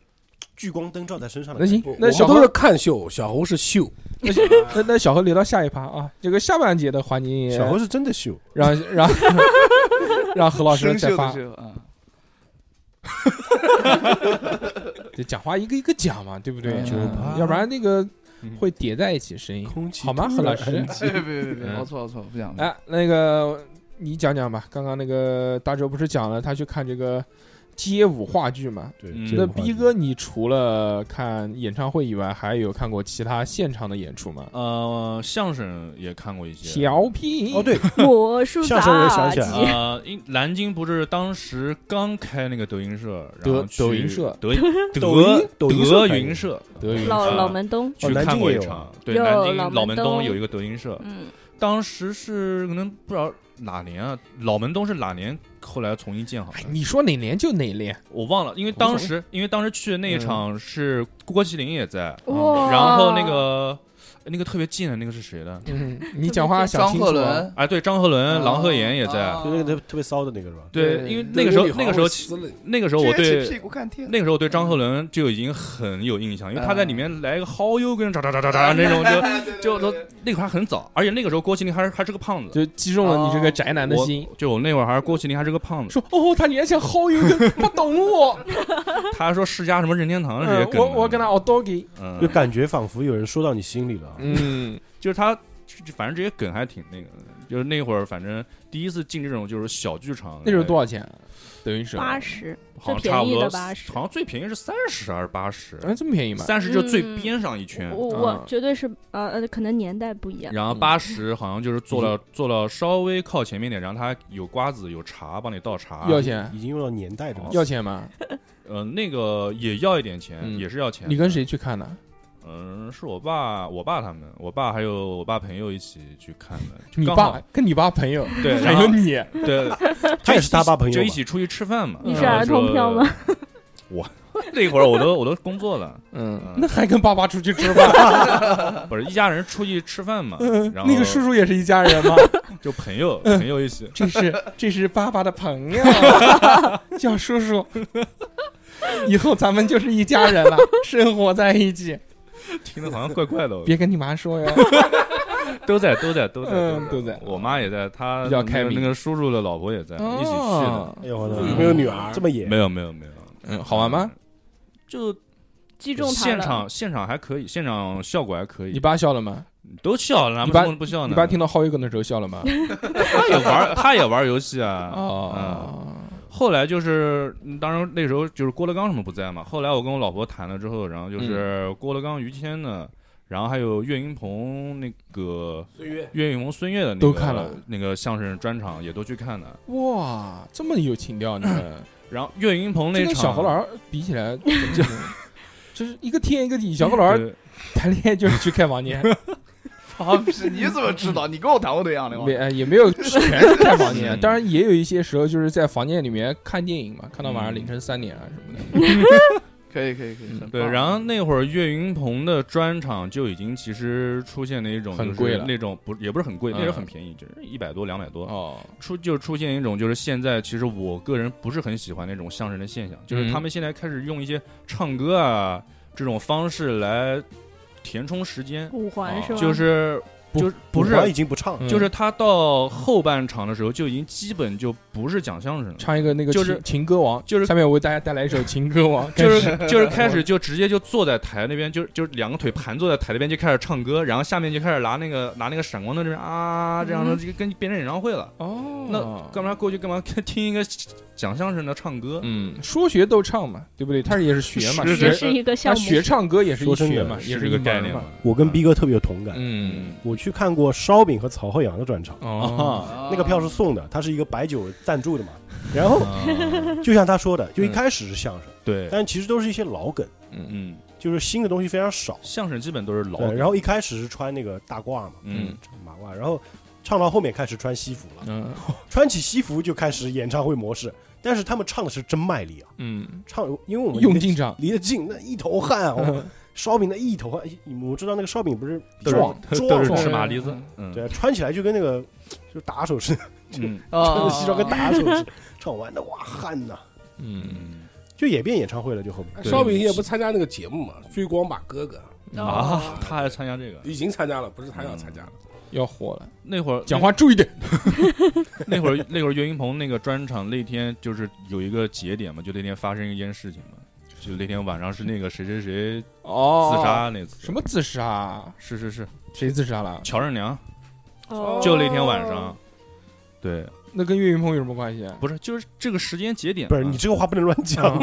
[SPEAKER 5] 聚光灯照在身上的
[SPEAKER 1] 那行
[SPEAKER 5] 感觉，
[SPEAKER 1] 那小
[SPEAKER 6] 我们
[SPEAKER 1] 何
[SPEAKER 6] 都是看秀，小侯是秀，
[SPEAKER 1] 那小那那小何留到下一趴啊，这个下半节的环节，
[SPEAKER 5] 小侯是真的秀，
[SPEAKER 1] 让让让何老师
[SPEAKER 2] 生
[SPEAKER 1] 再
[SPEAKER 2] 锈
[SPEAKER 1] 发
[SPEAKER 2] 的，时候啊，
[SPEAKER 1] 就讲话一个一个讲嘛，对不对？
[SPEAKER 2] 嗯
[SPEAKER 1] 要不然那个
[SPEAKER 4] 嗯
[SPEAKER 1] 会叠在一起声音。
[SPEAKER 5] 空气
[SPEAKER 1] 好吗
[SPEAKER 5] 突
[SPEAKER 1] 何老
[SPEAKER 5] 然
[SPEAKER 1] 师
[SPEAKER 5] 安
[SPEAKER 2] 别
[SPEAKER 5] 静
[SPEAKER 2] 别别别，
[SPEAKER 1] 嗯
[SPEAKER 2] 我错我错，不讲了。
[SPEAKER 1] 哎，那个你讲讲吧，刚刚那个大哲不是讲了他去看这个街舞话剧嘛？
[SPEAKER 5] 对
[SPEAKER 4] 嗯，
[SPEAKER 5] 这
[SPEAKER 1] 那
[SPEAKER 5] 个话
[SPEAKER 1] 逼
[SPEAKER 5] 题
[SPEAKER 1] 哥，你除了看演唱会以外，还有看过其他现场的演出吗？
[SPEAKER 4] 呃，相声也看过一些。
[SPEAKER 1] 小屁
[SPEAKER 5] 哦，对，
[SPEAKER 3] 魔术
[SPEAKER 5] 相声我也想
[SPEAKER 3] 杂
[SPEAKER 5] 起来了
[SPEAKER 3] 技，
[SPEAKER 4] 啊，因南京不是当时刚开那个德云社，然
[SPEAKER 1] 德
[SPEAKER 4] 后去
[SPEAKER 1] 抖音社
[SPEAKER 4] 德德
[SPEAKER 5] 抖音抖音社
[SPEAKER 4] 德
[SPEAKER 5] 开
[SPEAKER 4] 云
[SPEAKER 5] 的
[SPEAKER 4] 社
[SPEAKER 1] 德云
[SPEAKER 3] 老
[SPEAKER 4] 啊
[SPEAKER 3] 老门东，
[SPEAKER 4] 去
[SPEAKER 5] 哦南
[SPEAKER 4] 看
[SPEAKER 5] 京
[SPEAKER 4] 过
[SPEAKER 5] 也
[SPEAKER 4] 一
[SPEAKER 5] 有
[SPEAKER 4] 场
[SPEAKER 5] 啊，
[SPEAKER 4] 对，
[SPEAKER 3] 有
[SPEAKER 4] 南京
[SPEAKER 3] 老门
[SPEAKER 4] 老门
[SPEAKER 3] 东
[SPEAKER 4] 有一个德云社，
[SPEAKER 3] 嗯，
[SPEAKER 4] 当时是可能不知道哪年啊，老门东是哪年后来重新建好
[SPEAKER 1] 哎
[SPEAKER 4] 的，
[SPEAKER 1] 你说哪年就哪年，
[SPEAKER 4] 我忘了，因为当时因为当时去的那一场是郭麒麟也在，
[SPEAKER 3] 哇，
[SPEAKER 4] 嗯然后那个那个特别近的那个是谁的？
[SPEAKER 1] 嗯，你讲话想
[SPEAKER 2] 张
[SPEAKER 1] 清
[SPEAKER 2] 鹤
[SPEAKER 1] 楚啊。
[SPEAKER 2] 伦、
[SPEAKER 4] 哎，对，张鹤伦、
[SPEAKER 3] 哦
[SPEAKER 2] 啊
[SPEAKER 4] 郎鹤炎也在。
[SPEAKER 5] 就那个特特别骚的那个是吧？
[SPEAKER 4] 对，因为那个时候那个时候那个时候我对
[SPEAKER 2] 股看天
[SPEAKER 4] 那个时候对张
[SPEAKER 1] 嗯
[SPEAKER 4] 鹤伦就已经很有印象，因为他在里面来个好友跟喳喳喳喳
[SPEAKER 1] 嗯
[SPEAKER 4] 喳 那种，就就都那会儿还很早，而且那个时候郭麒麟还是还是个胖子，
[SPEAKER 1] 就击中了你这个宅男的
[SPEAKER 4] 我
[SPEAKER 1] 心，
[SPEAKER 4] 就我那会儿还是郭麒麟还是个胖子，
[SPEAKER 1] 说哦，他脸想薅一根，他懂我，
[SPEAKER 4] 他还说世家什么任天堂这些
[SPEAKER 1] 嗯
[SPEAKER 4] 梗呢，
[SPEAKER 1] 我我跟他熬 doggy，
[SPEAKER 4] 嗯
[SPEAKER 5] 就，感觉仿佛有人说到你心里了啊。
[SPEAKER 1] 嗯，
[SPEAKER 4] 就是他反正这些梗还挺那个的，就是那会儿反正第一次进这种就是小剧场，哎
[SPEAKER 1] 那时候多少钱啊？德云社
[SPEAKER 3] 八，十，
[SPEAKER 4] 好像
[SPEAKER 3] 最
[SPEAKER 4] 差
[SPEAKER 3] 便
[SPEAKER 4] 不
[SPEAKER 3] 宜
[SPEAKER 4] 多
[SPEAKER 3] 的80
[SPEAKER 4] 好像最便宜是三十还是八十，
[SPEAKER 1] 哎，这么便宜吗？
[SPEAKER 4] 三十就是最
[SPEAKER 3] 嗯
[SPEAKER 4] 边上一圈，
[SPEAKER 3] 我
[SPEAKER 1] 嗯
[SPEAKER 3] 我绝对是呃呃，可能年代不一样，嗯
[SPEAKER 4] 然后
[SPEAKER 1] 嗯
[SPEAKER 4] 八十好像就是坐到坐到稍微靠前面点，然后他有瓜子有茶帮你倒茶，
[SPEAKER 1] 要钱？
[SPEAKER 5] 已经用到年代
[SPEAKER 4] 哦
[SPEAKER 5] 这个词
[SPEAKER 1] 要钱吗？
[SPEAKER 4] 呃那个也要一点钱，
[SPEAKER 1] 嗯
[SPEAKER 4] 也是要钱。
[SPEAKER 1] 你跟谁？去看的？
[SPEAKER 4] 嗯，是我爸我爸他们，我爸还有我爸朋友一起去看的。就
[SPEAKER 1] 你
[SPEAKER 4] 刚好
[SPEAKER 1] 爸跟你爸朋友，
[SPEAKER 4] 对，
[SPEAKER 1] 还
[SPEAKER 4] 然
[SPEAKER 1] 有
[SPEAKER 4] 后
[SPEAKER 1] 你，
[SPEAKER 4] 对，
[SPEAKER 5] 他也是他爸朋友
[SPEAKER 4] 就
[SPEAKER 5] 嘛
[SPEAKER 4] 一，起出去吃饭嘛。
[SPEAKER 3] 你
[SPEAKER 1] 嗯
[SPEAKER 3] 是儿童票吗？？
[SPEAKER 4] 我那会儿我都我都工作 了，
[SPEAKER 1] 嗯
[SPEAKER 4] 嗯，
[SPEAKER 1] 那还跟爸爸出去 吃饭？
[SPEAKER 4] 不是一家人出去吃饭嘛。
[SPEAKER 1] 嗯
[SPEAKER 4] 然后
[SPEAKER 1] 那个叔叔也是一家人吗？
[SPEAKER 4] 就 朋友
[SPEAKER 1] 嗯
[SPEAKER 4] 朋友一起，
[SPEAKER 1] 这是这是爸爸的朋 友，叫叔叔。以后咱们就是一家人了，生活在一起。
[SPEAKER 4] 听着好像怪怪的。
[SPEAKER 1] 别跟你妈说哟。
[SPEAKER 4] 都在都在都在
[SPEAKER 1] 嗯都在
[SPEAKER 4] 我妈也在，她
[SPEAKER 1] 比较开明
[SPEAKER 4] 那个叔叔的老婆也在，一起去的。
[SPEAKER 1] 哦
[SPEAKER 5] 哎呦我的妈，
[SPEAKER 6] 有
[SPEAKER 4] 嗯
[SPEAKER 6] 没有女儿
[SPEAKER 5] 这么野？
[SPEAKER 4] 没有没有没有，
[SPEAKER 1] 嗯，好玩吗？？
[SPEAKER 4] 就
[SPEAKER 3] 击中他
[SPEAKER 4] 现
[SPEAKER 3] 了
[SPEAKER 4] 场现场还可以，现场效果还可以。
[SPEAKER 1] 你爸笑了吗？
[SPEAKER 4] 都笑了，
[SPEAKER 1] 你爸
[SPEAKER 4] 咱们怎么不笑呢？
[SPEAKER 1] 你爸听到浩宇梗的时候笑了 吗？
[SPEAKER 4] 他也 玩，他也玩游戏啊。嗯，
[SPEAKER 1] 哦，
[SPEAKER 4] 后来就是，嗯当然那时候就是郭德纲什么不在嘛。后来我跟我老婆谈了之后，然后
[SPEAKER 1] 嗯
[SPEAKER 4] 就是郭德纲、于谦呢，然后还有岳云鹏那个
[SPEAKER 6] 岁月
[SPEAKER 4] 岳云鹏、孙越的那个
[SPEAKER 1] 都看了
[SPEAKER 4] 那个相声专场，也都去看了。
[SPEAKER 1] 哇，这么有情调，你们
[SPEAKER 4] 然后岳云嗯鹏那
[SPEAKER 1] 这跟
[SPEAKER 4] 场
[SPEAKER 1] 小何老师比起来，就 就是一个天一个地。小何老师
[SPEAKER 4] 对
[SPEAKER 1] 谈恋爱就是去开房 间，
[SPEAKER 2] 放屁！你怎么知道？你跟我谈过对象的吗
[SPEAKER 4] 啊
[SPEAKER 1] 没？呃也没有全是开房间，
[SPEAKER 4] 嗯
[SPEAKER 1] 当然也有一些时候就是在房间里面看电影嘛，看到晚上凌晨三点啊什么的。
[SPEAKER 2] 可以可以可以，很
[SPEAKER 3] 啊
[SPEAKER 4] 对，
[SPEAKER 2] 棒
[SPEAKER 4] 然后那会儿岳云鹏的专场就已经其实出现了一种
[SPEAKER 1] 很
[SPEAKER 4] 就是
[SPEAKER 1] 贵了
[SPEAKER 4] 那种不也不是很贵，
[SPEAKER 1] 嗯
[SPEAKER 4] 那时候很便宜，就是一百多两百多，
[SPEAKER 1] 哦，
[SPEAKER 4] 出就出现一种就是现在其实我个人不是很喜欢那种相声的现象，就是
[SPEAKER 1] 嗯
[SPEAKER 4] 他们现在开始用一些唱歌啊这种方式来填充时间，
[SPEAKER 3] 五环是吗？
[SPEAKER 4] 就是
[SPEAKER 1] 不
[SPEAKER 4] 就是不
[SPEAKER 5] 我好像已
[SPEAKER 4] 是。
[SPEAKER 5] 经不唱
[SPEAKER 1] 嗯
[SPEAKER 5] 了，
[SPEAKER 4] 就是他到后半场的时候，就已经基本就不是讲相声了，
[SPEAKER 1] 唱一个那个
[SPEAKER 4] 就
[SPEAKER 1] 情
[SPEAKER 4] 是
[SPEAKER 1] 情歌王，
[SPEAKER 4] 就是
[SPEAKER 1] 下面我为大家带来一首情歌王，
[SPEAKER 4] 就是就是开始就直接就坐在台那边，就是就是两个腿盘坐在台那边就开始唱歌，然后下面就开始拿那个拿那个闪光灯这边啊这样
[SPEAKER 1] 嗯
[SPEAKER 4] 的，就跟变成演唱会了。
[SPEAKER 1] 哦，
[SPEAKER 4] 那干嘛过去干嘛听一个讲相声的唱歌？
[SPEAKER 1] 嗯，说学逗唱嘛，对不对？他也是学嘛，
[SPEAKER 4] 是
[SPEAKER 3] 也
[SPEAKER 1] 学
[SPEAKER 3] 是一个
[SPEAKER 1] 他
[SPEAKER 3] 项目，
[SPEAKER 1] 学唱歌也是一
[SPEAKER 5] 说真
[SPEAKER 1] 学
[SPEAKER 5] 的
[SPEAKER 1] 嘛，也
[SPEAKER 4] 是这
[SPEAKER 1] 一
[SPEAKER 4] 个
[SPEAKER 1] 门
[SPEAKER 4] 概念
[SPEAKER 1] 嘛
[SPEAKER 4] 嘛。。
[SPEAKER 5] 我跟逼哥特别有同感。
[SPEAKER 1] 嗯，
[SPEAKER 5] 我去看过烧饼和曹鹤阳的专场，
[SPEAKER 1] 哦，
[SPEAKER 2] 啊
[SPEAKER 5] 那个票是送的，它是一个白酒赞助的嘛。然后
[SPEAKER 4] 啊
[SPEAKER 5] 就像他说的，就一开始是相声，
[SPEAKER 4] 对，
[SPEAKER 5] 但其实都是一些老梗，
[SPEAKER 1] 嗯
[SPEAKER 4] 嗯，
[SPEAKER 5] 就是新的东西非常少。
[SPEAKER 4] 相声基本都是老
[SPEAKER 5] 对，，然后一开始是穿那个大褂嘛，
[SPEAKER 4] 嗯，
[SPEAKER 5] 马褂，然后唱到后面开始穿西服了，
[SPEAKER 1] 嗯
[SPEAKER 5] 穿起西服就开始演唱会模式。但是他们唱的是真卖力啊，
[SPEAKER 1] 嗯，
[SPEAKER 5] 唱因为我们离
[SPEAKER 1] 用
[SPEAKER 5] 得
[SPEAKER 1] 劲唱，
[SPEAKER 5] 离得近，那一头汗啊，我烧饼那一头汗。我知道那个烧饼不是
[SPEAKER 4] 都是
[SPEAKER 5] 壮
[SPEAKER 4] 都
[SPEAKER 5] 壮
[SPEAKER 4] 是
[SPEAKER 5] 壮
[SPEAKER 4] 吃
[SPEAKER 5] 的，
[SPEAKER 4] 马蹄子，嗯，
[SPEAKER 5] 对，穿起来就跟那个就打手似的，
[SPEAKER 4] 嗯
[SPEAKER 5] 穿
[SPEAKER 2] 啊
[SPEAKER 5] 着 西装跟打手似的，唱完的哇汗呐，
[SPEAKER 1] 嗯，
[SPEAKER 4] 嗯
[SPEAKER 5] 就也变演唱会了，就后面。
[SPEAKER 4] 对
[SPEAKER 6] 烧饼也不参加那个节目嘛，《追光吧哥哥
[SPEAKER 3] 哦
[SPEAKER 4] 啊，他还参加这个》
[SPEAKER 6] 已经参加了，不是他要参加了。
[SPEAKER 1] 要火了，
[SPEAKER 4] 那会儿
[SPEAKER 1] 讲话注意点。
[SPEAKER 4] 那会儿那会儿岳云鹏那个专场那天就是有一个节点嘛，就那天发生一件事情嘛，就那天晚上是那个谁谁谁
[SPEAKER 1] 哦，
[SPEAKER 4] 自杀那次，
[SPEAKER 1] 什么自杀啊？
[SPEAKER 4] 是是是，
[SPEAKER 1] 谁自杀了？
[SPEAKER 4] 乔任梁，
[SPEAKER 3] 哦
[SPEAKER 4] 就那天晚上，对，
[SPEAKER 1] 那跟岳云鹏有什么关系啊？
[SPEAKER 4] 不是就是这个时间节点嘛，嗯
[SPEAKER 5] 不是你这个话不能乱讲，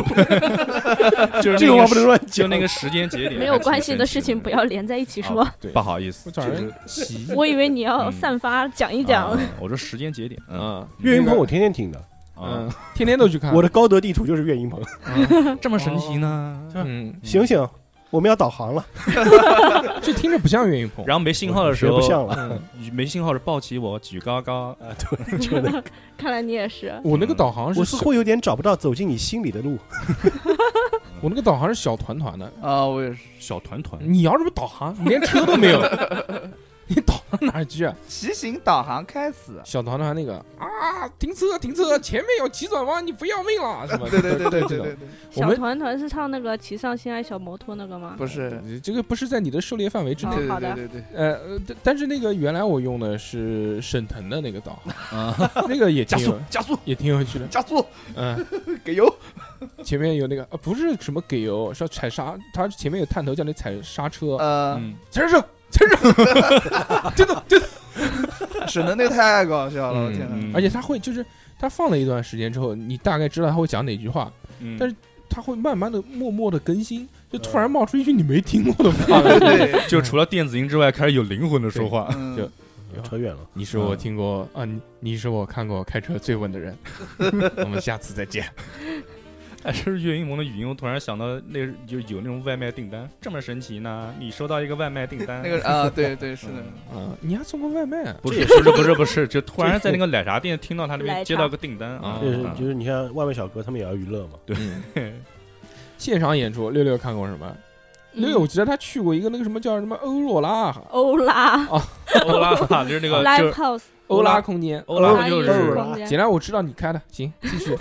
[SPEAKER 4] 就是
[SPEAKER 5] 这
[SPEAKER 4] 那
[SPEAKER 5] 个
[SPEAKER 4] 个
[SPEAKER 5] 话不能
[SPEAKER 4] 时
[SPEAKER 5] 乱
[SPEAKER 4] 就
[SPEAKER 5] 讲。
[SPEAKER 4] 那个时间节点，啊
[SPEAKER 3] 没有关系的事情不要连在一起说。
[SPEAKER 1] 对
[SPEAKER 4] 不好意思
[SPEAKER 1] 我，找
[SPEAKER 4] 就是
[SPEAKER 1] 人洗
[SPEAKER 3] 我以为你要
[SPEAKER 4] 嗯
[SPEAKER 3] 散发讲一讲
[SPEAKER 4] 啊，我说时间节点，嗯
[SPEAKER 1] 啊，
[SPEAKER 5] 岳云鹏我天天听的，
[SPEAKER 1] 嗯
[SPEAKER 4] 啊，，
[SPEAKER 1] 天天都去看
[SPEAKER 5] 我的高德地图就是岳云鹏。
[SPEAKER 4] 这
[SPEAKER 2] 啊
[SPEAKER 4] 么神奇呢？
[SPEAKER 1] 嗯，
[SPEAKER 5] 醒醒，我们要导航了，
[SPEAKER 1] 这听着不像岳云鹏。
[SPEAKER 4] 然后没信号的时候
[SPEAKER 5] 学不，像了。
[SPEAKER 1] 嗯
[SPEAKER 4] 没信号是抱起我举高高，
[SPEAKER 5] 啊，对，真的，
[SPEAKER 3] 看来你也是。
[SPEAKER 1] 我那个导航
[SPEAKER 5] 我
[SPEAKER 1] 是
[SPEAKER 5] 似
[SPEAKER 1] 小，
[SPEAKER 5] 乎有点找不到走进你心里的路。
[SPEAKER 1] 我那个导航是小团团的。
[SPEAKER 2] 啊，我也是
[SPEAKER 4] 小团团，
[SPEAKER 1] 你要什么导航？你连车都没有，你导航哪儿去啊？
[SPEAKER 2] 骑行导航开始。
[SPEAKER 1] 小团团那个啊，停车停车，前面有急转弯，你不要命了，什么？
[SPEAKER 2] 对对对对
[SPEAKER 1] 都
[SPEAKER 2] 对
[SPEAKER 1] 这种
[SPEAKER 2] 对对，
[SPEAKER 1] 我
[SPEAKER 3] 小
[SPEAKER 1] 们
[SPEAKER 3] 团团是唱那个骑上心爱小摩托那个吗？
[SPEAKER 2] 不是，啊
[SPEAKER 1] 你这个不是在你的狩猎范围之内。
[SPEAKER 2] 对
[SPEAKER 3] 好
[SPEAKER 2] 对
[SPEAKER 3] 的
[SPEAKER 2] 对对对，
[SPEAKER 1] 呃，呃但但是那个原来我用的是沈腾的那个导航，那个也挺有
[SPEAKER 2] 加速
[SPEAKER 1] 也挺有趣的。
[SPEAKER 2] 加速，
[SPEAKER 1] 嗯，
[SPEAKER 2] 给油！
[SPEAKER 1] 前面有那个啊，不是什么给油，是要踩刹，它前面有探头叫你踩刹车，
[SPEAKER 2] 呃，
[SPEAKER 4] 嗯，
[SPEAKER 1] 踩刹车，踩刹车，真的真的。
[SPEAKER 2] 沈腾那个太搞笑了，我天
[SPEAKER 4] 嗯
[SPEAKER 2] 哪！
[SPEAKER 1] 而且他会就是他放了一段时间之后，你大概知道他会讲哪句话，
[SPEAKER 4] 嗯
[SPEAKER 1] 但是他会慢慢的默默的更新，就突然冒出一句你没听过的话来。
[SPEAKER 2] 对，
[SPEAKER 4] 就除了电子音之外，开始有灵魂的说话。
[SPEAKER 2] 嗯
[SPEAKER 1] 就
[SPEAKER 5] 扯远了，
[SPEAKER 1] 你是我听过啊，你你是我看过开车最稳的人。我们下次再见。
[SPEAKER 4] 哎，这是岳云鹏的语音，我突然想到那就有那种外卖订单，这么神奇呢？你收到一个外卖订单，
[SPEAKER 2] 那个啊，对对是的，
[SPEAKER 1] 啊，你还送过外卖啊？
[SPEAKER 4] 不是不是不是不是，就突然在那个奶茶店听到他那边
[SPEAKER 3] 奶茶
[SPEAKER 4] 接到个订单啊，
[SPEAKER 5] 就是
[SPEAKER 4] 啊
[SPEAKER 5] 就是，你看外卖小哥他们也要娱乐嘛。
[SPEAKER 4] 对，
[SPEAKER 1] 现场演出，六六看过什么？六六，我记得他去过一个那个什么叫什么欧若拉，
[SPEAKER 3] 欧拉
[SPEAKER 4] 欧拉就是那个呃就
[SPEAKER 3] Live
[SPEAKER 4] 是
[SPEAKER 3] House
[SPEAKER 1] 欧拉空间，
[SPEAKER 4] 欧拉
[SPEAKER 3] 拉
[SPEAKER 4] 就
[SPEAKER 3] 艺术
[SPEAKER 4] 是
[SPEAKER 3] 空间
[SPEAKER 1] 简。单，我知道你开的，行，继续。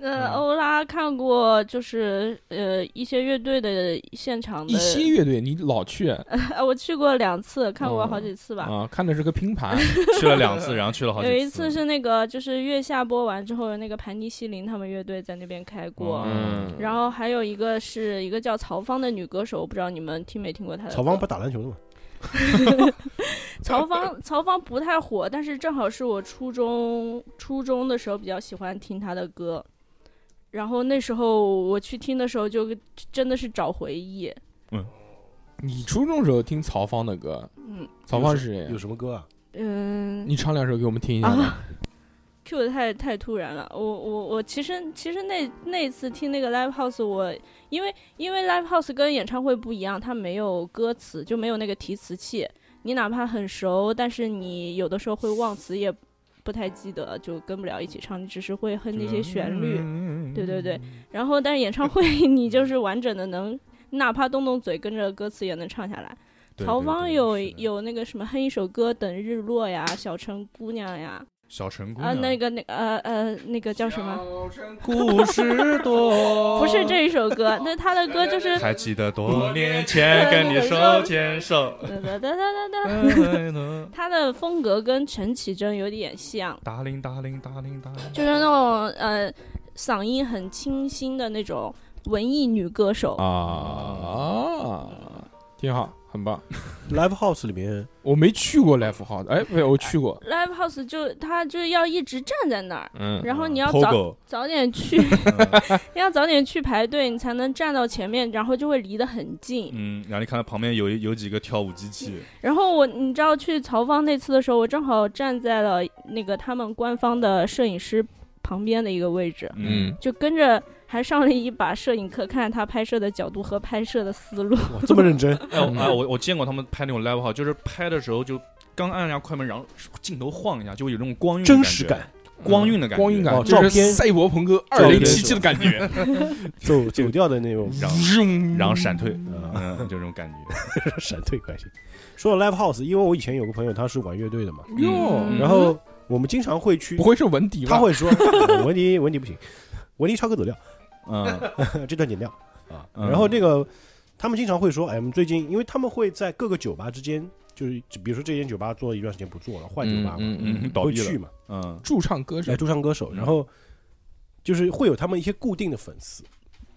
[SPEAKER 3] 呃，欧拉看过就是呃一些乐队的现场的
[SPEAKER 1] 一，些乐队你老去
[SPEAKER 3] 呃 我去过两次，看过好几次吧。
[SPEAKER 1] 啊，看的是个拼盘，
[SPEAKER 4] 去了两次，然后去了好几
[SPEAKER 3] 有一次是那个，就是月下播完之后，那个盘尼西林他们乐队在那边开过，
[SPEAKER 1] 嗯，
[SPEAKER 3] 然后还有一个是一个叫曹芳的女歌手，我不知道你们听没听过她的歌。
[SPEAKER 5] 曹芳不打篮球的嘛？
[SPEAKER 3] 曹芳，曹芳不太火，但是正好是我初中初中的时候比较喜欢听她的歌，然后那时候我去听的时候就真的是找回忆，
[SPEAKER 1] 你初中时候听曹芳的歌，
[SPEAKER 3] 嗯
[SPEAKER 1] 曹芳是谁
[SPEAKER 5] 有？什么歌啊？
[SPEAKER 3] 嗯，
[SPEAKER 1] 你唱两首给我们听一下吧。
[SPEAKER 3] 啊 Q 的太太突然了，我我我其实其实那那次听那个 live house，我因为因为 live house 跟演唱会不一样，它没有歌词，就没有那个提词器。你哪怕很熟，但是你有的时候会忘词，也不太记得，就跟不了一起唱，你只是会哼那些旋
[SPEAKER 4] 嗯
[SPEAKER 3] 律。对对对，然后但是演唱 会你就是完整的能，哪怕动动嘴跟着歌词也能唱下来。
[SPEAKER 4] 对
[SPEAKER 3] 曹
[SPEAKER 4] 对
[SPEAKER 3] 芳
[SPEAKER 4] 对
[SPEAKER 3] 有
[SPEAKER 4] 是的
[SPEAKER 3] 有那个什么哼一首歌等日落呀，小城姑娘呀，
[SPEAKER 4] 小城姑
[SPEAKER 3] 啊，
[SPEAKER 4] 娘
[SPEAKER 3] 那个那个呃呃，那个叫什么？
[SPEAKER 4] 故事 多，
[SPEAKER 3] 不是这一首歌，那他的 歌就是
[SPEAKER 4] 还记得多年前跟你手 牵手，嗯
[SPEAKER 3] 哒哒哒哒哒哒，他的风格跟陈绮贞有点像，
[SPEAKER 4] 达令达令达令达令，
[SPEAKER 3] 就是那种呃嗓音很清新的那种文艺女歌手。
[SPEAKER 1] 啊，挺好，很棒。
[SPEAKER 5] Live House 里面
[SPEAKER 1] 我没去过 l i f e House，哎，没，我去过。
[SPEAKER 3] Live House 就他就要一直站在那儿，
[SPEAKER 1] 嗯，
[SPEAKER 3] 然后你要早
[SPEAKER 4] ，Pogo，
[SPEAKER 3] 早点去，
[SPEAKER 4] 嗯
[SPEAKER 3] 要早点去排队，你才能站到前面，然后就会离得很近。
[SPEAKER 4] 嗯，然后你看到旁边有有几个跳舞机器，
[SPEAKER 3] 然后我，你知道去曹芳那次的时候，我正好站在了那个他们官方的摄影师旁边的一个位置，
[SPEAKER 1] 嗯，
[SPEAKER 3] 就跟着还上了一把摄影课，看他拍摄的角度和拍摄的思路。
[SPEAKER 5] 哇这么认真，
[SPEAKER 4] 哎我哎我我见过他们拍那种 live 哈，就是拍的时候就刚按下快门，然后镜头晃一下，就会有那种光晕的
[SPEAKER 5] 真
[SPEAKER 4] 觉
[SPEAKER 5] 实感，
[SPEAKER 1] 嗯
[SPEAKER 4] 光晕的感觉，
[SPEAKER 1] 光晕感
[SPEAKER 5] 哦，
[SPEAKER 1] 就是
[SPEAKER 5] 照片
[SPEAKER 1] 赛博朋克二
[SPEAKER 5] 照
[SPEAKER 1] 零
[SPEAKER 5] 片
[SPEAKER 1] 七七的感 觉。
[SPEAKER 5] 走走掉的那种
[SPEAKER 4] 然后然后闪退，
[SPEAKER 5] 啊，
[SPEAKER 4] 嗯，就这种感觉，
[SPEAKER 5] 闪退关系。说到 Live House，因为我以前有个朋友他是玩乐队的嘛，
[SPEAKER 1] 哟，
[SPEAKER 3] 嗯
[SPEAKER 5] 然后我们经常会去
[SPEAKER 1] 不，会是文迪吧？
[SPEAKER 5] 他会说文迪文迪不行，文迪超哥走掉，
[SPEAKER 4] 嗯，
[SPEAKER 5] 这段剪掉啊。
[SPEAKER 4] 嗯
[SPEAKER 5] 然后那个他们经常会说，哎，我们最近因为他们会在各个酒吧之间，就是比如说这间酒吧做一段时间不做了，换酒吧嘛，
[SPEAKER 1] 嗯嗯
[SPEAKER 4] 嗯
[SPEAKER 1] 嗯，
[SPEAKER 4] 倒
[SPEAKER 5] 会
[SPEAKER 4] 闭
[SPEAKER 5] 去
[SPEAKER 4] 了，
[SPEAKER 5] 嘛，
[SPEAKER 4] 嗯
[SPEAKER 1] 驻唱歌手
[SPEAKER 5] 来驻唱歌手，
[SPEAKER 4] 嗯
[SPEAKER 5] 然后就是会有他们一些固定的粉丝，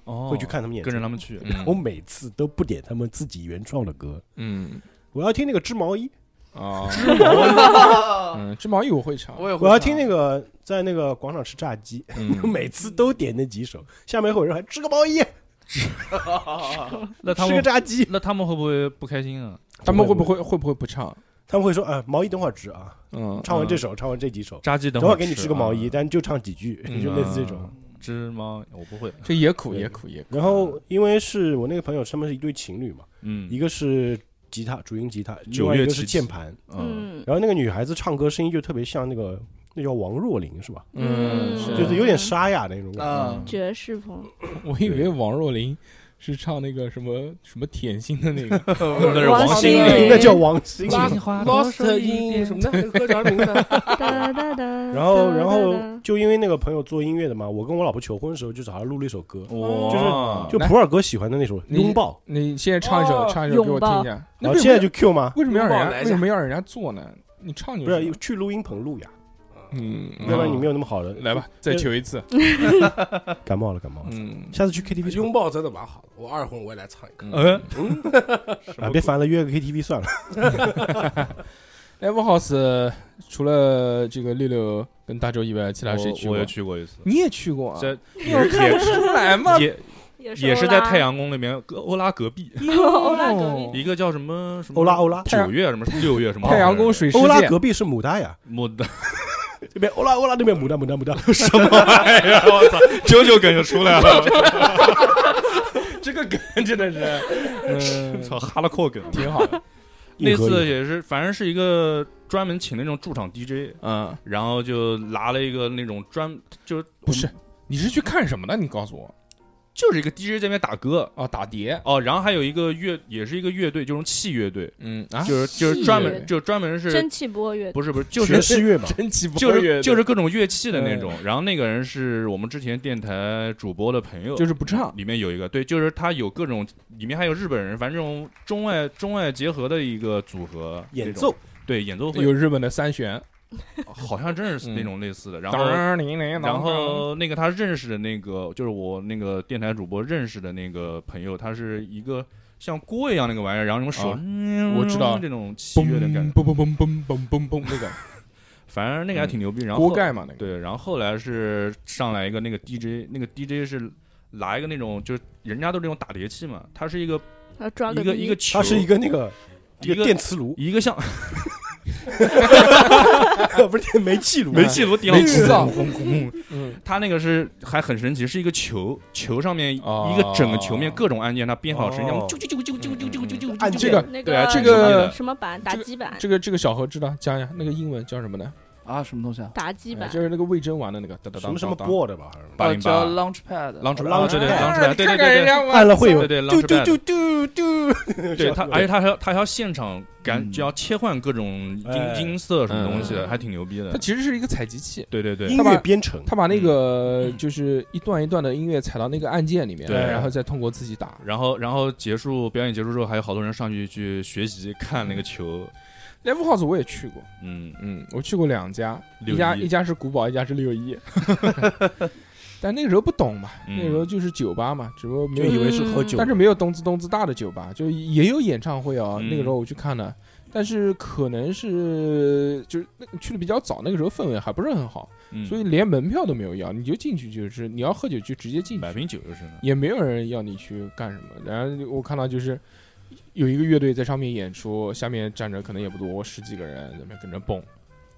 [SPEAKER 4] 哦，
[SPEAKER 5] 会去，看他们演出，
[SPEAKER 4] 跟着他们去，
[SPEAKER 5] 我每次都不点他们自己原创的歌，
[SPEAKER 1] 嗯
[SPEAKER 5] 我要听那个织 毛衣，
[SPEAKER 1] 啊，
[SPEAKER 2] 我
[SPEAKER 1] 嗯，织毛衣我会唱，
[SPEAKER 2] 也会
[SPEAKER 5] 我要听那
[SPEAKER 2] 个，
[SPEAKER 5] 个在那个广场吃炸鸡，
[SPEAKER 1] 嗯
[SPEAKER 5] 每次都点那几首，下面会有人喊织个毛衣，
[SPEAKER 4] 那他
[SPEAKER 5] 吃个
[SPEAKER 4] 们
[SPEAKER 5] 炸鸡，
[SPEAKER 4] 那他们会不会不开心啊？
[SPEAKER 1] 他们会不会会不会不唱？
[SPEAKER 5] 他们会说啊、毛衣等会儿织啊，
[SPEAKER 1] 嗯，
[SPEAKER 5] 唱完这首，唱完这几首，
[SPEAKER 4] 扎鸡等
[SPEAKER 5] 等会儿
[SPEAKER 4] 儿
[SPEAKER 5] 给你织
[SPEAKER 4] 吃
[SPEAKER 5] 个毛衣，
[SPEAKER 4] 啊，
[SPEAKER 5] 但就唱几句，
[SPEAKER 1] 嗯
[SPEAKER 5] 就类似这种。
[SPEAKER 4] 嗯织毛，我不会，
[SPEAKER 1] 这也苦
[SPEAKER 5] 对
[SPEAKER 1] 也苦也苦。
[SPEAKER 5] 然后因为是我那个朋友，他们是一对情侣嘛，一
[SPEAKER 4] 嗯
[SPEAKER 5] 个是吉他主音吉他，另
[SPEAKER 4] 九
[SPEAKER 5] 外
[SPEAKER 4] 月
[SPEAKER 5] 一个是
[SPEAKER 4] 七
[SPEAKER 5] 键
[SPEAKER 4] 七
[SPEAKER 5] 盘。
[SPEAKER 4] 嗯，
[SPEAKER 3] 嗯，
[SPEAKER 5] 然后那个女孩子唱歌声音就特别像那个那叫王若琳是吧？
[SPEAKER 1] 嗯，
[SPEAKER 3] 嗯
[SPEAKER 5] 就是有点沙哑那种感觉。
[SPEAKER 2] 啊，
[SPEAKER 3] 爵士风，
[SPEAKER 1] 我以为王若琳是唱那个什么什么甜心的那个，
[SPEAKER 4] 嗯那是
[SPEAKER 3] 王
[SPEAKER 4] 王
[SPEAKER 3] 心
[SPEAKER 4] 心
[SPEAKER 3] 凌
[SPEAKER 4] 凌，
[SPEAKER 5] 那叫王心凌。
[SPEAKER 6] Lost in 什么的，歌叫什么名字？
[SPEAKER 3] 哒哒 哒。
[SPEAKER 5] 然后，
[SPEAKER 3] 哒
[SPEAKER 5] 然后
[SPEAKER 3] 哒哒
[SPEAKER 5] 就因为那个朋友做音乐的嘛，我跟我老婆求婚的时候就找他录了一首歌，
[SPEAKER 4] 哇，
[SPEAKER 5] 就普尔哥喜欢的那首《
[SPEAKER 1] 哦你
[SPEAKER 5] 拥抱
[SPEAKER 1] 你现在唱一首，
[SPEAKER 6] 哦
[SPEAKER 1] 唱一首给我
[SPEAKER 3] 拥抱
[SPEAKER 1] 听一下。》。那
[SPEAKER 5] 然后
[SPEAKER 1] 为什
[SPEAKER 5] 现在
[SPEAKER 1] 么
[SPEAKER 5] 就 Q 吗？
[SPEAKER 1] 为什么要
[SPEAKER 6] 拥
[SPEAKER 1] 人
[SPEAKER 6] 抱
[SPEAKER 1] 家
[SPEAKER 6] 来一
[SPEAKER 1] 为
[SPEAKER 6] 下
[SPEAKER 1] 什么要人家做呢？你唱就
[SPEAKER 5] 不
[SPEAKER 1] 行
[SPEAKER 5] 是。啊去录音棚录呀，
[SPEAKER 1] 嗯，
[SPEAKER 5] 要不然你没有那么好的。
[SPEAKER 1] 来吧，再求一次。
[SPEAKER 5] 感冒了，感冒了。
[SPEAKER 1] 嗯，
[SPEAKER 5] 下次去 KTV 唱
[SPEAKER 6] 拥抱真的蛮好的，我二婚我也来唱一个。
[SPEAKER 4] 嗯，
[SPEAKER 5] 啊，别烦了，约个 KTV 算了。
[SPEAKER 1] Live House 哎除了这个六六跟大周以外，其他谁去
[SPEAKER 4] 我
[SPEAKER 1] 过
[SPEAKER 4] 也？去过一次，
[SPEAKER 1] 你也去过啊？
[SPEAKER 4] 在
[SPEAKER 1] 你有看不出来吗？
[SPEAKER 4] 也
[SPEAKER 3] 也
[SPEAKER 4] 也是在太
[SPEAKER 3] 阳，
[SPEAKER 4] 阳宫那边，隔欧拉隔壁，
[SPEAKER 3] 欧拉隔壁
[SPEAKER 4] 一个叫什么什么
[SPEAKER 5] 欧拉欧拉，
[SPEAKER 1] 太阳
[SPEAKER 4] 九月什么六月什么
[SPEAKER 1] 太阳宫水世
[SPEAKER 5] 欧拉
[SPEAKER 1] 界，
[SPEAKER 5] 隔壁是牡丹呀，
[SPEAKER 4] 我的
[SPEAKER 5] 这边欧拉欧拉那边牡丹牡丹牡丹。
[SPEAKER 4] 什么玩意儿？啊我操，九九梗就出来了，
[SPEAKER 1] 这个梗真的是，嗯，
[SPEAKER 4] 操，哈拉阔梗。
[SPEAKER 1] 挺好的。
[SPEAKER 4] 那
[SPEAKER 5] 硬核
[SPEAKER 4] 次也是，反正是一个专门请那种驻场 DJ，
[SPEAKER 1] 嗯，
[SPEAKER 4] 然后就拿了一个那种专，就是
[SPEAKER 1] 不是，你是去看什么的？你告诉我。
[SPEAKER 4] 就是一个 DJ 在那边打歌
[SPEAKER 1] 哦，打碟。
[SPEAKER 4] 哦，然后还有一个乐，也是一个乐队，就是器乐队，
[SPEAKER 1] 嗯啊，
[SPEAKER 4] 就是就是
[SPEAKER 1] 器
[SPEAKER 4] 专
[SPEAKER 1] 乐队
[SPEAKER 4] 门就专门是
[SPEAKER 3] 蒸汽波乐队，
[SPEAKER 4] 不是不是就
[SPEAKER 5] 爵士
[SPEAKER 4] 是
[SPEAKER 5] 乐嘛，
[SPEAKER 1] 真气不
[SPEAKER 4] 就是就是各种乐器的那种。然后那个人是我们之前电台主播的朋友，
[SPEAKER 1] 就是不唱。
[SPEAKER 4] 里面有一个对，就是他有各种，里面还有日本人，反正这种中外中外结合的一个组合
[SPEAKER 5] 演
[SPEAKER 4] 这种
[SPEAKER 5] 奏
[SPEAKER 4] 对演奏
[SPEAKER 1] 有
[SPEAKER 4] 会，
[SPEAKER 1] 日本的三弦，
[SPEAKER 4] 好像真是那种类似的。然后
[SPEAKER 1] 当铃铃
[SPEAKER 4] 然后那个他认识的那个，就是我那个电台主播认识的那个朋友，他是一个像锅一样那个玩意儿，然后用手，
[SPEAKER 1] 啊我知道
[SPEAKER 4] 这种器
[SPEAKER 1] 嘣
[SPEAKER 4] 乐的感觉，
[SPEAKER 1] 嘣嘣嘣嘣嘣嘣嘣，那个
[SPEAKER 4] 反正那个还挺牛逼。然
[SPEAKER 1] 嗯
[SPEAKER 4] 后
[SPEAKER 1] 锅盖嘛，那个
[SPEAKER 4] 对，然后后来是上来一个那个 DJ，那个 DJ 是拿一个那种就是人家都是那种打碟器嘛，他是一个
[SPEAKER 3] 要抓
[SPEAKER 4] 一个一个球，
[SPEAKER 5] 它是一个那个一
[SPEAKER 4] 一
[SPEAKER 5] 个
[SPEAKER 4] 个
[SPEAKER 5] 电磁炉，
[SPEAKER 4] 一个像
[SPEAKER 5] 不是电煤气炉，
[SPEAKER 4] 煤气炉顶上
[SPEAKER 1] 煤气灶
[SPEAKER 4] 轰轰轰
[SPEAKER 1] 嗯
[SPEAKER 4] 他那个是还很神奇，是一个球，球上面一
[SPEAKER 1] 哦
[SPEAKER 4] 个整个球面各种按键，它编好时间，
[SPEAKER 5] 哦
[SPEAKER 4] 啾啾啾啾啾啾啾啾啾，
[SPEAKER 5] 按
[SPEAKER 1] 这
[SPEAKER 5] 键
[SPEAKER 1] 个
[SPEAKER 3] 嗯那
[SPEAKER 4] 对啊
[SPEAKER 3] 个
[SPEAKER 1] 这个
[SPEAKER 3] 什么版打击版
[SPEAKER 1] 这个这个小何知道，讲一下那个英文叫什么呢？
[SPEAKER 2] 啊，什么东西啊？
[SPEAKER 3] 打击
[SPEAKER 1] 哎
[SPEAKER 3] 版，
[SPEAKER 1] 就是那个魏征玩的那个，哒哒哒
[SPEAKER 5] 什么什么
[SPEAKER 1] 哒哒
[SPEAKER 5] board 吧，好像是
[SPEAKER 4] 八
[SPEAKER 2] 哦
[SPEAKER 4] 零八
[SPEAKER 2] 叫 Launchpad。
[SPEAKER 4] ，launch
[SPEAKER 5] Launchpad
[SPEAKER 4] 对对
[SPEAKER 5] 哎
[SPEAKER 4] launch 对对对对
[SPEAKER 1] 家玩
[SPEAKER 5] 按了会有
[SPEAKER 4] 对对
[SPEAKER 5] 嘟
[SPEAKER 4] launch
[SPEAKER 5] 嘟
[SPEAKER 4] pad
[SPEAKER 5] 嘟嘟嘟，
[SPEAKER 4] 对他，而且他还要他还要现场感
[SPEAKER 2] 嗯
[SPEAKER 4] 就要切换各种音
[SPEAKER 5] 哎
[SPEAKER 4] 音色什么东西的，
[SPEAKER 3] 嗯
[SPEAKER 4] 还挺牛逼的
[SPEAKER 1] 它。其实是一个采集器，
[SPEAKER 4] 对对对
[SPEAKER 5] 音乐编程，
[SPEAKER 1] 他把那个就是一段一段的音乐采到那个按键里面，
[SPEAKER 4] 对
[SPEAKER 1] 然后再通过自己打。
[SPEAKER 4] 然后，然后结束表演结束之后，还有好多人上去去学习看那个球，
[SPEAKER 1] Live House 我也去过，
[SPEAKER 4] 嗯，
[SPEAKER 1] 嗯，我去过两家，
[SPEAKER 4] 六
[SPEAKER 1] 一家
[SPEAKER 4] 一
[SPEAKER 1] 一家是古堡，一家是六一。但那个时候不懂嘛，
[SPEAKER 4] 嗯
[SPEAKER 1] 那个时候就是酒吧嘛，只不过没
[SPEAKER 5] 就
[SPEAKER 1] 有
[SPEAKER 5] 以为是喝
[SPEAKER 3] 嗯
[SPEAKER 5] 酒
[SPEAKER 1] 但，是没有东子东子大的酒吧，就也有演唱会啊。
[SPEAKER 4] 嗯
[SPEAKER 1] 那个时候我去看的，但是可能是就是那去的比较早，那个时候氛围还不是很好，
[SPEAKER 4] 嗯
[SPEAKER 1] 所以连门票都没有要，你就进去就是你要喝酒就直接进
[SPEAKER 4] 买
[SPEAKER 1] 去，
[SPEAKER 4] 瓶酒就是了。
[SPEAKER 1] 也没有人要你去干什么。然后我看到就是有一个乐队在上面演出，下面站着可能也不多，十几个人在那边跟着蹦，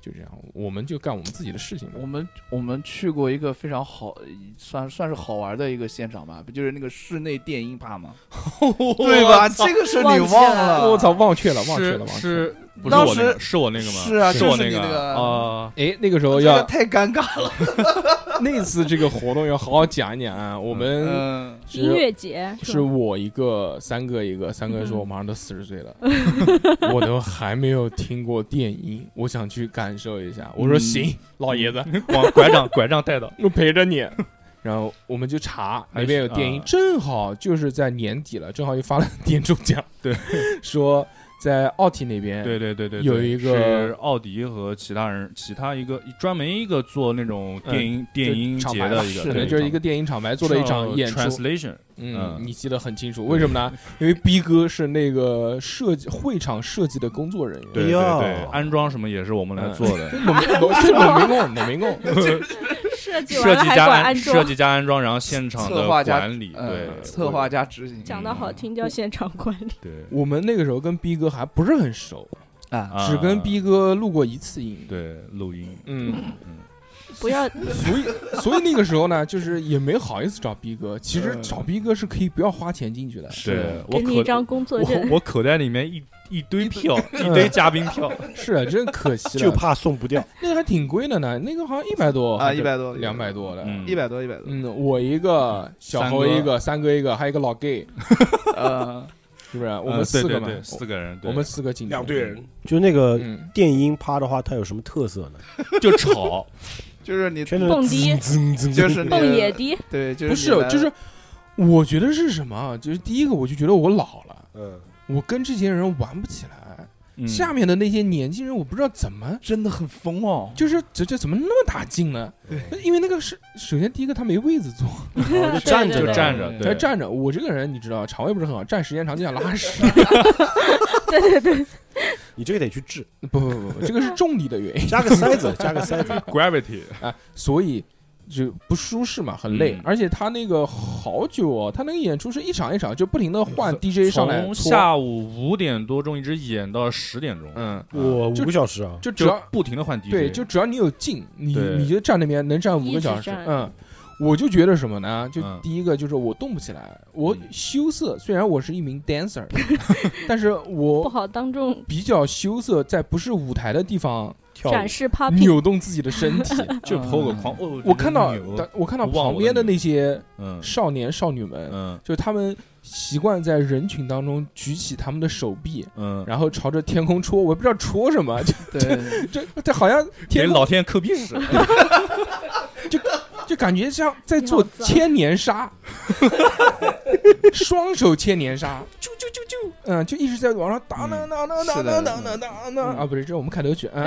[SPEAKER 1] 就这样，我们就干我们自己的事情
[SPEAKER 2] 我
[SPEAKER 1] 嘛。
[SPEAKER 2] 们我们去过一个非常好，算算是好玩的一个现场吧，不就是那个室内电音趴吗？对吧？这个是你
[SPEAKER 3] 忘记了
[SPEAKER 2] 忘了？
[SPEAKER 1] 我操，！忘却了，忘却了，
[SPEAKER 4] 是
[SPEAKER 1] 忘却了。
[SPEAKER 4] 是，不是
[SPEAKER 2] 当
[SPEAKER 4] 我那个，
[SPEAKER 2] 时
[SPEAKER 4] 是我那个吗？
[SPEAKER 2] 是啊，
[SPEAKER 1] 是
[SPEAKER 2] 就
[SPEAKER 4] 我
[SPEAKER 2] 是
[SPEAKER 4] 那
[SPEAKER 2] 你那个
[SPEAKER 4] 啊，
[SPEAKER 1] 哎，那个时候
[SPEAKER 2] 这个
[SPEAKER 1] 要
[SPEAKER 2] 太尴尬了。
[SPEAKER 1] 那次这个活动要好好讲一讲啊，我们
[SPEAKER 2] 嗯，
[SPEAKER 1] 是
[SPEAKER 3] 音乐节
[SPEAKER 1] 是
[SPEAKER 3] 吧
[SPEAKER 1] 我一个，三个一个，三个说
[SPEAKER 3] 嗯
[SPEAKER 1] 我马上都四十岁 了，我都还没有听过电音，我想去感受一下。我说
[SPEAKER 2] 嗯
[SPEAKER 1] 行，老爷子，
[SPEAKER 4] 往拐杖 拐杖带到，
[SPEAKER 1] 我陪着 你。然后我们就查哪
[SPEAKER 4] 还是
[SPEAKER 1] 边有电音
[SPEAKER 4] 啊，
[SPEAKER 1] 正好就是在年底了，正好又发了年终奖，
[SPEAKER 4] 对，
[SPEAKER 1] 说在奥体那边，
[SPEAKER 4] 对对对对，对
[SPEAKER 1] 有一个
[SPEAKER 4] 是奥迪和其他人，其他一个专门一个做那种电音、电音
[SPEAKER 1] 厂
[SPEAKER 4] 节
[SPEAKER 1] 牌
[SPEAKER 4] 的
[SPEAKER 1] 吧
[SPEAKER 4] 一个，
[SPEAKER 1] 是的，
[SPEAKER 4] 对
[SPEAKER 1] 嗯就是一个电影厂牌做了一场
[SPEAKER 4] 叫
[SPEAKER 1] 演出，
[SPEAKER 4] translation，
[SPEAKER 1] 嗯，
[SPEAKER 4] 嗯
[SPEAKER 1] 你记得很清楚，为什么呢？因为逼哥是那个设计会场设计的工作人员，
[SPEAKER 4] 对
[SPEAKER 5] 哎
[SPEAKER 4] 对
[SPEAKER 5] 呦
[SPEAKER 4] 对，安装什么也是我们来做的，
[SPEAKER 1] 我们我就是我民工，我民工，
[SPEAKER 3] 设计完
[SPEAKER 4] 设
[SPEAKER 3] 了
[SPEAKER 4] 计
[SPEAKER 3] 还
[SPEAKER 4] 加
[SPEAKER 3] 管
[SPEAKER 4] 安
[SPEAKER 3] 安
[SPEAKER 4] 设
[SPEAKER 3] 装，
[SPEAKER 4] 计加安装，然后现场的
[SPEAKER 2] 策划加
[SPEAKER 4] 管理，对
[SPEAKER 2] 呃，策划加执行
[SPEAKER 3] 讲的好听叫现场管理。
[SPEAKER 4] 对
[SPEAKER 1] 我们那个时候跟逼哥还不是很熟，
[SPEAKER 2] 啊，
[SPEAKER 1] 只跟
[SPEAKER 4] 逼
[SPEAKER 1] 逼哥录过一次音，，
[SPEAKER 4] 对录音，
[SPEAKER 1] 嗯，
[SPEAKER 3] 不要
[SPEAKER 1] 所以所以那个时候呢，就是也没好意思找逼哥，其实找逼哥是可以不要花钱进去的，
[SPEAKER 4] 对我
[SPEAKER 3] 给你一
[SPEAKER 4] 口
[SPEAKER 3] 张工作
[SPEAKER 4] 我
[SPEAKER 3] 证，
[SPEAKER 4] 我口袋里面一一堆票，
[SPEAKER 3] 嗯
[SPEAKER 4] 一堆嘉宾票，
[SPEAKER 1] 是啊嗯真可惜
[SPEAKER 5] 就
[SPEAKER 1] 了，
[SPEAKER 5] 怕送不掉。
[SPEAKER 1] 那个还挺贵的呢，那个好像一百多
[SPEAKER 2] 啊，一百多，
[SPEAKER 1] 两百多的，
[SPEAKER 4] 嗯，
[SPEAKER 2] 一百多，一百多，
[SPEAKER 1] 嗯，我一个，小
[SPEAKER 4] 三
[SPEAKER 1] 侯
[SPEAKER 4] 哥
[SPEAKER 1] 一个，三哥一个，还有一个老 gay，
[SPEAKER 2] 呃，
[SPEAKER 1] 是不是？我
[SPEAKER 4] 呃
[SPEAKER 1] 们
[SPEAKER 4] 对
[SPEAKER 1] 四
[SPEAKER 4] 对
[SPEAKER 1] 个嘛
[SPEAKER 4] 对，四个人，
[SPEAKER 1] 我
[SPEAKER 4] 对
[SPEAKER 1] 我们四个进去
[SPEAKER 6] 两队人，
[SPEAKER 5] 就那个
[SPEAKER 1] 嗯，
[SPEAKER 5] 电音趴的话，它有什么特色呢？
[SPEAKER 4] 就吵，
[SPEAKER 2] 就是你，
[SPEAKER 5] 全都
[SPEAKER 3] 蹦迪
[SPEAKER 2] 就是你
[SPEAKER 3] 蹦野，迪，
[SPEAKER 2] 对，就是
[SPEAKER 1] 呃不是
[SPEAKER 2] 你来，
[SPEAKER 1] 就是我觉得是什么啊？就是第一个，我就觉得我老了，
[SPEAKER 5] 嗯，
[SPEAKER 1] 我跟这些人玩不起来。
[SPEAKER 4] 嗯
[SPEAKER 1] 下面的那些年轻人，我不知道怎么，
[SPEAKER 2] 真的很疯哦，
[SPEAKER 1] 就是这这怎么那么打劲呢？因为那个是首先第一个他没位子坐，
[SPEAKER 3] 对
[SPEAKER 5] 站
[SPEAKER 3] 对
[SPEAKER 4] 就
[SPEAKER 3] 对
[SPEAKER 4] 站着，
[SPEAKER 1] 他
[SPEAKER 4] 对，
[SPEAKER 1] 站着。我这个人你知道，肠胃不是很好，站时间长就想拉 屎。
[SPEAKER 5] 你这个得去治，
[SPEAKER 1] 不不不不，这个是重力的原因。
[SPEAKER 5] 加个塞子，加个塞子。
[SPEAKER 4] Gravity，
[SPEAKER 1] 啊， 所以就不舒适嘛，很累。
[SPEAKER 4] 嗯
[SPEAKER 1] 而且他那个好久哦，他那个演出是一场一场，就不停的换 DJ 上来
[SPEAKER 4] 从
[SPEAKER 1] 搓，
[SPEAKER 4] 下午五点多钟一直演到十点钟，
[SPEAKER 1] 嗯，
[SPEAKER 5] 我
[SPEAKER 1] 就
[SPEAKER 5] 五个小时啊，
[SPEAKER 1] 就只
[SPEAKER 4] 就
[SPEAKER 1] 要
[SPEAKER 4] 不停的换 DJ，
[SPEAKER 1] 对，就只要你有劲，你
[SPEAKER 4] 对
[SPEAKER 1] 你就站那边能站五个小
[SPEAKER 3] 一直
[SPEAKER 1] 时，
[SPEAKER 3] 站
[SPEAKER 1] 嗯。我就觉得什么呢？就
[SPEAKER 4] 嗯
[SPEAKER 1] 第一个就是我动不起来，我
[SPEAKER 4] 嗯
[SPEAKER 1] 羞涩。虽然我是一名 dancer，但是
[SPEAKER 3] 不
[SPEAKER 1] 我
[SPEAKER 3] 好当众
[SPEAKER 1] 比较羞涩，在不是舞台的地方
[SPEAKER 5] 跳舞
[SPEAKER 3] 展示 popping。
[SPEAKER 1] 扭动自己的身 体。
[SPEAKER 2] 嗯
[SPEAKER 4] 就
[SPEAKER 3] 嗯
[SPEAKER 4] PO 个狂，哦，
[SPEAKER 1] 我看到
[SPEAKER 4] 这个
[SPEAKER 1] 但
[SPEAKER 4] 牛
[SPEAKER 1] 我看到
[SPEAKER 4] 忘我
[SPEAKER 1] 旁
[SPEAKER 4] 的
[SPEAKER 1] 边的
[SPEAKER 4] 名
[SPEAKER 1] 那些
[SPEAKER 4] 嗯
[SPEAKER 1] 少年少女们，
[SPEAKER 4] 嗯
[SPEAKER 1] 就是他们习惯在人群当中举起他们的手臂，
[SPEAKER 4] 嗯，
[SPEAKER 1] 然后朝着天空戳，我也不知道戳什么，就
[SPEAKER 2] 对，
[SPEAKER 1] 这这好像
[SPEAKER 4] 给
[SPEAKER 1] 天空
[SPEAKER 4] 老天抠鼻屎，
[SPEAKER 1] 就感觉像在做
[SPEAKER 3] 脑子啊
[SPEAKER 1] 千年 杀，双手千年杀，啾啾啾啾，嗯，就一直在往上当当当当当当当当当当啊，不是，这是我们开头曲， 嗯，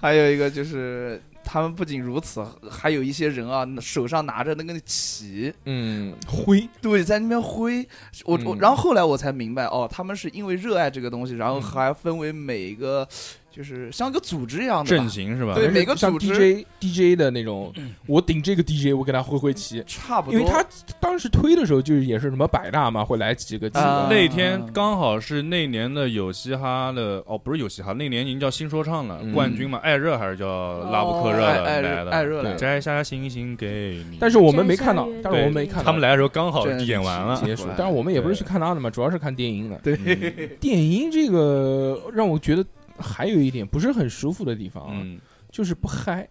[SPEAKER 2] 还有一个就是。他们不仅如此，还有一些人啊，手上拿着那个旗，
[SPEAKER 1] 嗯，灰，
[SPEAKER 2] 对，在那边挥。我我，
[SPEAKER 1] 嗯
[SPEAKER 2] 然后后来我才明白，哦，他们是因为热爱这个东西，然后还分为每一个，就是像一个组织一样的吧
[SPEAKER 4] 阵型是吧？
[SPEAKER 2] 对每个
[SPEAKER 1] 像
[SPEAKER 2] 组织
[SPEAKER 1] DJ DJ 的那种，我顶这个 DJ，我给他挥挥旗。
[SPEAKER 2] 差不
[SPEAKER 1] 因
[SPEAKER 2] 多。
[SPEAKER 1] 为他当时推的时候，就是也是什么百大嘛，会来几个几个
[SPEAKER 2] 啊，
[SPEAKER 4] 那天刚好是那年的有嘻哈的哦，不是有嘻哈，那年已经叫新说唱了，
[SPEAKER 1] 嗯
[SPEAKER 4] 冠军嘛，艾热还是叫拉布克
[SPEAKER 2] 爱
[SPEAKER 4] 热的
[SPEAKER 2] 爱
[SPEAKER 4] 来
[SPEAKER 2] 热爱
[SPEAKER 4] 的，
[SPEAKER 2] 热
[SPEAKER 1] 对
[SPEAKER 2] 来着
[SPEAKER 4] 摘下星星给你。
[SPEAKER 1] 但是我们没看到
[SPEAKER 3] 摘下月，
[SPEAKER 1] 但是我们
[SPEAKER 3] 对
[SPEAKER 1] 没看到，
[SPEAKER 4] 他们来的时候刚好
[SPEAKER 2] 这
[SPEAKER 4] 演完了，
[SPEAKER 1] 结束。但是我们也不是去看他的嘛，主要是看电影的。嗯
[SPEAKER 4] 对，
[SPEAKER 1] 电影这个让我觉得还有一点不是很舒服的地方啊，
[SPEAKER 4] 嗯，
[SPEAKER 1] 就是不嗨。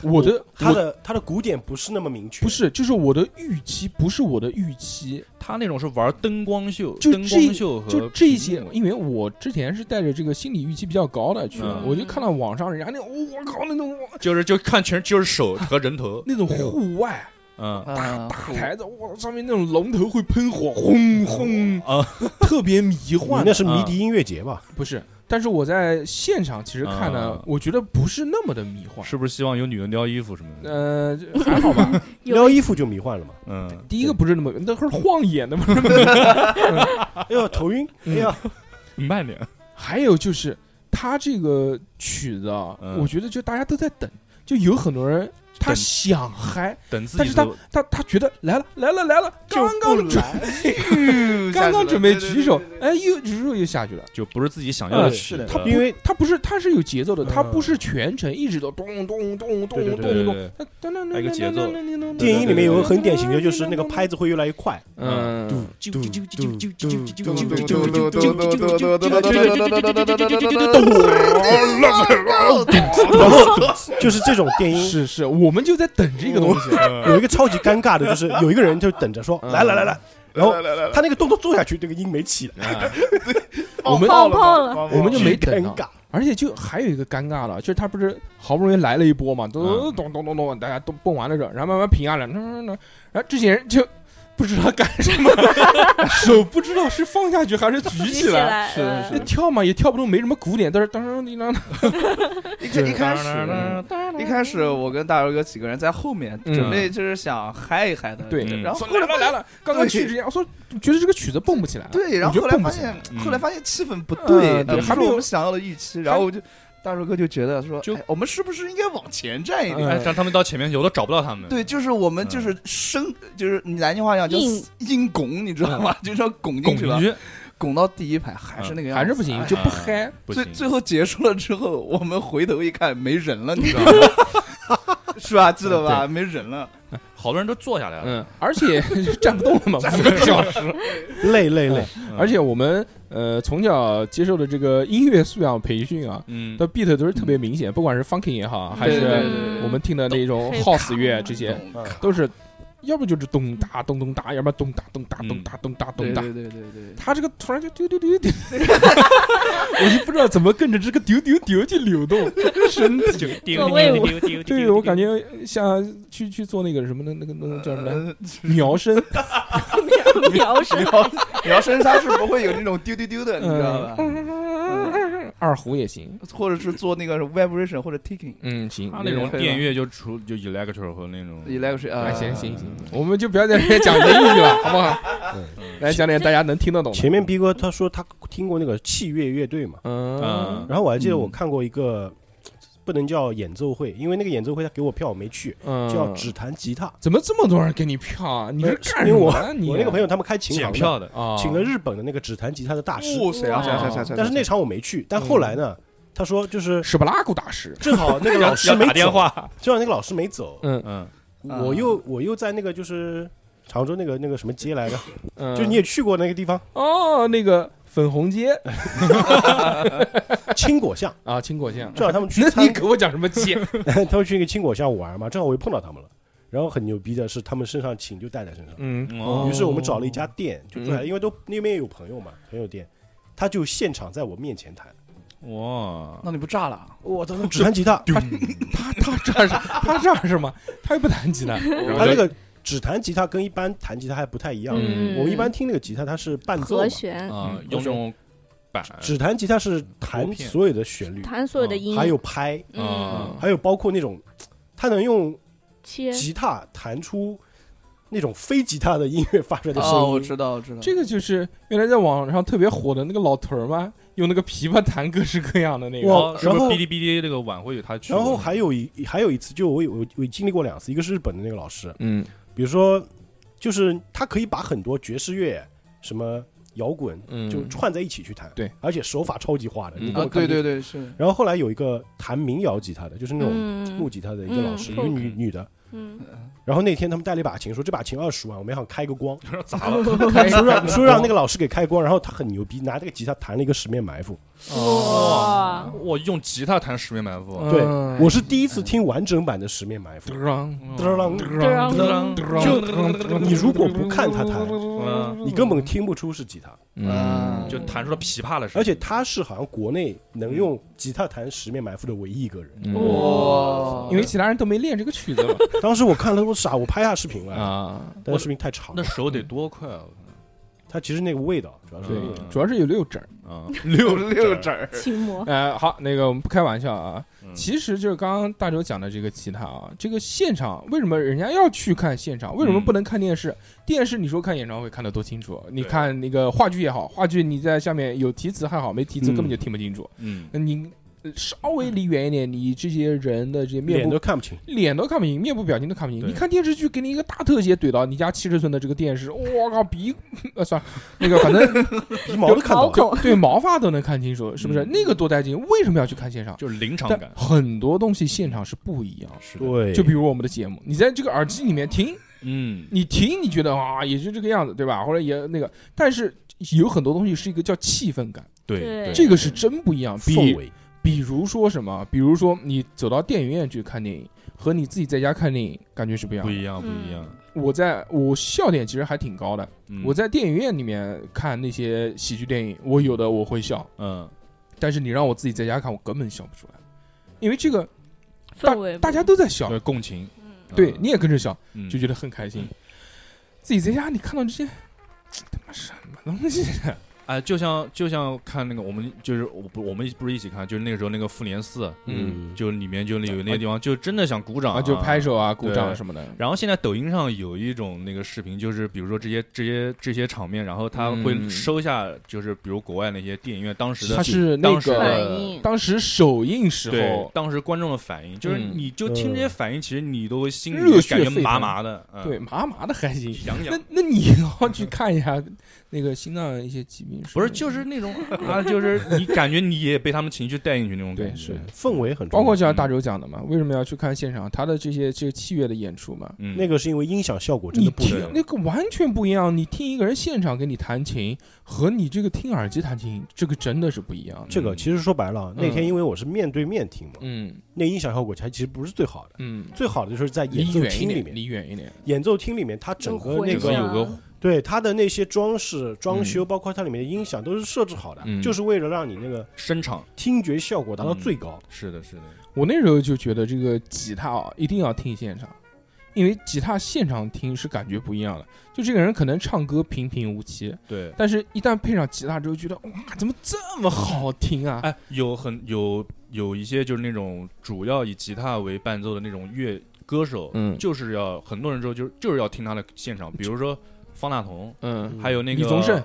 [SPEAKER 1] 我的
[SPEAKER 5] 他
[SPEAKER 1] 我
[SPEAKER 5] 的他的鼓点不是那么明确，
[SPEAKER 1] 不是，就是我的预期不是我的预期，
[SPEAKER 4] 他那种是玩灯光秀，
[SPEAKER 1] 就
[SPEAKER 4] 灯
[SPEAKER 1] 这
[SPEAKER 4] 光秀和
[SPEAKER 1] 就这些
[SPEAKER 4] 屏幕，
[SPEAKER 1] 因为我之前是带着这个心理预期比较高的去的，
[SPEAKER 4] 嗯
[SPEAKER 1] 我就看到网上人家那种我靠那种，
[SPEAKER 4] 就是就看全就是手和人头
[SPEAKER 1] 那种户外
[SPEAKER 4] 嗯，
[SPEAKER 2] 啊，
[SPEAKER 1] 大台子，哇，上面那种龙头会喷火，轰轰
[SPEAKER 4] 啊，
[SPEAKER 1] 特别迷
[SPEAKER 5] 你
[SPEAKER 1] 幻
[SPEAKER 5] 那。是迷笛音乐节吧？
[SPEAKER 1] 不是，但是我在现场其实看呢
[SPEAKER 4] 啊，
[SPEAKER 1] 我觉得不是那么的迷幻。
[SPEAKER 4] 是不是希望有女的撩衣服什么的？
[SPEAKER 1] 呃，还好吧。
[SPEAKER 3] 嗯
[SPEAKER 5] 撩衣服就迷幻了嘛。
[SPEAKER 4] 嗯，
[SPEAKER 1] 第一个不是那么，那会儿晃眼的嘛。
[SPEAKER 5] 哎呦，头晕！哎呀，
[SPEAKER 4] 慢点，
[SPEAKER 1] 还有就是他这个曲子啊，
[SPEAKER 4] 嗯
[SPEAKER 1] 我觉得就大家都在等，就有很多人他
[SPEAKER 4] 等
[SPEAKER 1] 想嗨，
[SPEAKER 4] 等自
[SPEAKER 1] 但
[SPEAKER 4] 己
[SPEAKER 1] 是他
[SPEAKER 4] 都
[SPEAKER 1] 他他觉得来了来了来了，刚刚准刚刚准备举手，哎，又又又下去了。
[SPEAKER 4] 就哎不是自己想
[SPEAKER 5] 呃
[SPEAKER 4] 要的
[SPEAKER 1] 嗯
[SPEAKER 4] 曲
[SPEAKER 2] 是的
[SPEAKER 4] 子，
[SPEAKER 1] 他
[SPEAKER 5] 因为
[SPEAKER 1] 他不是，他是有节奏的，
[SPEAKER 5] 嗯
[SPEAKER 1] 他不是全程一直都咚咚咚咚
[SPEAKER 5] 对对
[SPEAKER 1] 咚
[SPEAKER 4] 对对
[SPEAKER 1] 咚
[SPEAKER 4] 对
[SPEAKER 1] 咚，
[SPEAKER 4] 对，
[SPEAKER 1] 它噔噔噔
[SPEAKER 4] 还有一个节奏
[SPEAKER 1] 噔噔噔噔噔
[SPEAKER 5] 电影里面有个很典型的，就是那个拍子会越来越快。
[SPEAKER 1] 嗯，
[SPEAKER 5] 然后就是这种电音，
[SPEAKER 1] 是是，我们就在等这个东西。
[SPEAKER 5] 有一个超级尴尬的， 就是有一个人就等着说
[SPEAKER 1] 嗯
[SPEAKER 5] 来来来来，然后他那个动作做下去，这个音没起来，
[SPEAKER 1] 我们
[SPEAKER 3] 放炮了，
[SPEAKER 1] 我们就没
[SPEAKER 5] 巨尴
[SPEAKER 1] 哎等到，
[SPEAKER 5] 尬。
[SPEAKER 1] 而且就还有一个尴尬了，就是他不是好不容易来了一波嘛，咚咚咚咚咚咚，大家都蹦完了之后，然后慢慢平安了，然后这些人就不知道干什么，手不知道是放下去还是举
[SPEAKER 3] 起
[SPEAKER 1] 起来。
[SPEAKER 2] 是
[SPEAKER 3] 嗯
[SPEAKER 2] 是
[SPEAKER 1] 那跳嘛也跳不动，没什么鼓点，但是当时那
[SPEAKER 2] 一开一开始，
[SPEAKER 3] 是
[SPEAKER 2] 一开始我跟大姚哥几个人在后面，
[SPEAKER 1] 嗯
[SPEAKER 2] 准备就是想嗨一嗨的，
[SPEAKER 1] 对
[SPEAKER 4] 嗯
[SPEAKER 2] 然后
[SPEAKER 1] 说
[SPEAKER 2] 后来
[SPEAKER 1] 来了来
[SPEAKER 2] 了，
[SPEAKER 1] 了，刚刚
[SPEAKER 2] 对
[SPEAKER 1] 去之前我说觉得这个曲子蹦不起来，
[SPEAKER 2] 对，然后
[SPEAKER 1] 我
[SPEAKER 2] 后
[SPEAKER 1] 觉啊得蹦
[SPEAKER 2] 来
[SPEAKER 1] 不
[SPEAKER 2] 发
[SPEAKER 1] 起来
[SPEAKER 2] 现，
[SPEAKER 4] 嗯
[SPEAKER 2] 后来发现气氛不
[SPEAKER 1] 嗯
[SPEAKER 2] 对，
[SPEAKER 1] 对
[SPEAKER 2] 呃不
[SPEAKER 1] 还
[SPEAKER 2] 是
[SPEAKER 1] 没有
[SPEAKER 2] 我们想要的预期，然后我就大姚哥就觉得说，
[SPEAKER 4] 就
[SPEAKER 2] 哎我们是不是应该往前站一点？
[SPEAKER 1] 嗯
[SPEAKER 4] 哎，让他们到前面去，我都找不到他们。
[SPEAKER 2] 对，就是我们就是生，就是南京话讲叫
[SPEAKER 3] 硬
[SPEAKER 2] 硬拱，你知道
[SPEAKER 1] 嗯
[SPEAKER 2] 吗？ 就是要拱
[SPEAKER 4] 拱
[SPEAKER 2] 进去了
[SPEAKER 4] 进，去
[SPEAKER 2] 拱到第一排还是那个样子，
[SPEAKER 1] 还是不行
[SPEAKER 2] 哎
[SPEAKER 1] 就不
[SPEAKER 4] 啊
[SPEAKER 1] 嗨
[SPEAKER 4] 不
[SPEAKER 2] 最
[SPEAKER 4] 行
[SPEAKER 2] 最后结束了之后，我们回头一看没人了，你知道吗？ 是吧？记得吧？没人了，
[SPEAKER 4] 好多人都坐
[SPEAKER 2] 啊
[SPEAKER 4] 下来了。
[SPEAKER 1] 嗯，而且 站不动了嘛，五个小时。
[SPEAKER 5] 累累累，
[SPEAKER 4] 嗯
[SPEAKER 1] 而且我们呃从小接受的这个音乐素养培训啊，
[SPEAKER 4] 嗯，
[SPEAKER 1] 的 beat 都是特别明显，不管是 funky 也好，还
[SPEAKER 2] 对
[SPEAKER 1] 是
[SPEAKER 2] 对对
[SPEAKER 3] 嗯
[SPEAKER 2] 对
[SPEAKER 1] 我们听的那种
[SPEAKER 3] 黑
[SPEAKER 1] house
[SPEAKER 3] 卡
[SPEAKER 1] 乐，这些
[SPEAKER 2] 懂卡
[SPEAKER 1] 都是，要不就是咚哒咚咚哒，要不然咚哒咚哒咚哒咚哒
[SPEAKER 2] 嗯对
[SPEAKER 1] 咚哒。
[SPEAKER 2] 对对对对。
[SPEAKER 1] 他这个突然就丢丢丢 丢，我就不知道怎么跟着这个丢丢丢去扭动身体。
[SPEAKER 3] 座位舞
[SPEAKER 1] 对，我感觉像去去做那个什么的，那个那个叫什么来，
[SPEAKER 2] 呃
[SPEAKER 1] 苗声，
[SPEAKER 3] 苗声，
[SPEAKER 2] 聊聊身上是不会有那种丢丢丢的，你知道吧？
[SPEAKER 1] 嗯，二胡也行，
[SPEAKER 2] 或者是做那个 vibration 或者 ticking
[SPEAKER 1] 嗯，行，
[SPEAKER 4] 他那种电乐就除就 electro 和那种嗯
[SPEAKER 2] electric
[SPEAKER 1] 啊，
[SPEAKER 2] 啊，
[SPEAKER 1] 行行行，我们就不要在这边讲英语了， 好不好
[SPEAKER 5] 嗯？
[SPEAKER 1] 来讲点大家能听得懂的。
[SPEAKER 5] 前面逼哥他说他听过那个器乐乐队嘛，
[SPEAKER 1] 嗯
[SPEAKER 4] 嗯
[SPEAKER 5] 然后我还记得我看过一个，不能叫演奏会，因为那个演奏会他给我票我没去，
[SPEAKER 1] 嗯，
[SPEAKER 5] 叫只弹吉他。
[SPEAKER 1] 怎么这么多人给你票啊？你
[SPEAKER 5] 不
[SPEAKER 1] 是
[SPEAKER 5] 是
[SPEAKER 1] 干
[SPEAKER 5] 因为
[SPEAKER 1] 什
[SPEAKER 5] 我
[SPEAKER 1] 么啊？你
[SPEAKER 5] 我那个朋友他们开琴
[SPEAKER 4] 检
[SPEAKER 5] 行的，
[SPEAKER 4] 票的，
[SPEAKER 1] 啊，
[SPEAKER 5] 请了日本的那个只弹吉他的大
[SPEAKER 1] 哦
[SPEAKER 5] 师，
[SPEAKER 2] 哇塞啊！
[SPEAKER 3] 哇
[SPEAKER 2] 是啊是啊是啊是啊
[SPEAKER 5] 但是那场我没去。但后来呢，
[SPEAKER 1] 嗯
[SPEAKER 5] 他说就是
[SPEAKER 1] 史巴拉古大师，
[SPEAKER 5] 正好那个老
[SPEAKER 4] 要
[SPEAKER 5] 师
[SPEAKER 4] 要
[SPEAKER 5] 没
[SPEAKER 4] 打电
[SPEAKER 5] 走，
[SPEAKER 4] 话，
[SPEAKER 5] 正好那个老师没走，
[SPEAKER 1] 嗯
[SPEAKER 4] 嗯，
[SPEAKER 2] 嗯
[SPEAKER 5] 我又我又在那个就是常州那个那个什么街 来着，
[SPEAKER 1] 嗯，
[SPEAKER 5] 就你也去过那个地方，
[SPEAKER 1] 哦，那个粉红街
[SPEAKER 5] 青果巷，
[SPEAKER 1] 啊，青果巷。
[SPEAKER 5] 正好他们去
[SPEAKER 1] 那
[SPEAKER 5] 参
[SPEAKER 1] 你给我讲什么 街？
[SPEAKER 5] 他们去一个青果巷玩嘛，正好我又碰到他们了。然后很牛逼的是，他们身上琴就带在身上。
[SPEAKER 1] 嗯
[SPEAKER 4] 哦
[SPEAKER 5] 于是我们找了一家店，就坐下
[SPEAKER 1] 嗯
[SPEAKER 5] 来，因为都那边也有朋友嘛，朋友店，他就现场在我面前弹，
[SPEAKER 4] 哇，啊
[SPEAKER 2] 那你不炸了？
[SPEAKER 5] 我
[SPEAKER 1] 哦
[SPEAKER 5] 当时只弹吉他，
[SPEAKER 1] 他他这儿是，他这儿是吗？他又不弹 吉他，
[SPEAKER 5] 他那个只弹吉他跟一般弹吉他还不太一样。
[SPEAKER 1] 嗯
[SPEAKER 5] 我们一般听那个吉他，它是伴奏
[SPEAKER 3] 嗯
[SPEAKER 5] 嘛
[SPEAKER 3] 和，弦，
[SPEAKER 4] 啊，
[SPEAKER 5] 嗯
[SPEAKER 4] 用那种板，
[SPEAKER 5] 只弹吉他是弹
[SPEAKER 4] 拨片
[SPEAKER 5] 所有的旋律，
[SPEAKER 3] 弹所有的
[SPEAKER 4] 哦
[SPEAKER 3] 音，
[SPEAKER 5] 还有拍，
[SPEAKER 4] 啊
[SPEAKER 3] 嗯，
[SPEAKER 5] 还有包括那种，他能用
[SPEAKER 3] 切，
[SPEAKER 5] 吉他弹出那种非吉他的音乐发出来的
[SPEAKER 2] 哦，
[SPEAKER 5] 声
[SPEAKER 2] 我
[SPEAKER 5] 音。
[SPEAKER 2] 知道，我知道。
[SPEAKER 1] 这个就是原来在网上特别火的那个老头儿嘛，用那个琵琶弹各式各样的那个。
[SPEAKER 5] 哇
[SPEAKER 4] 是不
[SPEAKER 5] 然
[SPEAKER 4] 是
[SPEAKER 5] 后
[SPEAKER 4] 哔哩哔哩那个晚会有他去过？
[SPEAKER 5] 然后还有一还有一次，就我有我我经历过两次，一个是日本的那个老师，
[SPEAKER 1] 嗯
[SPEAKER 5] 比如说，就是他可以把很多爵士乐、什么摇滚
[SPEAKER 1] 嗯
[SPEAKER 5] 就串在一起去弹，
[SPEAKER 1] 对，
[SPEAKER 5] 而且手法超级花的，
[SPEAKER 1] 嗯
[SPEAKER 5] 你
[SPEAKER 2] 啊
[SPEAKER 5] 根，本看
[SPEAKER 2] 对
[SPEAKER 5] 不
[SPEAKER 2] 对对，是
[SPEAKER 5] 然后后来有一个弹民谣吉他的，就是那种木
[SPEAKER 3] 嗯
[SPEAKER 5] 吉他的一个老师，
[SPEAKER 3] 嗯
[SPEAKER 5] 一个女
[SPEAKER 4] 嗯
[SPEAKER 5] 女的。
[SPEAKER 3] 嗯，
[SPEAKER 5] 然后那天他们带了一把琴，说这把琴二十万，我们想开个 光，
[SPEAKER 4] 砸 了，
[SPEAKER 5] 说让说让那个老师给开光。然后他很牛逼，拿这个吉他弹了一个十面埋伏。
[SPEAKER 3] 哇，
[SPEAKER 4] 我用吉他弹十面埋伏，啊
[SPEAKER 5] 对
[SPEAKER 1] 嗯
[SPEAKER 5] 我是第一次听完整版的十面埋伏。
[SPEAKER 1] 噔
[SPEAKER 5] 噔
[SPEAKER 4] 嗯
[SPEAKER 5] 噔
[SPEAKER 1] 噔
[SPEAKER 3] 噔
[SPEAKER 5] 就嗯
[SPEAKER 1] 噔
[SPEAKER 5] 你如果不看他弹，
[SPEAKER 4] 嗯
[SPEAKER 5] 你根本听不出是吉他。
[SPEAKER 2] 啊
[SPEAKER 1] 嗯
[SPEAKER 4] 就弹出了琵琶的声音，
[SPEAKER 5] 而且他是好像国内能用吉他弹十面埋伏的唯一一个人。
[SPEAKER 4] 嗯
[SPEAKER 1] 因为其他人都没练这个曲子嘛。
[SPEAKER 5] 当时我看了，我傻，我拍下视 频了，
[SPEAKER 1] 啊，
[SPEAKER 5] 但是视频太长
[SPEAKER 4] 那
[SPEAKER 5] 了。
[SPEAKER 4] 手得多快啊！
[SPEAKER 5] 它其实那个味道主要是
[SPEAKER 1] 对
[SPEAKER 5] 那个味道，
[SPEAKER 1] 主要是有六指儿。
[SPEAKER 4] 啊，
[SPEAKER 2] 六六指 儿，
[SPEAKER 3] 琴魔，
[SPEAKER 1] 呃，好，那个我们不开玩笑啊，
[SPEAKER 4] 嗯
[SPEAKER 1] 其实就是刚刚大周讲的这个吉他啊，这个现场为什么人家要去看现场？为什么不能看电视？电视你说看演唱会看得多清楚，你看那个话剧也好，话剧你在下面有提词还好，没提词
[SPEAKER 5] 嗯
[SPEAKER 1] 根本就听不清楚。
[SPEAKER 4] 嗯，
[SPEAKER 1] 那你呃稍微离远一点，你这些人的这些面
[SPEAKER 5] 脸
[SPEAKER 1] 部
[SPEAKER 5] 都看不清。
[SPEAKER 1] 脸都看不清，面部表情都看不清。
[SPEAKER 4] 对
[SPEAKER 1] 你看电视剧，给你一个大特写怼到你家七十寸的这个电视，我靠，鼻呃算了，那个反正
[SPEAKER 5] 皮毛都看
[SPEAKER 3] 毛
[SPEAKER 5] 到了，
[SPEAKER 3] 孔，
[SPEAKER 1] 对毛发都能看清楚，是不是？
[SPEAKER 4] 嗯
[SPEAKER 1] 那个多带劲！为什么要去看现场？
[SPEAKER 4] 就是临场
[SPEAKER 1] 但
[SPEAKER 4] 感，
[SPEAKER 1] 很多东西现场是不一样的。
[SPEAKER 4] 是的，
[SPEAKER 5] 对，
[SPEAKER 1] 就比如我们的节目，你在这个耳机里面听，
[SPEAKER 4] 嗯，
[SPEAKER 1] 你听你觉得啊也就这个样子，对吧？或者也那个，但是有很多东西是一个叫气氛感，
[SPEAKER 4] 对
[SPEAKER 3] 对
[SPEAKER 4] 对
[SPEAKER 1] 这个是真不一样。比
[SPEAKER 5] 氛围，
[SPEAKER 1] 比如说什么？比如说你走到电影院去看电影，和你自己在家看电影感觉是不一样
[SPEAKER 4] 不
[SPEAKER 1] 的。
[SPEAKER 4] 一样，不一
[SPEAKER 3] 嗯
[SPEAKER 4] 样。
[SPEAKER 1] 我在我笑点其实还挺高的。
[SPEAKER 4] 嗯
[SPEAKER 1] 我在电影院里面看那些喜剧电影，我有的我会笑，
[SPEAKER 4] 嗯，
[SPEAKER 1] 但是你让我自己在家看，我根本笑不出来，因为这个
[SPEAKER 3] 氛围
[SPEAKER 1] 大大家都在笑
[SPEAKER 4] 对，共情，
[SPEAKER 3] 嗯
[SPEAKER 1] 对
[SPEAKER 4] 嗯，
[SPEAKER 1] 你也跟着笑，
[SPEAKER 4] 嗯
[SPEAKER 1] 就觉得很开心。自己在家你看到这些，他妈什么东西？啊
[SPEAKER 4] 哎，就像就像看那个我们就是我不我们不是一起看，就是那个时候那个复联四，
[SPEAKER 1] 嗯
[SPEAKER 4] 就里面就有那些地方就真的想鼓掌、
[SPEAKER 1] 啊，就拍。手啊、鼓掌
[SPEAKER 4] 对
[SPEAKER 1] 什么的。
[SPEAKER 4] 然后现在抖音上有一种那个视频，就是比如说这些这些这些场面，然后他会
[SPEAKER 1] 嗯
[SPEAKER 4] 收下，就是比如国外那些电影院当时的
[SPEAKER 1] 他是那
[SPEAKER 4] 当时
[SPEAKER 1] 个
[SPEAKER 4] 的
[SPEAKER 3] 反应
[SPEAKER 1] 当时首映时
[SPEAKER 4] 对
[SPEAKER 1] 候，
[SPEAKER 4] 当时观众的反应，就是
[SPEAKER 1] 嗯
[SPEAKER 4] 你就听这些反应，其实你都心里
[SPEAKER 1] 热血
[SPEAKER 4] 感觉
[SPEAKER 1] 沸
[SPEAKER 4] 麻
[SPEAKER 1] 腾
[SPEAKER 4] 麻的，嗯
[SPEAKER 1] 对，麻麻的还行。
[SPEAKER 4] 痒
[SPEAKER 1] 那
[SPEAKER 4] 痒。
[SPEAKER 1] 那你要去看一下那个心脏一些疾病，
[SPEAKER 4] 不是，就是那种啊，就是你感觉你也被他们情绪带进去那种感
[SPEAKER 1] 对
[SPEAKER 4] 觉。
[SPEAKER 1] 是，
[SPEAKER 5] 氛围很
[SPEAKER 1] 包
[SPEAKER 5] 重要。
[SPEAKER 1] 括就像大周讲的嘛，为什么要去看现场？他的这些这个器乐的演出嘛，
[SPEAKER 4] 嗯，
[SPEAKER 5] 那个是因为音响效果真
[SPEAKER 1] 你
[SPEAKER 5] 的不一
[SPEAKER 1] 听
[SPEAKER 5] 样，
[SPEAKER 1] 那个完全不一样。你听一个人现场给你弹琴，和你这个听耳机弹琴，这个真的是不一样的。
[SPEAKER 5] 这个其实说白了啊，那天因为我是面对面听嘛，
[SPEAKER 1] 嗯
[SPEAKER 5] 那音响效果还其实不是最好的，
[SPEAKER 1] 嗯，
[SPEAKER 5] 最好的就是在
[SPEAKER 1] 离
[SPEAKER 5] 演奏
[SPEAKER 1] 远一
[SPEAKER 5] 厅里
[SPEAKER 1] 点，
[SPEAKER 5] 面，
[SPEAKER 1] 离远一点。
[SPEAKER 5] 演奏厅里面它整个那
[SPEAKER 4] 这个
[SPEAKER 5] 个
[SPEAKER 4] 有个
[SPEAKER 5] 对它的那些装饰、装修，包括它里面的音响都是设置好的，
[SPEAKER 1] 嗯
[SPEAKER 5] 就是为了让你那个
[SPEAKER 4] 声场，
[SPEAKER 5] 听觉效果达到最高。
[SPEAKER 4] 是的，是的，
[SPEAKER 1] 我那时候就觉得这个吉他啊，一定要听现场，因为吉他现场听是感觉不一样的。就这个人可能唱歌平平无奇，
[SPEAKER 4] 对。
[SPEAKER 1] 但是一旦配上吉他之后，觉得哇，怎么这么好听啊？
[SPEAKER 4] 哎，有很有有一些就是那种主要以吉他为伴奏的那种乐歌手，
[SPEAKER 1] 嗯
[SPEAKER 4] 就是要很多人之后就是就是要听他的现场，比如说方大同，
[SPEAKER 1] 嗯，
[SPEAKER 4] 还有那个
[SPEAKER 1] 李宗盛，，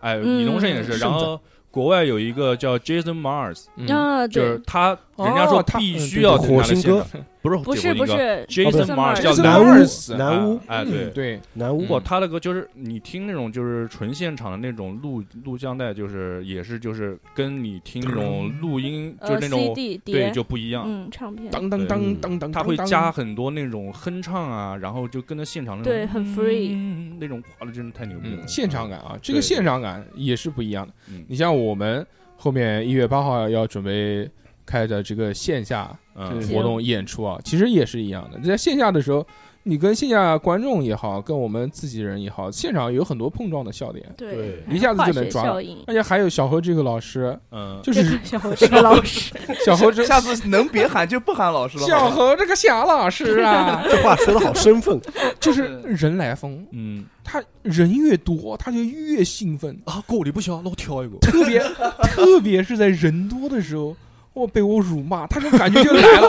[SPEAKER 4] 哎，李宗盛也是。
[SPEAKER 1] 嗯
[SPEAKER 4] 然后国外有一个叫 Jason Mars，
[SPEAKER 1] 嗯，
[SPEAKER 3] 啊，
[SPEAKER 4] 就是
[SPEAKER 3] 对，
[SPEAKER 4] 他，
[SPEAKER 1] 哦
[SPEAKER 4] 人家说
[SPEAKER 1] 他
[SPEAKER 4] 必
[SPEAKER 1] 嗯
[SPEAKER 4] 须
[SPEAKER 1] 对
[SPEAKER 4] 要
[SPEAKER 1] 对
[SPEAKER 4] 听他的
[SPEAKER 5] 火星
[SPEAKER 4] 现
[SPEAKER 5] 哥
[SPEAKER 4] 场，不是
[SPEAKER 3] 不
[SPEAKER 4] 解
[SPEAKER 3] 是
[SPEAKER 4] 放
[SPEAKER 3] 不
[SPEAKER 4] 那个
[SPEAKER 3] 是
[SPEAKER 4] Jason
[SPEAKER 3] Jason
[SPEAKER 4] Mars
[SPEAKER 3] Mars
[SPEAKER 4] 叫
[SPEAKER 1] 是
[SPEAKER 5] 南
[SPEAKER 1] 巫
[SPEAKER 5] 巫，
[SPEAKER 1] 死啊
[SPEAKER 5] 南巫，
[SPEAKER 4] 啊哎，对。
[SPEAKER 1] 对，
[SPEAKER 5] 南
[SPEAKER 4] 如
[SPEAKER 5] 巫
[SPEAKER 4] 果
[SPEAKER 1] 嗯
[SPEAKER 4] 他那个就是你听那种就是纯现场的那种录录像带，就是也是就是跟你听那
[SPEAKER 1] 嗯
[SPEAKER 4] 种录音，就是
[SPEAKER 3] 呃
[SPEAKER 4] 那种
[SPEAKER 3] CD
[SPEAKER 4] 对
[SPEAKER 3] 碟，
[SPEAKER 4] 就不一样。
[SPEAKER 3] 嗯，唱片，
[SPEAKER 1] 当当当当嗯当，
[SPEAKER 4] 他会加很多那种哼唱啊，然后就跟着现场那种
[SPEAKER 3] 对，很 free，
[SPEAKER 4] 嗯那种，哇，真的太牛逼
[SPEAKER 1] 嗯
[SPEAKER 4] 了！
[SPEAKER 1] 现场感啊，这个现场感也是不一样的。
[SPEAKER 4] 嗯，
[SPEAKER 1] 你像我们后面一月八号要准备开的这个线下
[SPEAKER 4] 嗯
[SPEAKER 3] 对
[SPEAKER 1] 活动演出啊，其实也是一样的。在线下的时候，你跟线下观众也好，跟我们自己人也好，现场有很多碰撞的笑点，
[SPEAKER 5] 对
[SPEAKER 1] 一下子
[SPEAKER 3] 化
[SPEAKER 1] 就能
[SPEAKER 3] 学
[SPEAKER 1] 抓
[SPEAKER 3] 效
[SPEAKER 1] 了。
[SPEAKER 3] 应。
[SPEAKER 1] 而且还有小何这个老师，
[SPEAKER 4] 嗯，
[SPEAKER 1] 就
[SPEAKER 3] 这
[SPEAKER 1] 是
[SPEAKER 3] 个小何是个老师，
[SPEAKER 1] 小 何这
[SPEAKER 2] 下次能别喊就不喊老师了。
[SPEAKER 1] 小何这个小老师 啊，
[SPEAKER 5] 这话说的好生分，
[SPEAKER 1] 就是人来疯，
[SPEAKER 4] 嗯
[SPEAKER 1] 他人越多，他就越兴奋，
[SPEAKER 4] 啊，锅里不香，那我挑一个。
[SPEAKER 1] 特别特别是在人多的时候，我被我辱骂，他这种感觉就来了，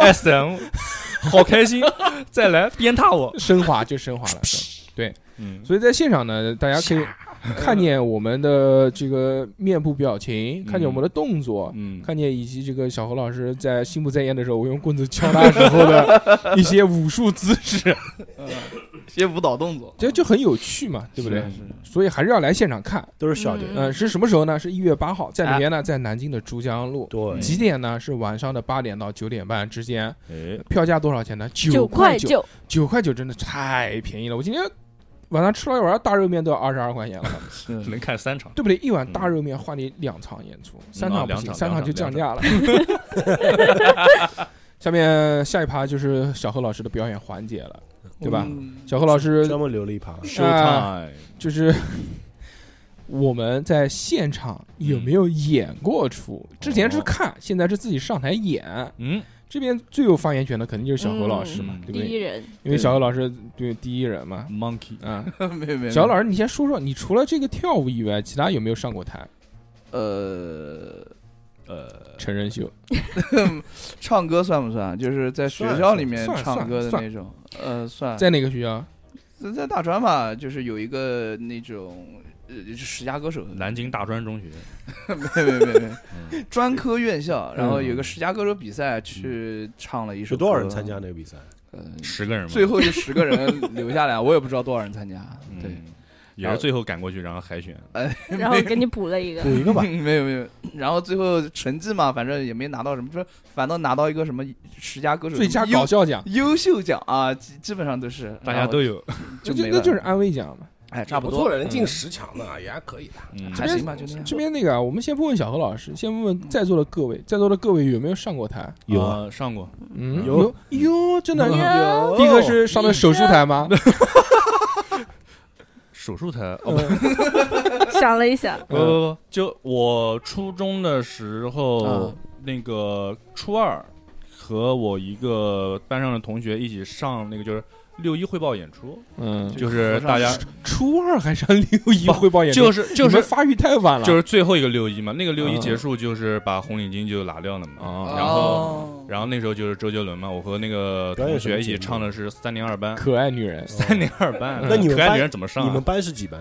[SPEAKER 4] S M，好开心， 再来鞭 挞我。
[SPEAKER 1] 升华就升华了。
[SPEAKER 4] 嗯，
[SPEAKER 1] 所以在现场呢，大家可以看见我们的这个面部表情，
[SPEAKER 4] 嗯
[SPEAKER 1] 看见我们的动作，
[SPEAKER 4] 嗯，
[SPEAKER 1] 看见以及这个小何老师在心不在焉的时候，我用棍子敲他时候的一些武术姿势，
[SPEAKER 2] 些舞蹈动作，
[SPEAKER 1] 这就很有趣嘛，对不对？所以还是要来现场看。
[SPEAKER 5] 都是笑点。
[SPEAKER 3] 嗯
[SPEAKER 1] 嗯，是什么时候呢？是一月八号，在哪边呢？在南京的珠江路。
[SPEAKER 5] 对，
[SPEAKER 1] 几点呢？是晚上的八点到九点半之间。
[SPEAKER 4] 哎，
[SPEAKER 1] 票价多少钱呢？
[SPEAKER 3] 九
[SPEAKER 1] 块
[SPEAKER 3] 块
[SPEAKER 1] 嗯九，
[SPEAKER 3] 九，
[SPEAKER 1] 九块九真的太便宜了。我今天晚上吃了一碗大肉面都要二十二块钱 了，
[SPEAKER 4] 能看三场。
[SPEAKER 1] 对不对？一碗大肉面换你两场演出，三
[SPEAKER 4] 啊
[SPEAKER 1] 场不
[SPEAKER 4] 两
[SPEAKER 1] 行，
[SPEAKER 4] 场
[SPEAKER 1] 三
[SPEAKER 4] 两
[SPEAKER 1] 场就
[SPEAKER 4] 场
[SPEAKER 1] 降
[SPEAKER 4] 两
[SPEAKER 1] 价了。 下面下一趴就是小何老师的表演环节了，对吧？
[SPEAKER 2] 嗯
[SPEAKER 1] 小何老师
[SPEAKER 5] 专门留了一盘。
[SPEAKER 4] Show time，
[SPEAKER 1] 就是 我们在现场有没有演过出？
[SPEAKER 2] 嗯
[SPEAKER 1] 之前是看，现在是自己上台演。
[SPEAKER 4] 嗯，
[SPEAKER 1] 这边最有发言权的肯定就是小何老师嘛
[SPEAKER 4] 嗯，
[SPEAKER 1] 对不
[SPEAKER 3] 第一
[SPEAKER 1] 对？
[SPEAKER 3] 人，
[SPEAKER 1] 因为小何老师对第一人嘛，
[SPEAKER 4] Monkey，
[SPEAKER 1] 啊，
[SPEAKER 2] 没有没有。
[SPEAKER 1] 小何老师，你先说说，你除了这个跳舞以外，其他有没有上过台？
[SPEAKER 2] 呃，
[SPEAKER 4] 呃，
[SPEAKER 1] 成人秀，
[SPEAKER 2] 唱歌算不算？就是在学
[SPEAKER 5] 算
[SPEAKER 2] 校里面
[SPEAKER 1] 算
[SPEAKER 2] 唱
[SPEAKER 1] 算
[SPEAKER 2] 歌的
[SPEAKER 1] 算
[SPEAKER 2] 那种。呃，
[SPEAKER 4] 啊
[SPEAKER 2] 算。
[SPEAKER 1] 在哪个学校？
[SPEAKER 2] 在在大专嘛，就是有一个那种呃就十佳歌手，
[SPEAKER 4] 南京大专中学，
[SPEAKER 2] 没有没有没有没有专科院校，然后有一个十佳歌手比赛，去唱了一首
[SPEAKER 5] 是
[SPEAKER 2] 歌。
[SPEAKER 5] 多少人参加那个比赛？
[SPEAKER 2] 嗯？
[SPEAKER 4] 十个人嘛，
[SPEAKER 2] 最后就十个人留下来，我也不知道多少人参加。
[SPEAKER 4] 嗯
[SPEAKER 2] 对，，
[SPEAKER 4] 也是最后赶过去，然后海选，
[SPEAKER 3] 然后给你补了一个
[SPEAKER 5] 有，一个吧，
[SPEAKER 2] 没有没有，然后最后成绩嘛，反正也没拿到什么，就是反倒拿到一个什么十佳歌手
[SPEAKER 1] 最佳
[SPEAKER 2] 什么优
[SPEAKER 1] 搞笑奖，
[SPEAKER 2] 优秀奖啊，基基本上都是
[SPEAKER 4] 大家都有，
[SPEAKER 1] 那
[SPEAKER 2] 就
[SPEAKER 1] 就
[SPEAKER 2] 没
[SPEAKER 1] 那
[SPEAKER 2] 了，
[SPEAKER 1] 就是安慰奖嘛。
[SPEAKER 2] 哎，差不
[SPEAKER 6] 不
[SPEAKER 2] 多
[SPEAKER 6] 错的人进十强呢，也还可以的。
[SPEAKER 4] 嗯，
[SPEAKER 2] 还行吧，就那样。
[SPEAKER 1] 这边那个啊，我们先不问小何老师，先问问在座的各位，在座的各位有没有上过台？
[SPEAKER 5] 有啊，
[SPEAKER 4] 啊，上过，
[SPEAKER 1] 嗯，
[SPEAKER 5] 有
[SPEAKER 4] 哦
[SPEAKER 1] 哟，真的。
[SPEAKER 3] 哟
[SPEAKER 1] 第一个是上的手术台吗？
[SPEAKER 4] 手术台，哦
[SPEAKER 5] 呃
[SPEAKER 4] 不
[SPEAKER 1] 嗯
[SPEAKER 3] 想了一想，
[SPEAKER 4] 不不不，就我初中的时候
[SPEAKER 2] 嗯，
[SPEAKER 4] 那个初二。和我一个班上的同学一起上那个就是六一汇报演出，
[SPEAKER 1] 嗯，
[SPEAKER 4] 就是大家
[SPEAKER 1] 初二还上 六一汇报演出，
[SPEAKER 4] 就是就
[SPEAKER 1] 你们
[SPEAKER 4] 是
[SPEAKER 1] 发育太晚了，
[SPEAKER 4] 就是最后一个六一嘛，那个六一
[SPEAKER 1] 嗯
[SPEAKER 4] 结束就是把红领巾就拿掉了嘛，
[SPEAKER 1] 啊，
[SPEAKER 4] 然后
[SPEAKER 2] 哦
[SPEAKER 4] 然后那时候就是周杰伦嘛，我和那个
[SPEAKER 5] 表演
[SPEAKER 4] 同
[SPEAKER 5] 什么
[SPEAKER 4] 学一起
[SPEAKER 5] 节目
[SPEAKER 4] 唱的是三零二班，
[SPEAKER 1] 可爱女 人，
[SPEAKER 4] 三零二班，
[SPEAKER 5] 那你们
[SPEAKER 4] 嗯可爱
[SPEAKER 5] 班
[SPEAKER 4] 女人怎么上
[SPEAKER 5] 你们
[SPEAKER 4] 啊？
[SPEAKER 5] 班是几班？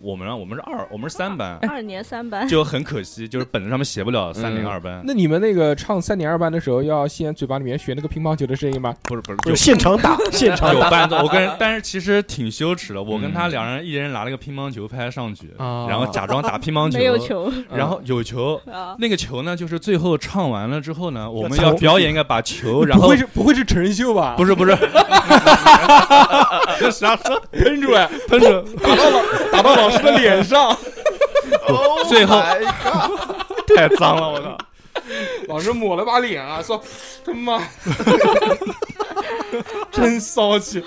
[SPEAKER 4] 我们啊，我们是二，我们是三班，
[SPEAKER 3] 二年三班，
[SPEAKER 4] 就很可惜，就是本子上面写不了三零二班，
[SPEAKER 1] 那你们那个唱三点二班的时候，要先嘴巴里面学那个乒乓球的声音吗？
[SPEAKER 4] 不是不是，
[SPEAKER 5] 就现场打，现 场
[SPEAKER 4] 有
[SPEAKER 5] 打。
[SPEAKER 4] 伴奏，我跟人，但是其实挺羞耻的。我跟他两人，一人拿了个乒乓球拍上去，
[SPEAKER 1] 啊
[SPEAKER 4] 然后假装打乒乓
[SPEAKER 3] 没有球
[SPEAKER 4] 然后有球。
[SPEAKER 3] 啊，
[SPEAKER 4] 那个球呢，就是最后唱完了之后呢，我们
[SPEAKER 5] 要
[SPEAKER 4] 要
[SPEAKER 5] 藏
[SPEAKER 4] 表演一个把球，然
[SPEAKER 1] 不
[SPEAKER 4] 后
[SPEAKER 1] 会是不会是成人秀吧？
[SPEAKER 4] 不是不 是，啥说
[SPEAKER 1] 喷出来，
[SPEAKER 4] 喷着，
[SPEAKER 1] 啊打到老师的脸上，
[SPEAKER 2] 哦
[SPEAKER 4] 最后太脏了，我靠！
[SPEAKER 1] 老师抹了把脸啊，说他妈， 真骚气。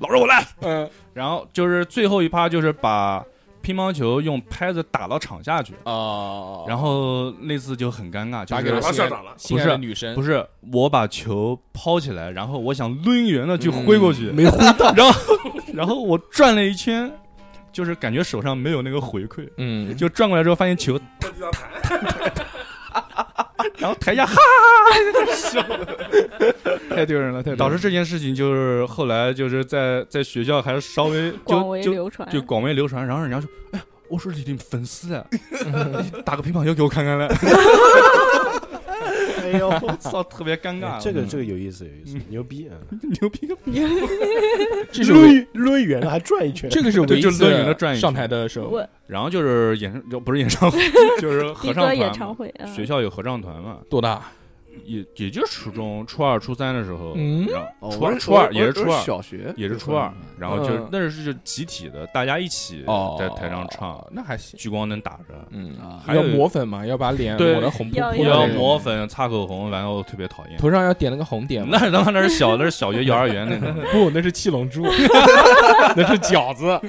[SPEAKER 4] 老师我来。
[SPEAKER 1] 嗯
[SPEAKER 4] 然后就是最后一趴，就是把乒乓球用拍子打到场下去，
[SPEAKER 1] 哦
[SPEAKER 4] 然后那次就很尴尬，就
[SPEAKER 1] 打给
[SPEAKER 4] 是
[SPEAKER 1] 了
[SPEAKER 6] 然后
[SPEAKER 1] 心
[SPEAKER 6] 校
[SPEAKER 1] 爱
[SPEAKER 6] 长了
[SPEAKER 1] 心爱的女生
[SPEAKER 4] 不是我把球抛起来，然后我想抡圆了去挥过嗯去，没挥到，然后 然后我转了一圈，就是感觉手上没有那个回馈，
[SPEAKER 1] 嗯，
[SPEAKER 4] 就转过来之后发现球，
[SPEAKER 6] 我地上弹，
[SPEAKER 4] 然后台下哈，
[SPEAKER 2] 太丢人了，太丢人了
[SPEAKER 4] 导致这件事情就是后来就是在在学校还是稍微
[SPEAKER 3] 广
[SPEAKER 4] 就
[SPEAKER 3] 为
[SPEAKER 4] 就
[SPEAKER 3] 流传，
[SPEAKER 4] 就广为流传，然后人家说，哎呀，我说你的粉丝啊，你打个乒乓球给我看看来，
[SPEAKER 5] 哎呦，
[SPEAKER 4] 操，特别尴尬，
[SPEAKER 5] 哎
[SPEAKER 4] 嗯
[SPEAKER 5] 这个这
[SPEAKER 4] 个
[SPEAKER 5] 个有意思，有意思，牛逼啊！
[SPEAKER 4] 牛逼个
[SPEAKER 1] 这是唯
[SPEAKER 5] 抡抡圆了还转一圈，
[SPEAKER 1] 这个是唯一
[SPEAKER 4] 就就抡圆了转一圈
[SPEAKER 1] 上台的时候，
[SPEAKER 3] 我
[SPEAKER 4] 然后就是演就不是演 唱会，就是合
[SPEAKER 3] 迪
[SPEAKER 4] 唱
[SPEAKER 3] 哥
[SPEAKER 4] 团
[SPEAKER 3] 演唱会，
[SPEAKER 4] 嘛
[SPEAKER 3] 嗯
[SPEAKER 4] 学校有合唱团嘛，
[SPEAKER 1] 多大？
[SPEAKER 4] 也也就是初中初二、初三的时候，
[SPEAKER 1] 嗯
[SPEAKER 4] 然后
[SPEAKER 2] 哦
[SPEAKER 4] 初
[SPEAKER 2] 我
[SPEAKER 4] 二、初二也是
[SPEAKER 2] 我
[SPEAKER 4] 初二，
[SPEAKER 2] 小学
[SPEAKER 4] 也是初二，然后就是
[SPEAKER 1] 嗯
[SPEAKER 4] 那是就集体的，大家一起
[SPEAKER 1] 哦，
[SPEAKER 4] 在台上唱，
[SPEAKER 1] 那还行。
[SPEAKER 4] 聚光灯打着，
[SPEAKER 1] 嗯，
[SPEAKER 2] 啊
[SPEAKER 4] 还
[SPEAKER 1] 要
[SPEAKER 4] 有
[SPEAKER 1] 抹粉嘛，要把脸
[SPEAKER 4] 对
[SPEAKER 1] 抹得红扑
[SPEAKER 3] 要
[SPEAKER 1] 扑
[SPEAKER 4] 我
[SPEAKER 3] 有
[SPEAKER 4] 要
[SPEAKER 1] 的
[SPEAKER 3] 那种
[SPEAKER 4] 抹粉、擦口红，然后特别讨厌。
[SPEAKER 1] 头上要点那个红点嘛。
[SPEAKER 4] 那他妈那是小，那是小学、幼儿园那种。
[SPEAKER 1] 不，那是七龙珠，那是饺子。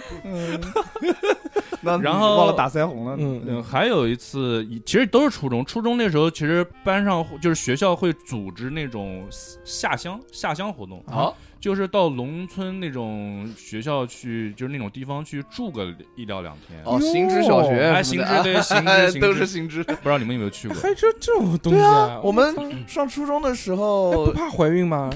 [SPEAKER 2] 那你
[SPEAKER 4] 然后
[SPEAKER 2] 忘了打腮红了，
[SPEAKER 1] 嗯
[SPEAKER 4] 嗯，还有一次，其实都是初中。初中那时候，其实班上会就是学校会组织那种下乡下乡活动，
[SPEAKER 2] 好，
[SPEAKER 4] 就是到农村那种学校去，就是那种地方去住个一到两天。
[SPEAKER 2] 哦，行知小学什么的，
[SPEAKER 4] 哎行 知对行知
[SPEAKER 2] 哎
[SPEAKER 4] 行知
[SPEAKER 2] 都是行知。
[SPEAKER 4] 不知道你们有没有 去过？
[SPEAKER 1] 还这这种东西
[SPEAKER 2] 对啊，我
[SPEAKER 1] 我
[SPEAKER 2] 们
[SPEAKER 1] 操
[SPEAKER 2] 上初中的时
[SPEAKER 1] 那不
[SPEAKER 2] 候，
[SPEAKER 1] 怕怀孕吗？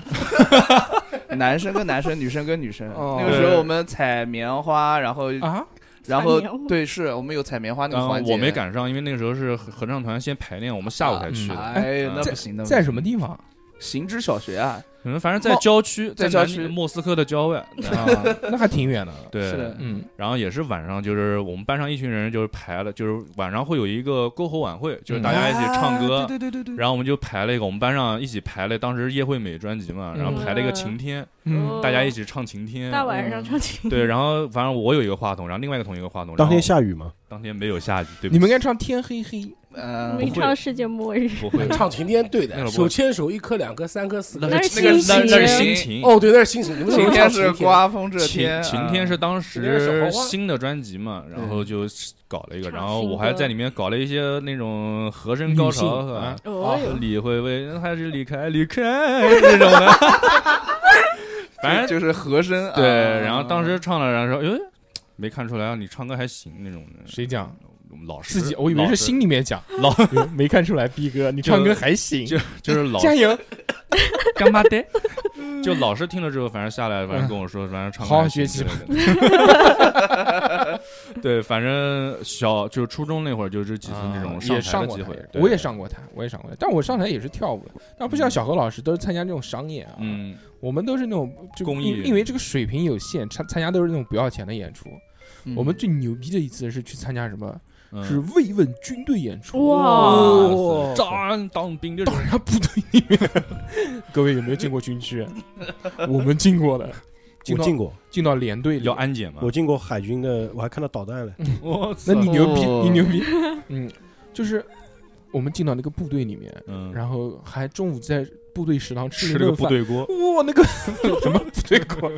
[SPEAKER 2] 男生跟男生，女生跟女生。
[SPEAKER 1] 哦
[SPEAKER 2] 那个时候我们采棉花，然后
[SPEAKER 1] 啊，
[SPEAKER 2] 然后
[SPEAKER 3] 采棉花
[SPEAKER 2] 对，是我们有采棉花那个
[SPEAKER 4] 嗯
[SPEAKER 2] 环节。
[SPEAKER 4] 我没。赶上，因为那个时候是合合唱团先排练，我们下午才去的。
[SPEAKER 2] 哎呀，那
[SPEAKER 4] 在
[SPEAKER 2] 不行的。
[SPEAKER 1] 在什么地方？
[SPEAKER 2] 行知小学啊，
[SPEAKER 4] 可能反正在郊区，
[SPEAKER 2] 在
[SPEAKER 4] 南
[SPEAKER 2] 郊区
[SPEAKER 4] 宁莫斯科的郊 外。
[SPEAKER 1] 啊，那还挺远 的。
[SPEAKER 2] 是
[SPEAKER 4] 对
[SPEAKER 2] 的，
[SPEAKER 1] 嗯，
[SPEAKER 4] 然后也是晚上，就是我们班上一群人就是排了，就是晚上会有一个篝火晚会，就是大家一起唱歌
[SPEAKER 2] 啊。对对对对对。
[SPEAKER 4] 然后我们就排了一个，我们班上一起排了，当时叶惠美专辑嘛，然后排了一个《晴天》，
[SPEAKER 1] 嗯，
[SPEAKER 4] 大家一起唱《晴天
[SPEAKER 3] 大》。晚上唱情
[SPEAKER 4] 对，然后反正我有一个话筒，然后另外一个同学有一个话筒。
[SPEAKER 5] 当天
[SPEAKER 4] 然后
[SPEAKER 5] 下雨吗？
[SPEAKER 4] 当天没有下雨，对
[SPEAKER 1] 你
[SPEAKER 4] 不起
[SPEAKER 1] 们应该唱《天黑黑》。
[SPEAKER 2] 嗯，
[SPEAKER 3] 没唱世界末日，
[SPEAKER 4] 不会，
[SPEAKER 6] 唱晴天对的，
[SPEAKER 4] 那个不
[SPEAKER 6] 手牵手一颗两颗三颗四颗
[SPEAKER 3] 那。
[SPEAKER 4] 是
[SPEAKER 3] 是
[SPEAKER 4] 那个
[SPEAKER 3] 心
[SPEAKER 4] 那那是
[SPEAKER 2] 情
[SPEAKER 4] 心情。
[SPEAKER 6] 哦，对，那是星星。你们怎么
[SPEAKER 2] 晴
[SPEAKER 6] 能
[SPEAKER 2] 天
[SPEAKER 6] 唱
[SPEAKER 2] 是
[SPEAKER 6] 晴天？
[SPEAKER 2] 刮风这
[SPEAKER 4] 嗯晴
[SPEAKER 2] 天，啊嗯
[SPEAKER 4] 晴天是当时新的专辑嘛，
[SPEAKER 2] 小
[SPEAKER 4] 然
[SPEAKER 2] 黄
[SPEAKER 4] 后就搞了一个，
[SPEAKER 3] 唱
[SPEAKER 4] 然后
[SPEAKER 3] 新
[SPEAKER 4] 我
[SPEAKER 3] 歌
[SPEAKER 4] 还在里面搞了一些那种和声高潮
[SPEAKER 1] 女性
[SPEAKER 4] 啊
[SPEAKER 1] 啊，
[SPEAKER 3] 哦哟，
[SPEAKER 4] 李慧薇还是离开离开那种 的，反
[SPEAKER 2] 反正
[SPEAKER 4] 正
[SPEAKER 2] 就是和声。
[SPEAKER 4] 对，
[SPEAKER 2] 啊
[SPEAKER 4] 然后当时唱了，然后说，哎，没看出来啊，你唱歌还行那种的。
[SPEAKER 1] 谁讲？
[SPEAKER 4] 我们老师
[SPEAKER 1] 自己，我以为
[SPEAKER 4] 老
[SPEAKER 1] 是
[SPEAKER 4] 师
[SPEAKER 1] 心里面讲。
[SPEAKER 4] 老
[SPEAKER 1] 没看出来，逼哥，你
[SPEAKER 4] 就
[SPEAKER 1] 唱歌还行，
[SPEAKER 4] 就 就是 老
[SPEAKER 1] 加油，
[SPEAKER 4] 干妈爹，就老师听了之后，反正下来，反正跟我说，反正唱歌
[SPEAKER 1] 好好
[SPEAKER 4] 还行
[SPEAKER 1] 学习
[SPEAKER 4] 之类的。 对，反正小就是初中那会儿，就是几次那种
[SPEAKER 1] 啊也
[SPEAKER 4] 台
[SPEAKER 1] 上
[SPEAKER 4] 的
[SPEAKER 1] 过
[SPEAKER 4] 机
[SPEAKER 1] 台
[SPEAKER 4] 会，，对
[SPEAKER 1] 我也。上过台，我也上过台，但我上台也是跳舞的，但不像小何老师都是参加这种商演啊，
[SPEAKER 4] 嗯，
[SPEAKER 1] 我们都是那种就
[SPEAKER 4] 公益
[SPEAKER 1] 因因为这个水平有限，参参加都是那种不要钱的演出。
[SPEAKER 2] 嗯
[SPEAKER 1] 我们最牛逼的一次是去参加什么？
[SPEAKER 4] 嗯
[SPEAKER 1] 是慰问军队演出，
[SPEAKER 3] 哇
[SPEAKER 1] 哇
[SPEAKER 4] 当啊当兵的
[SPEAKER 1] 到人家部队里面，各位有没有进过军区？ 我们进过的，进
[SPEAKER 5] 我
[SPEAKER 1] 到
[SPEAKER 5] 进过，
[SPEAKER 1] 进到连队里
[SPEAKER 4] 要。安检嘛
[SPEAKER 5] 我，进过海军的，我还看到导弹嘞。
[SPEAKER 4] 我
[SPEAKER 1] 那你牛逼，
[SPEAKER 2] 哦
[SPEAKER 1] 你牛逼，嗯，就是我们进到那个部队里面，
[SPEAKER 4] 嗯，
[SPEAKER 1] 然后还中午在部队食堂
[SPEAKER 4] 吃
[SPEAKER 1] 了
[SPEAKER 4] 了
[SPEAKER 1] 顿
[SPEAKER 4] 个部
[SPEAKER 1] 饭。
[SPEAKER 4] 队锅，
[SPEAKER 1] 哇，那个 什么 部队锅，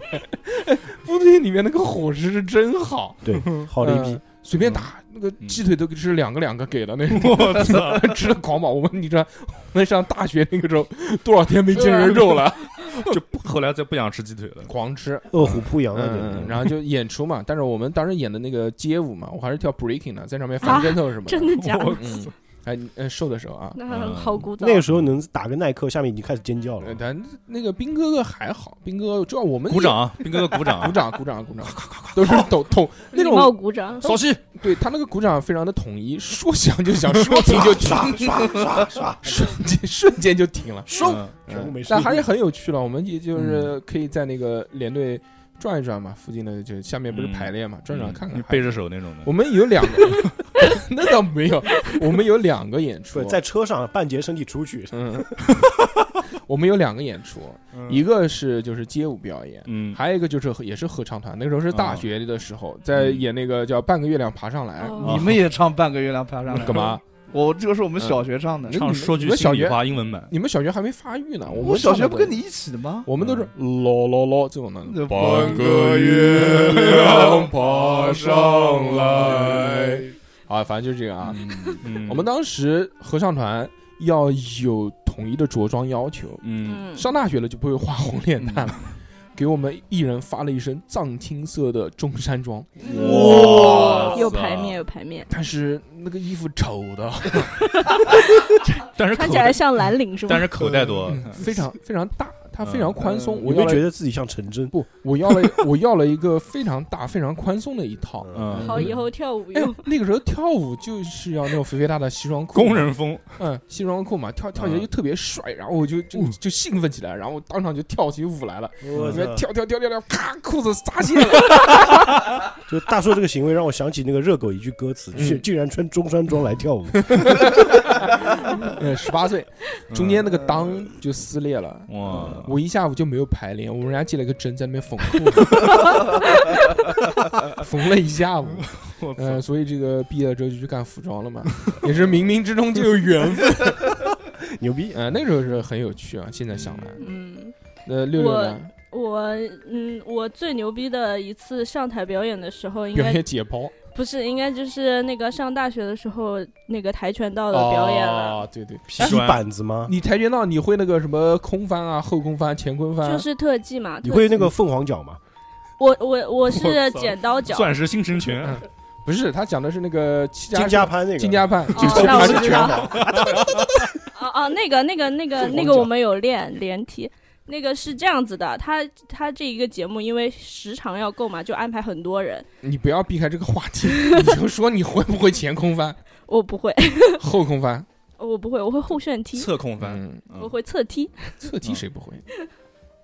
[SPEAKER 1] 部队里面那个伙食是真好，
[SPEAKER 5] 对，好了一
[SPEAKER 1] 嗯
[SPEAKER 5] 批，
[SPEAKER 1] 随便打，那个鸡腿都是两个两个给的那种，
[SPEAKER 4] 嗯我操！
[SPEAKER 1] 吃的狂暴。我们你知道，我们上大学那个时候多少天没见人肉了，
[SPEAKER 4] 就不后来再不想吃鸡腿了。
[SPEAKER 1] 狂吃。
[SPEAKER 5] 饿虎扑羊啊，
[SPEAKER 1] 嗯，
[SPEAKER 5] 这
[SPEAKER 1] 然后就演出嘛，但是我们当时演的那个街舞嘛，我还是跳 breaking 的，在上面翻跟头什么的。
[SPEAKER 3] 真的假的？
[SPEAKER 1] 嗯，哎，你呃，瘦的时候啊，
[SPEAKER 3] 那好古早
[SPEAKER 5] 那。个时候能打个耐克，下面已经开始尖叫
[SPEAKER 1] 呃
[SPEAKER 5] 了。
[SPEAKER 1] 但那个兵哥哥还好，兵哥主要我们
[SPEAKER 4] 鼓掌，啊兵哥哥鼓
[SPEAKER 1] 鼓
[SPEAKER 4] 掌，
[SPEAKER 1] 掌鼓掌鼓掌，都是抖捅那
[SPEAKER 3] 礼貌
[SPEAKER 1] 种，
[SPEAKER 3] 鼓掌，
[SPEAKER 4] 扫兴。
[SPEAKER 1] 对他那个鼓掌非常的统一，说响就响，说停就停，
[SPEAKER 6] 刷刷刷刷，
[SPEAKER 1] 瞬间瞬间就停了。
[SPEAKER 6] 收
[SPEAKER 4] 嗯
[SPEAKER 5] 全部没事
[SPEAKER 1] 但还是很有趣了。我们也就是可以在那个连队转一转嘛，附近的就下面不是排列嘛，转转看看。
[SPEAKER 4] 嗯背着手那种
[SPEAKER 1] 我
[SPEAKER 4] 的。
[SPEAKER 1] 们有两个， 那倒没有，我们有两个演出
[SPEAKER 5] 对，，在车上半截身体出去，
[SPEAKER 1] 嗯，我们有两个演出，
[SPEAKER 5] 嗯
[SPEAKER 1] 一个是就是街舞表演。
[SPEAKER 4] 嗯，
[SPEAKER 1] 还有一个就是也是合唱团，那个时候是大学的时候，在演那个叫《半个月亮爬上来》
[SPEAKER 3] 哦
[SPEAKER 2] 嗯你们也唱半个月亮爬上来
[SPEAKER 1] 干？嘛？
[SPEAKER 2] 我这个是我们小学唱的，
[SPEAKER 1] 嗯
[SPEAKER 4] 嗯唱说
[SPEAKER 1] 你
[SPEAKER 4] 句
[SPEAKER 1] 们
[SPEAKER 4] 心
[SPEAKER 1] 小
[SPEAKER 4] 里
[SPEAKER 1] 学
[SPEAKER 4] 话，英文版。
[SPEAKER 1] 你们小学还没发育呢，我
[SPEAKER 2] 我
[SPEAKER 1] 们
[SPEAKER 2] 小学
[SPEAKER 1] 上
[SPEAKER 2] 不
[SPEAKER 1] 面
[SPEAKER 2] 跟你一起的吗？
[SPEAKER 1] 我们都是咯咯咯这种的。
[SPEAKER 4] 嗯
[SPEAKER 2] 那
[SPEAKER 4] 半个月亮爬上来。
[SPEAKER 1] 啊，反正就是这个啊。
[SPEAKER 4] 嗯
[SPEAKER 1] 我们当时合唱团要有统一的着装要求，
[SPEAKER 4] 嗯，
[SPEAKER 3] 嗯，
[SPEAKER 1] 上大学了就不会画红脸蛋了， 给我们一人发了一身藏青色的中山装，
[SPEAKER 4] 哇
[SPEAKER 3] 有排面，有 排面，
[SPEAKER 1] 但是那个衣服丑的，
[SPEAKER 4] 但是
[SPEAKER 3] 看
[SPEAKER 4] 口
[SPEAKER 3] 起来
[SPEAKER 4] 袋，嗯
[SPEAKER 3] 像蓝领是吗
[SPEAKER 4] 但？是口袋多。
[SPEAKER 1] 非 常非常大，它
[SPEAKER 4] 嗯
[SPEAKER 1] 非常宽松。
[SPEAKER 5] 你
[SPEAKER 1] 我
[SPEAKER 5] 没
[SPEAKER 1] 要了
[SPEAKER 5] 觉得自己像陈真？
[SPEAKER 1] 不，我要了我要了一个非常大、非常宽松的一套。
[SPEAKER 4] 嗯，
[SPEAKER 3] 好，以后跳舞
[SPEAKER 1] 哎
[SPEAKER 3] 用，，
[SPEAKER 1] 那个时候跳舞就是要那种肥肥大的西装裤，
[SPEAKER 4] 工人风，
[SPEAKER 1] 嗯，西装裤嘛，跳跳起来
[SPEAKER 4] 嗯
[SPEAKER 1] 就特别帅，然后我就就就兴奋起来，然后当场就跳起舞来了，
[SPEAKER 5] 我
[SPEAKER 1] 里面嗯
[SPEAKER 5] 操！
[SPEAKER 1] 跳跳跳跳跳，咔，裤子扎线了，
[SPEAKER 5] 就大叔这个行为让我想起那个热狗一句歌词，
[SPEAKER 1] 嗯
[SPEAKER 5] 竟竟然穿中山装来跳 舞，
[SPEAKER 1] 呃，十八岁， 中间那个裆就撕裂了。
[SPEAKER 4] 哇，
[SPEAKER 1] 我一下午就没有排练，我们人家借了个针在那边缝裤，缝了一下午。
[SPEAKER 4] 我
[SPEAKER 1] 嗯、所以这个毕业了之后就去干服装了嘛，也是冥冥之中就有缘分。
[SPEAKER 5] 牛逼！
[SPEAKER 1] 呃，那时候是很有趣啊，现在想来，
[SPEAKER 3] 嗯。
[SPEAKER 1] 呃，六六呢，
[SPEAKER 3] 我嗯，我最牛逼的一次上台表演的时候，应
[SPEAKER 1] 表
[SPEAKER 3] 该
[SPEAKER 1] 演解剖
[SPEAKER 3] 不是，应该就是那个上大学的时候那个跆拳道的表演了，
[SPEAKER 1] 哦，对对，
[SPEAKER 5] 踢
[SPEAKER 4] 砖，
[SPEAKER 5] 板子吗？
[SPEAKER 1] 你跆拳道你会那个什么空翻啊、后空翻、前空翻，
[SPEAKER 3] 就是特技嘛。
[SPEAKER 5] 你
[SPEAKER 3] 特
[SPEAKER 5] 会
[SPEAKER 3] 技
[SPEAKER 5] 那个凤凰脚吗？
[SPEAKER 3] 我我我
[SPEAKER 4] 我
[SPEAKER 3] 是
[SPEAKER 4] 操
[SPEAKER 3] 剪刀脚，
[SPEAKER 4] 钻石星辰拳，
[SPEAKER 1] 不是他讲的是那个七家
[SPEAKER 5] 金家潘那 个？
[SPEAKER 1] 金家潘，
[SPEAKER 3] 哦那我 知道。
[SPEAKER 5] 好。
[SPEAKER 3] 哦哦，那个那个那个那个我们有练连体，那个是这样子的，他他这一个节目因为时长要够嘛，就安排很多人，
[SPEAKER 1] 你不要避开这个话 题，你就说你会不会前空翻、
[SPEAKER 3] 我不会，
[SPEAKER 1] 后空翻？
[SPEAKER 3] 我不会，我会后旋踢，
[SPEAKER 4] 侧空翻，
[SPEAKER 1] 嗯，
[SPEAKER 4] 嗯
[SPEAKER 3] 我会侧踢，
[SPEAKER 1] 侧踢谁不会？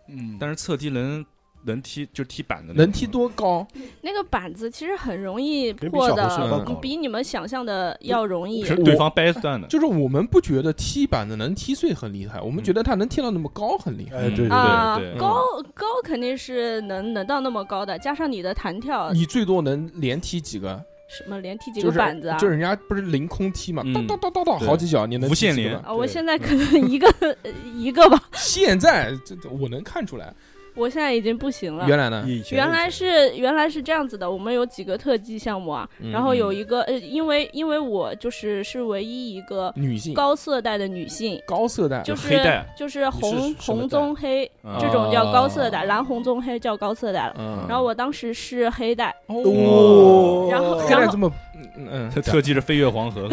[SPEAKER 2] 嗯，
[SPEAKER 4] 但是侧踢能能踢就踢板的那种，
[SPEAKER 1] 能踢多高？
[SPEAKER 3] 那个板子其实很容易
[SPEAKER 5] 比
[SPEAKER 3] 破
[SPEAKER 5] 小
[SPEAKER 3] 的
[SPEAKER 5] 猴身
[SPEAKER 1] 高
[SPEAKER 5] 高
[SPEAKER 3] 嗯，比你们想象的要容易。
[SPEAKER 4] 是对方掰断的，
[SPEAKER 1] 就是我们不觉得踢板子能踢碎很厉
[SPEAKER 4] 嗯
[SPEAKER 1] 害，我们觉得他能踢到那么高很厉害。
[SPEAKER 5] 哎，对对对，
[SPEAKER 3] 啊
[SPEAKER 4] 对对，
[SPEAKER 3] 高
[SPEAKER 1] 嗯
[SPEAKER 3] 高肯定是能能到那么高的，加上你的弹跳，
[SPEAKER 1] 你最多能连踢几个？
[SPEAKER 3] 什么连嗯踢几
[SPEAKER 1] 嗯就
[SPEAKER 3] 个
[SPEAKER 1] 是
[SPEAKER 3] 板子啊？
[SPEAKER 1] 就是人家不是凌空踢嘛，
[SPEAKER 4] 嗯
[SPEAKER 1] 当当当当当
[SPEAKER 4] 对
[SPEAKER 1] 好几脚，你能踢
[SPEAKER 4] 无限
[SPEAKER 1] 几个
[SPEAKER 4] 连
[SPEAKER 1] 吧
[SPEAKER 3] 啊，
[SPEAKER 1] 对嗯
[SPEAKER 3] 我现在可能一个 一个吧，
[SPEAKER 1] 现在这这我能看出来，
[SPEAKER 3] 我现在已经不行了。
[SPEAKER 1] 原来
[SPEAKER 4] 嗯
[SPEAKER 1] 呢，
[SPEAKER 5] 以前
[SPEAKER 3] 原来是原来是这样子的，我们有几个特技项目啊，
[SPEAKER 1] 嗯
[SPEAKER 3] 然后有一个呃，因为因为我就是是唯一一个
[SPEAKER 1] 女性
[SPEAKER 3] 高色带的女性，
[SPEAKER 1] 高色带
[SPEAKER 3] 就是
[SPEAKER 4] 黑带
[SPEAKER 3] 就是红
[SPEAKER 5] 你是什么带
[SPEAKER 3] 红棕黑
[SPEAKER 4] 啊
[SPEAKER 3] 这种叫高色带，蓝红棕黑叫高色带了。
[SPEAKER 1] 嗯
[SPEAKER 3] 然后我当时是黑带，
[SPEAKER 1] 哦，
[SPEAKER 3] 然后
[SPEAKER 1] 现在
[SPEAKER 3] 然
[SPEAKER 1] 这
[SPEAKER 3] 后
[SPEAKER 1] 么嗯嗯，
[SPEAKER 4] 特技是飞越黄 河，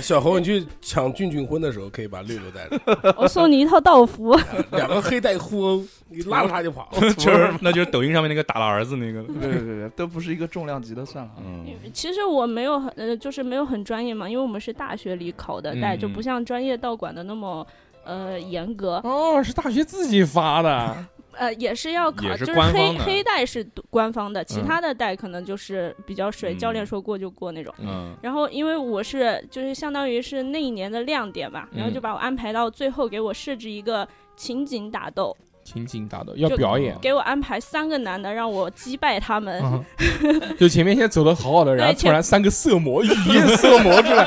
[SPEAKER 6] 小猴，你去抢俊俊婚的时候可以把六六带着，
[SPEAKER 3] 我送你一套道服，
[SPEAKER 6] 两个黑带互殴，你拉着他就跑。
[SPEAKER 4] 就是那就是抖音上面那个打了儿子那个，
[SPEAKER 2] 对对对，对都不是一个重量级的，算了啊。
[SPEAKER 4] 嗯，
[SPEAKER 3] 其实我没有很呃，就是没有很专业嘛，因为我们是大学里考的带，
[SPEAKER 4] 嗯
[SPEAKER 3] 就不像专业道馆的那么呃严格，
[SPEAKER 1] 哦，是大学自己发的，
[SPEAKER 3] 呃也是要考，
[SPEAKER 4] 也是
[SPEAKER 3] 就是
[SPEAKER 4] 官方
[SPEAKER 3] 黑
[SPEAKER 4] 的
[SPEAKER 3] 黑带是官方的，其
[SPEAKER 1] 嗯
[SPEAKER 3] 他的带可能就是比较水，
[SPEAKER 4] 嗯
[SPEAKER 3] 教练说过就过那种。
[SPEAKER 4] 嗯
[SPEAKER 3] 然后因为我是就是相当于是
[SPEAKER 1] 嗯
[SPEAKER 3] 那一年的亮点吧，然后就把我安排到最后，给我设置一个情景打斗，
[SPEAKER 1] 情景打斗，要
[SPEAKER 3] 就
[SPEAKER 1] 表演。
[SPEAKER 3] 给我安排三个男的，让我击败他们。
[SPEAKER 1] 哦嗯，就前面先走的好好的， 然后
[SPEAKER 3] 对
[SPEAKER 1] 突
[SPEAKER 3] 前
[SPEAKER 1] 然三个色魔，雨 夜色魔出来，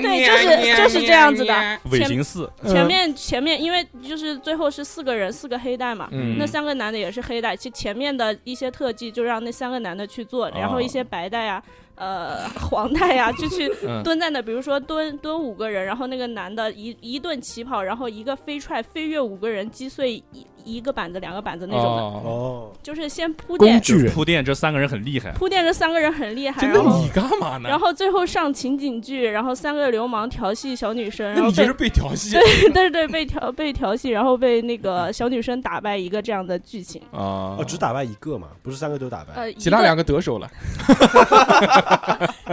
[SPEAKER 3] 对，就是就是这样子的。
[SPEAKER 4] 尾
[SPEAKER 3] 前
[SPEAKER 4] 行四，
[SPEAKER 5] 嗯
[SPEAKER 3] 前面前面，因为就是最后是四个人，四个黑带嘛。
[SPEAKER 1] 嗯
[SPEAKER 3] 那三个男的也是黑带，其前面的一些特技就让那三个男的去做，然后一些白带呀、呃黄带呀、就去
[SPEAKER 1] 哦嗯
[SPEAKER 3] 蹲在那，比如说蹲蹲五个人，然后那个男的一一顿起跑，然后一个飞踹飞跃五个人，击碎一一个板子两个板子那种的，
[SPEAKER 1] 哦，
[SPEAKER 5] 哦，
[SPEAKER 3] 就是先铺
[SPEAKER 5] 工
[SPEAKER 3] 垫
[SPEAKER 5] 具人
[SPEAKER 4] 铺垫这三个人很厉害，
[SPEAKER 3] 铺垫这三个人很厉害，
[SPEAKER 1] 真
[SPEAKER 3] 然
[SPEAKER 1] 的
[SPEAKER 3] 后
[SPEAKER 1] 你干嘛呢？
[SPEAKER 3] 然后最后上情景剧，然后三个流氓调戏小女生，
[SPEAKER 1] 那
[SPEAKER 3] 然后
[SPEAKER 1] 你就
[SPEAKER 3] 被
[SPEAKER 1] 是被调戏
[SPEAKER 3] 对对对，被调被调戏，然后被那个小女生打败一个这样的剧情。
[SPEAKER 1] 啊
[SPEAKER 5] 哦，只打败一个嘛，不是三个都打败，
[SPEAKER 3] 呃，
[SPEAKER 1] 其他两
[SPEAKER 3] 个
[SPEAKER 1] 个得手了，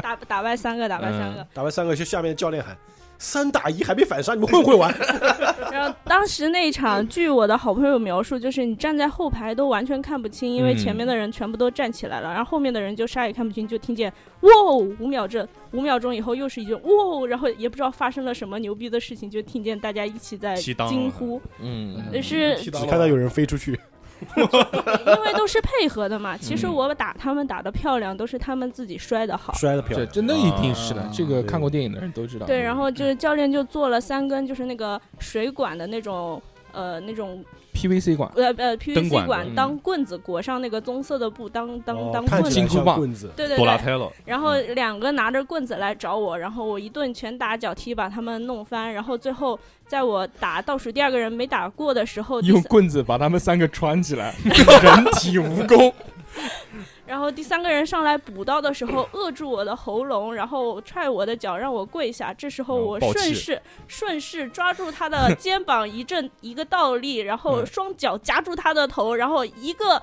[SPEAKER 3] 打打败三个，打败三个。
[SPEAKER 5] 打败三个就下面教练喊三打一还没反杀，你们会 不会玩？
[SPEAKER 3] 然后当时那一场，据我的好朋友描述，就是你站在后排都完全看不清，因为
[SPEAKER 1] 嗯
[SPEAKER 3] 前面的人全部都站起来了，然后后面的人就啥也看不清，就听见哇哦五秒钟，五秒钟以后又是一句哇哦，然后也不知道发生了什么牛逼的事情，就听见大家一起在
[SPEAKER 4] 踢裆
[SPEAKER 3] 惊
[SPEAKER 4] 了
[SPEAKER 3] 呼，
[SPEAKER 1] 嗯
[SPEAKER 3] 呃是
[SPEAKER 6] 踢
[SPEAKER 5] 只
[SPEAKER 6] 到了
[SPEAKER 5] 看到有人飞出去，
[SPEAKER 3] 因为都是配合的嘛。其实我打他们打得漂亮，都是他们自己摔得好。
[SPEAKER 5] 摔的漂
[SPEAKER 1] 这
[SPEAKER 5] 亮。
[SPEAKER 1] 真的一定是的
[SPEAKER 2] 啊，
[SPEAKER 1] 这个看过
[SPEAKER 5] 对
[SPEAKER 1] 电影的人都知道。嗯
[SPEAKER 3] 对，然后就是教练就做了三根，就是那个水管的那种。呃，那种
[SPEAKER 1] PVC 管，
[SPEAKER 3] 呃呃
[SPEAKER 4] 灯
[SPEAKER 3] PVC
[SPEAKER 4] 管
[SPEAKER 3] 管
[SPEAKER 1] 嗯
[SPEAKER 3] 当棍子，裹上那个棕色的布当当、
[SPEAKER 5] 哦
[SPEAKER 3] 当
[SPEAKER 5] 看
[SPEAKER 3] 棍
[SPEAKER 5] 起
[SPEAKER 3] 子
[SPEAKER 1] 金，
[SPEAKER 5] 来
[SPEAKER 1] 箍
[SPEAKER 5] 像
[SPEAKER 1] 棒
[SPEAKER 5] 棍子，
[SPEAKER 3] 对对
[SPEAKER 4] 多拉
[SPEAKER 3] 对。
[SPEAKER 4] 胎了，
[SPEAKER 3] 然后两个拿着棍子来找我，然后我一顿拳打脚踢把他们弄翻，然后最后在我打倒数第二个人没打过的时候，第
[SPEAKER 1] 用
[SPEAKER 3] 三
[SPEAKER 1] 棍子把他们三个穿起来， 人体蜈蚣。
[SPEAKER 3] 然后第三个人上来补刀的时
[SPEAKER 1] 嗯
[SPEAKER 3] 候扼住我的喉咙，然后踹我的脚让我跪下。这时候
[SPEAKER 1] 哦
[SPEAKER 4] 然后
[SPEAKER 3] 我
[SPEAKER 4] 爆气
[SPEAKER 3] 顺势顺势抓住他的肩膀一阵 一个倒立，然后
[SPEAKER 1] 嗯
[SPEAKER 3] 双脚夹住他的头，然后一个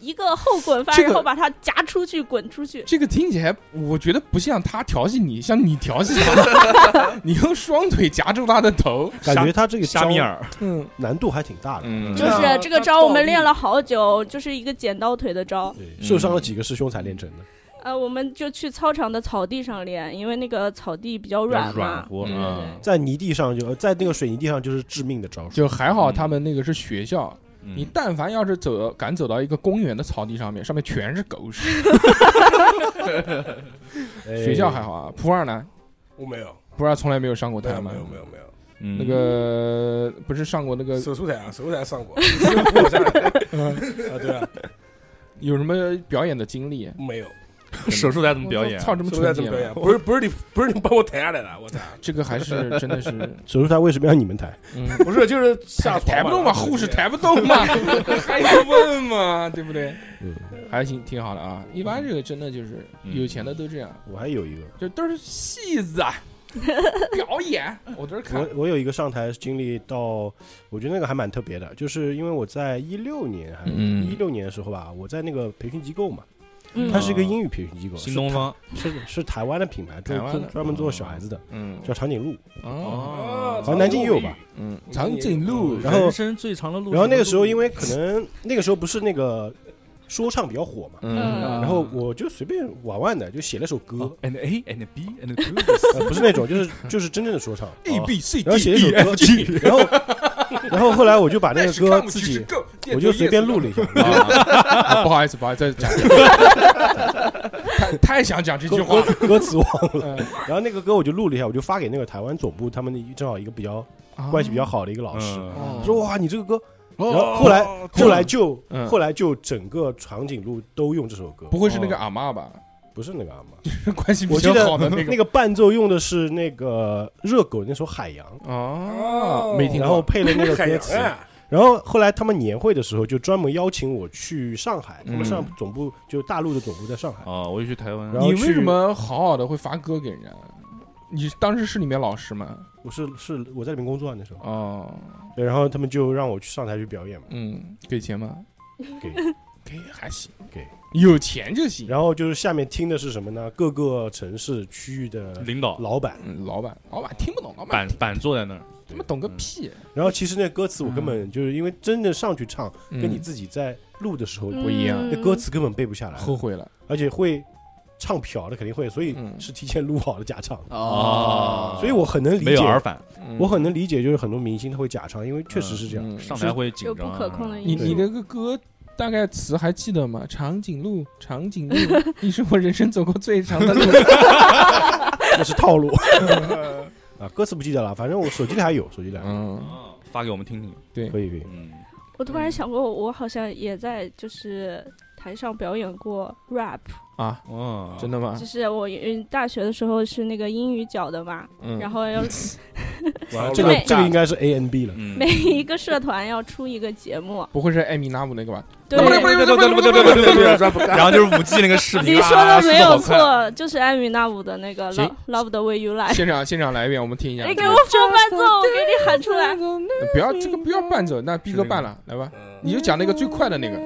[SPEAKER 3] 一个后滚翻，
[SPEAKER 1] 这个
[SPEAKER 3] 然后把他夹出去滚出去。
[SPEAKER 1] 这个听起来，我觉得不像他调戏你，像你调戏他。 你用双腿夹住他的头，
[SPEAKER 5] 感觉他这个
[SPEAKER 4] 虾
[SPEAKER 5] 招
[SPEAKER 4] 米尔，
[SPEAKER 1] 嗯
[SPEAKER 5] 难度还挺大的。
[SPEAKER 1] 嗯，
[SPEAKER 3] 就
[SPEAKER 6] 对啊
[SPEAKER 3] 是这个招我们练了好久，就是一个剪刀腿的招。
[SPEAKER 5] 对，
[SPEAKER 1] 嗯
[SPEAKER 5] 受伤了几个师兄才练成的。
[SPEAKER 3] 呃，我们就去操场的草地上练，因为那个草地比较
[SPEAKER 4] 软
[SPEAKER 3] 软嘛。
[SPEAKER 4] 软和，
[SPEAKER 1] 嗯
[SPEAKER 4] 嗯
[SPEAKER 5] 在泥地上就呃在那个水泥地上就是致命的招数。
[SPEAKER 1] 就还好他们那个是学校，
[SPEAKER 4] 嗯
[SPEAKER 1] 你但凡要是走敢走到一个公园的草地上面，上面全是狗 屎。
[SPEAKER 5] 哎
[SPEAKER 1] 学校还好啊，普洱呢？
[SPEAKER 6] 我没有，
[SPEAKER 1] 普洱从来没有上过
[SPEAKER 6] 没
[SPEAKER 1] 台
[SPEAKER 6] 有，
[SPEAKER 1] 吗
[SPEAKER 6] 没？有，没有，没有。
[SPEAKER 4] 嗯
[SPEAKER 1] 那个不是上过那个
[SPEAKER 6] 手术台啊，手术台上过， 修复我下来的啊，对啊，
[SPEAKER 1] 有什么表演的经历？
[SPEAKER 6] 没有，
[SPEAKER 4] 手术台怎么表演啊？
[SPEAKER 1] 操，这么
[SPEAKER 6] 手术台
[SPEAKER 1] 纯
[SPEAKER 6] 怎
[SPEAKER 1] 洁
[SPEAKER 6] 么表演？啊
[SPEAKER 1] 啊！
[SPEAKER 6] 不是，不是你，不是你帮我抬下来的，我操！
[SPEAKER 1] 这个还是真的是，
[SPEAKER 5] 手术台为什么要你们抬？
[SPEAKER 1] 嗯，
[SPEAKER 6] 不是，就是下
[SPEAKER 1] 抬
[SPEAKER 6] 床
[SPEAKER 1] 抬不动嘛，
[SPEAKER 6] 嘛，
[SPEAKER 1] 护士抬不动嘛，还要问嘛，对不对？
[SPEAKER 5] 嗯
[SPEAKER 1] 还行，挺好的啊。一般这个真的就是
[SPEAKER 4] 嗯
[SPEAKER 1] 有钱的都这样，
[SPEAKER 5] 我还有一个，
[SPEAKER 1] 就都是戏子啊，表演，我都是看
[SPEAKER 5] 我。我有一个上台经历到，我觉得那个还蛮特别的，就是因为我在一六年还
[SPEAKER 1] 嗯
[SPEAKER 5] 一六年的时候吧，我在那个培训机构嘛，
[SPEAKER 3] 嗯
[SPEAKER 5] 它，是一个英语培训机构，
[SPEAKER 4] 新
[SPEAKER 5] 是
[SPEAKER 4] 东方
[SPEAKER 5] 是是台湾的品牌，
[SPEAKER 1] 台湾
[SPEAKER 5] 专
[SPEAKER 1] 的哦
[SPEAKER 5] 专门做小孩子的，
[SPEAKER 1] 嗯，
[SPEAKER 5] 叫长颈鹿，
[SPEAKER 6] 啊，
[SPEAKER 5] 好像南京也有吧？
[SPEAKER 1] 嗯，长颈鹿，
[SPEAKER 5] 然后
[SPEAKER 4] 人生最长的路。
[SPEAKER 5] 然后那个时候因为可能那个时候不是那个说唱比较火嘛，
[SPEAKER 1] 嗯，
[SPEAKER 5] 然后我就随便玩玩的，就写了首歌，
[SPEAKER 4] ，and A and B and two，
[SPEAKER 5] 呃哦不是那种，就是就是真正的说唱啊
[SPEAKER 1] A B C
[SPEAKER 5] 然后
[SPEAKER 1] D
[SPEAKER 5] 写了一
[SPEAKER 1] E
[SPEAKER 5] 首
[SPEAKER 1] F
[SPEAKER 5] 歌
[SPEAKER 1] G，，
[SPEAKER 5] 然后然后后来我就把那
[SPEAKER 1] 那
[SPEAKER 5] 个
[SPEAKER 1] 是看
[SPEAKER 5] 歌
[SPEAKER 1] 不
[SPEAKER 5] 自
[SPEAKER 1] 起是
[SPEAKER 5] 己，
[SPEAKER 1] 够
[SPEAKER 5] 我就随便录了一下，
[SPEAKER 1] 啊，不好意思，不好意思，再讲一遍，太太想讲这句话了
[SPEAKER 5] 歌词忘了。
[SPEAKER 1] 嗯
[SPEAKER 5] 然后那个歌我就录了一下，我就发给那个台湾总部他们的正好一个比较
[SPEAKER 1] 啊
[SPEAKER 5] 关系比较好的一个老
[SPEAKER 4] 嗯
[SPEAKER 5] 师，
[SPEAKER 1] 哦
[SPEAKER 5] 说哇你这个歌，
[SPEAKER 1] 哦
[SPEAKER 5] 然后后来后来就
[SPEAKER 1] 嗯
[SPEAKER 5] 后来就整个长颈鹿都用这首歌，
[SPEAKER 1] 不会是那个阿嬷吧？
[SPEAKER 5] 不是那个阿妈，
[SPEAKER 1] 关系比
[SPEAKER 5] 我记
[SPEAKER 1] 较
[SPEAKER 5] 得
[SPEAKER 1] 好的那个哦
[SPEAKER 5] 那个伴奏用的是那个热狗那首《海洋》，
[SPEAKER 1] 哦，没听
[SPEAKER 5] 然
[SPEAKER 1] 过，
[SPEAKER 5] 后
[SPEAKER 1] 哎
[SPEAKER 5] 配了 那个
[SPEAKER 6] 海
[SPEAKER 5] 歌
[SPEAKER 6] 洋
[SPEAKER 5] 词。
[SPEAKER 6] 啊，
[SPEAKER 5] 然后后来他们年会的时候就专门邀请我去上海，他们上
[SPEAKER 1] 嗯
[SPEAKER 5] 总部就大陆的总部在上海，
[SPEAKER 4] 啊，我就去台湾
[SPEAKER 5] 然，后
[SPEAKER 1] 你
[SPEAKER 5] 去
[SPEAKER 1] 为什么好好的会发歌给人家？你当时是里面老师吗？
[SPEAKER 5] 我是是我在里面工作啊那时候，
[SPEAKER 1] 哦，
[SPEAKER 5] 对，然后他们就让我去上台去表演嘛，
[SPEAKER 1] 嗯，给钱吗？
[SPEAKER 5] 给，
[SPEAKER 1] 给还行，
[SPEAKER 5] 给
[SPEAKER 1] 有钱就行。
[SPEAKER 5] 然后就是下面听的是什么呢？各个城市区域的
[SPEAKER 4] 领导
[SPEAKER 5] 老板，
[SPEAKER 1] 嗯，老板，老板听不懂，老板
[SPEAKER 4] 板板坐在那儿，
[SPEAKER 1] 他妈懂个屁，
[SPEAKER 5] 然后其实那歌词我根本就是因为真的上去唱，跟你
[SPEAKER 1] 嗯
[SPEAKER 5] 自己在录的时候
[SPEAKER 1] 不一样
[SPEAKER 3] 嗯
[SPEAKER 5] 那歌词根本背不下来，
[SPEAKER 1] 后悔了。
[SPEAKER 5] 而且会唱瓢的肯定会，所以
[SPEAKER 1] 哦嗯
[SPEAKER 5] 是提前录好的假唱，
[SPEAKER 2] 哦，
[SPEAKER 5] 所以我很能理
[SPEAKER 4] 没有耳
[SPEAKER 5] 解，
[SPEAKER 4] 返，
[SPEAKER 5] 我很能理解，就是很多明星他会假唱，因为确实是这样。
[SPEAKER 1] 嗯
[SPEAKER 4] 上台会紧
[SPEAKER 3] 有
[SPEAKER 4] 张
[SPEAKER 3] 不
[SPEAKER 4] 啊。
[SPEAKER 3] 可控的
[SPEAKER 1] 你
[SPEAKER 3] 因
[SPEAKER 5] 对
[SPEAKER 1] 你
[SPEAKER 3] 素。
[SPEAKER 1] 那个歌大概词还记得吗？长颈鹿，长颈鹿，你是我人生走过最长的路。
[SPEAKER 5] 那是套 路。啊，歌词不记得了，反正我手机里还有，手机里还有
[SPEAKER 1] 嗯，
[SPEAKER 4] 啊发给我们听听。
[SPEAKER 5] 可以可以。
[SPEAKER 4] 嗯，
[SPEAKER 3] 我突然想过，我好像也在就是台上表演过 rap，
[SPEAKER 1] 啊，
[SPEAKER 4] 哇，
[SPEAKER 1] 真的吗
[SPEAKER 3] 就？是我嗯大学的时候是那个英语角的嘛，
[SPEAKER 1] 嗯，
[SPEAKER 3] 然后要
[SPEAKER 6] 完了
[SPEAKER 5] 这个
[SPEAKER 3] 对
[SPEAKER 5] 这个应该是 A N B 了，
[SPEAKER 4] 嗯
[SPEAKER 3] 每一个社团要出一个节目，
[SPEAKER 1] 不会是艾米纳姆那个吧？
[SPEAKER 3] 对。
[SPEAKER 4] 然后就是五 G 那个视频，
[SPEAKER 3] 你说
[SPEAKER 4] 啊
[SPEAKER 3] 的没有，
[SPEAKER 4] 速度好快
[SPEAKER 3] 错，就是艾米纳姆的那个
[SPEAKER 1] 行
[SPEAKER 3] Love Love the Way You Like。哎
[SPEAKER 1] 现场现场来一遍，我们听一下。
[SPEAKER 3] 你给我放伴奏，我给你喊出来。
[SPEAKER 1] 不要这个不要伴奏，那逼
[SPEAKER 4] 是
[SPEAKER 1] 哥
[SPEAKER 4] 那个
[SPEAKER 1] 伴了，来吧，
[SPEAKER 6] 嗯
[SPEAKER 1] 你就讲那个最快的那个，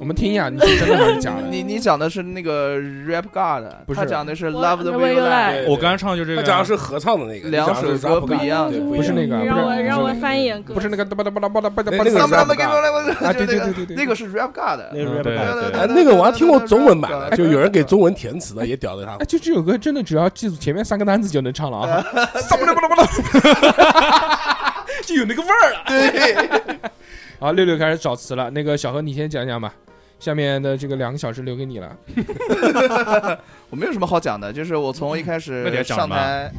[SPEAKER 1] 我们听一下，你是真的还是假的？
[SPEAKER 2] 你你讲的是那个 Rap God，
[SPEAKER 1] 不是
[SPEAKER 2] 他讲的是
[SPEAKER 3] 我
[SPEAKER 2] Love the
[SPEAKER 3] The
[SPEAKER 2] Way
[SPEAKER 3] Way
[SPEAKER 2] You
[SPEAKER 3] You
[SPEAKER 2] Like，
[SPEAKER 3] Like
[SPEAKER 4] 哎我刚才唱的就这
[SPEAKER 6] 他
[SPEAKER 4] 个，
[SPEAKER 6] 讲的是合唱的那个，
[SPEAKER 2] 两
[SPEAKER 6] 你讲的是
[SPEAKER 2] 首歌
[SPEAKER 6] rap
[SPEAKER 2] 不一样
[SPEAKER 6] 对，
[SPEAKER 1] 不是那
[SPEAKER 6] 个。
[SPEAKER 1] 个啊，
[SPEAKER 3] 让
[SPEAKER 1] 不
[SPEAKER 3] 我
[SPEAKER 1] 是
[SPEAKER 3] 让我
[SPEAKER 1] 不是
[SPEAKER 3] 翻译歌，
[SPEAKER 1] 不是那个哒吧哒吧哒吧哒吧哒吧
[SPEAKER 6] 那个
[SPEAKER 1] 哒
[SPEAKER 6] 是
[SPEAKER 1] 吧
[SPEAKER 2] Love the Way
[SPEAKER 6] Rap
[SPEAKER 2] You Like，
[SPEAKER 1] 啊，对
[SPEAKER 2] 就
[SPEAKER 1] 对对
[SPEAKER 2] 是那个
[SPEAKER 1] 对对，
[SPEAKER 2] 那个是 Rap God，
[SPEAKER 5] 那
[SPEAKER 1] 嗯
[SPEAKER 5] 个 rap
[SPEAKER 4] 对
[SPEAKER 5] battle
[SPEAKER 2] 对
[SPEAKER 6] 哎，那个我还听过中文版的，
[SPEAKER 2] 对
[SPEAKER 6] 就有人给中文填词的，也屌的他
[SPEAKER 1] 哎，。 就这首歌真的只要记住前面三个单词就能唱了啊，
[SPEAKER 2] 撒不了不了不了，
[SPEAKER 1] 就有那个味儿了。
[SPEAKER 2] 对，
[SPEAKER 1] 好，六六开始找词了，那个小何你先讲讲吧，下面的这个两个小时留给你了。
[SPEAKER 2] 我没有什么好讲的，就是我从一开
[SPEAKER 4] 那你要
[SPEAKER 2] 始
[SPEAKER 4] 讲什
[SPEAKER 2] 上
[SPEAKER 4] 么啊
[SPEAKER 2] 台，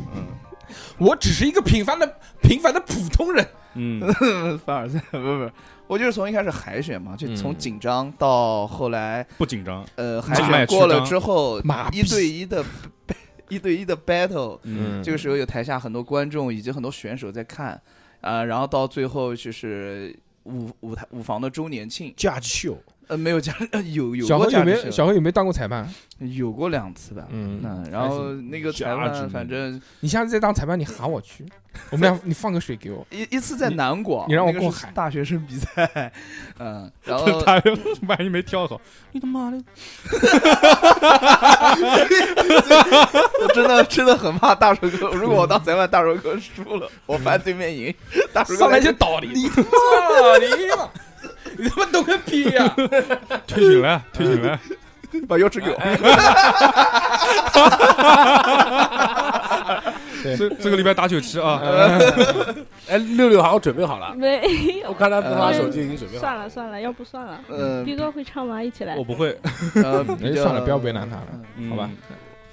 [SPEAKER 1] 我只是一个平凡的平凡的普通人，
[SPEAKER 4] 嗯，
[SPEAKER 2] 凡尔赛，不 是不是，我就是从一开始海选嘛，就从
[SPEAKER 1] 嗯
[SPEAKER 2] 紧张到后来，
[SPEAKER 4] 不紧张，
[SPEAKER 2] 呃，海
[SPEAKER 4] 脉
[SPEAKER 2] 选
[SPEAKER 4] 曲
[SPEAKER 2] 过了
[SPEAKER 4] 张
[SPEAKER 2] 之后
[SPEAKER 1] 麻，
[SPEAKER 2] 一对一的， 一对一的 battle，
[SPEAKER 4] 嗯，
[SPEAKER 2] 这个时候有台下很多观众以及很多选手在看，呃，然后到最后就是舞舞台舞房的周年庆，
[SPEAKER 5] judge show，
[SPEAKER 2] 呃，没有加、呃、有有
[SPEAKER 1] 小
[SPEAKER 2] 过
[SPEAKER 1] 何有
[SPEAKER 2] 加
[SPEAKER 1] 没
[SPEAKER 2] 时
[SPEAKER 1] 有小何有没有当过裁判？啊
[SPEAKER 2] 有过两次吧。
[SPEAKER 1] 嗯
[SPEAKER 2] 嗯，然后那个裁
[SPEAKER 4] 价值
[SPEAKER 2] 判，反正
[SPEAKER 1] 你下次再当裁判，你喊我去，我们俩你放个水给我。
[SPEAKER 2] 一一次在南广，
[SPEAKER 1] 你你让我
[SPEAKER 2] 那个
[SPEAKER 1] 过
[SPEAKER 2] 是
[SPEAKER 1] 海
[SPEAKER 2] 大学生比赛，嗯，然后
[SPEAKER 4] 他万一没跳好，你他妈的，
[SPEAKER 2] 我真的真的很怕大手哥，如果
[SPEAKER 1] 嗯
[SPEAKER 2] 我当裁判，大手哥输了，我翻对面赢，大手哥
[SPEAKER 1] 上来就
[SPEAKER 2] 就
[SPEAKER 1] 倒你，你妈，你他妈懂个屁呀！
[SPEAKER 4] 推醒 了，推醒了，
[SPEAKER 2] 把钥匙给我，
[SPEAKER 4] 这这个礼拜打九七啊，
[SPEAKER 2] 嗯
[SPEAKER 6] 哎，六六好像准备好了，
[SPEAKER 3] 没
[SPEAKER 6] 我看他拿
[SPEAKER 2] 呃
[SPEAKER 6] 手机已经准备好了。
[SPEAKER 3] 哎算了算了，要不算了。
[SPEAKER 2] 嗯，
[SPEAKER 3] 逼哥会唱吗？一起来
[SPEAKER 4] 我。不会，
[SPEAKER 2] 呃，
[SPEAKER 1] 那
[SPEAKER 2] 比
[SPEAKER 1] 就
[SPEAKER 2] 较
[SPEAKER 1] 哎算了，不要为难他了，
[SPEAKER 4] 嗯
[SPEAKER 1] 好吧？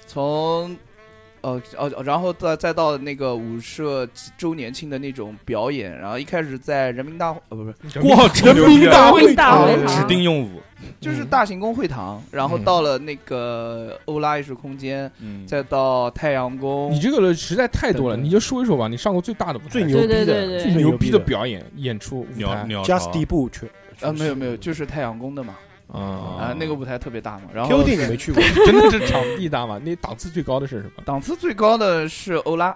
[SPEAKER 2] 从呃哦，然后再再到那个舞社周年庆的那种表演，然后一开始在人民大呃不是，
[SPEAKER 4] 哇，真牛逼啊！
[SPEAKER 3] 大会大
[SPEAKER 2] 会
[SPEAKER 4] 指
[SPEAKER 3] 堂，
[SPEAKER 4] 定用武，
[SPEAKER 2] 就是
[SPEAKER 5] 嗯
[SPEAKER 2] 大行宫会堂，然后
[SPEAKER 1] 嗯
[SPEAKER 2] 到了那个欧拉艺术空间，
[SPEAKER 4] 嗯，
[SPEAKER 2] 再到太阳宫
[SPEAKER 1] 你，这个实在太多了，
[SPEAKER 2] 对对
[SPEAKER 1] 你就说一说吧。你上过最大的舞台，
[SPEAKER 5] 最牛
[SPEAKER 3] 对
[SPEAKER 5] 逼
[SPEAKER 3] 对
[SPEAKER 5] 的，
[SPEAKER 3] 对对，
[SPEAKER 5] 最
[SPEAKER 1] 牛
[SPEAKER 5] 逼
[SPEAKER 1] 的表演演出舞
[SPEAKER 4] 鸟
[SPEAKER 1] 台
[SPEAKER 4] 鸟
[SPEAKER 5] ，just
[SPEAKER 4] 巢
[SPEAKER 5] 一步全
[SPEAKER 2] 啊没有没有，就是太阳宫的嘛，啊
[SPEAKER 1] 啊
[SPEAKER 2] 那个舞台特别大嘛，然后
[SPEAKER 5] 哦 Q D 你没去 过，
[SPEAKER 1] 真的是场地大吗？那档次最高的是什么？
[SPEAKER 2] 档次最高的是欧拉，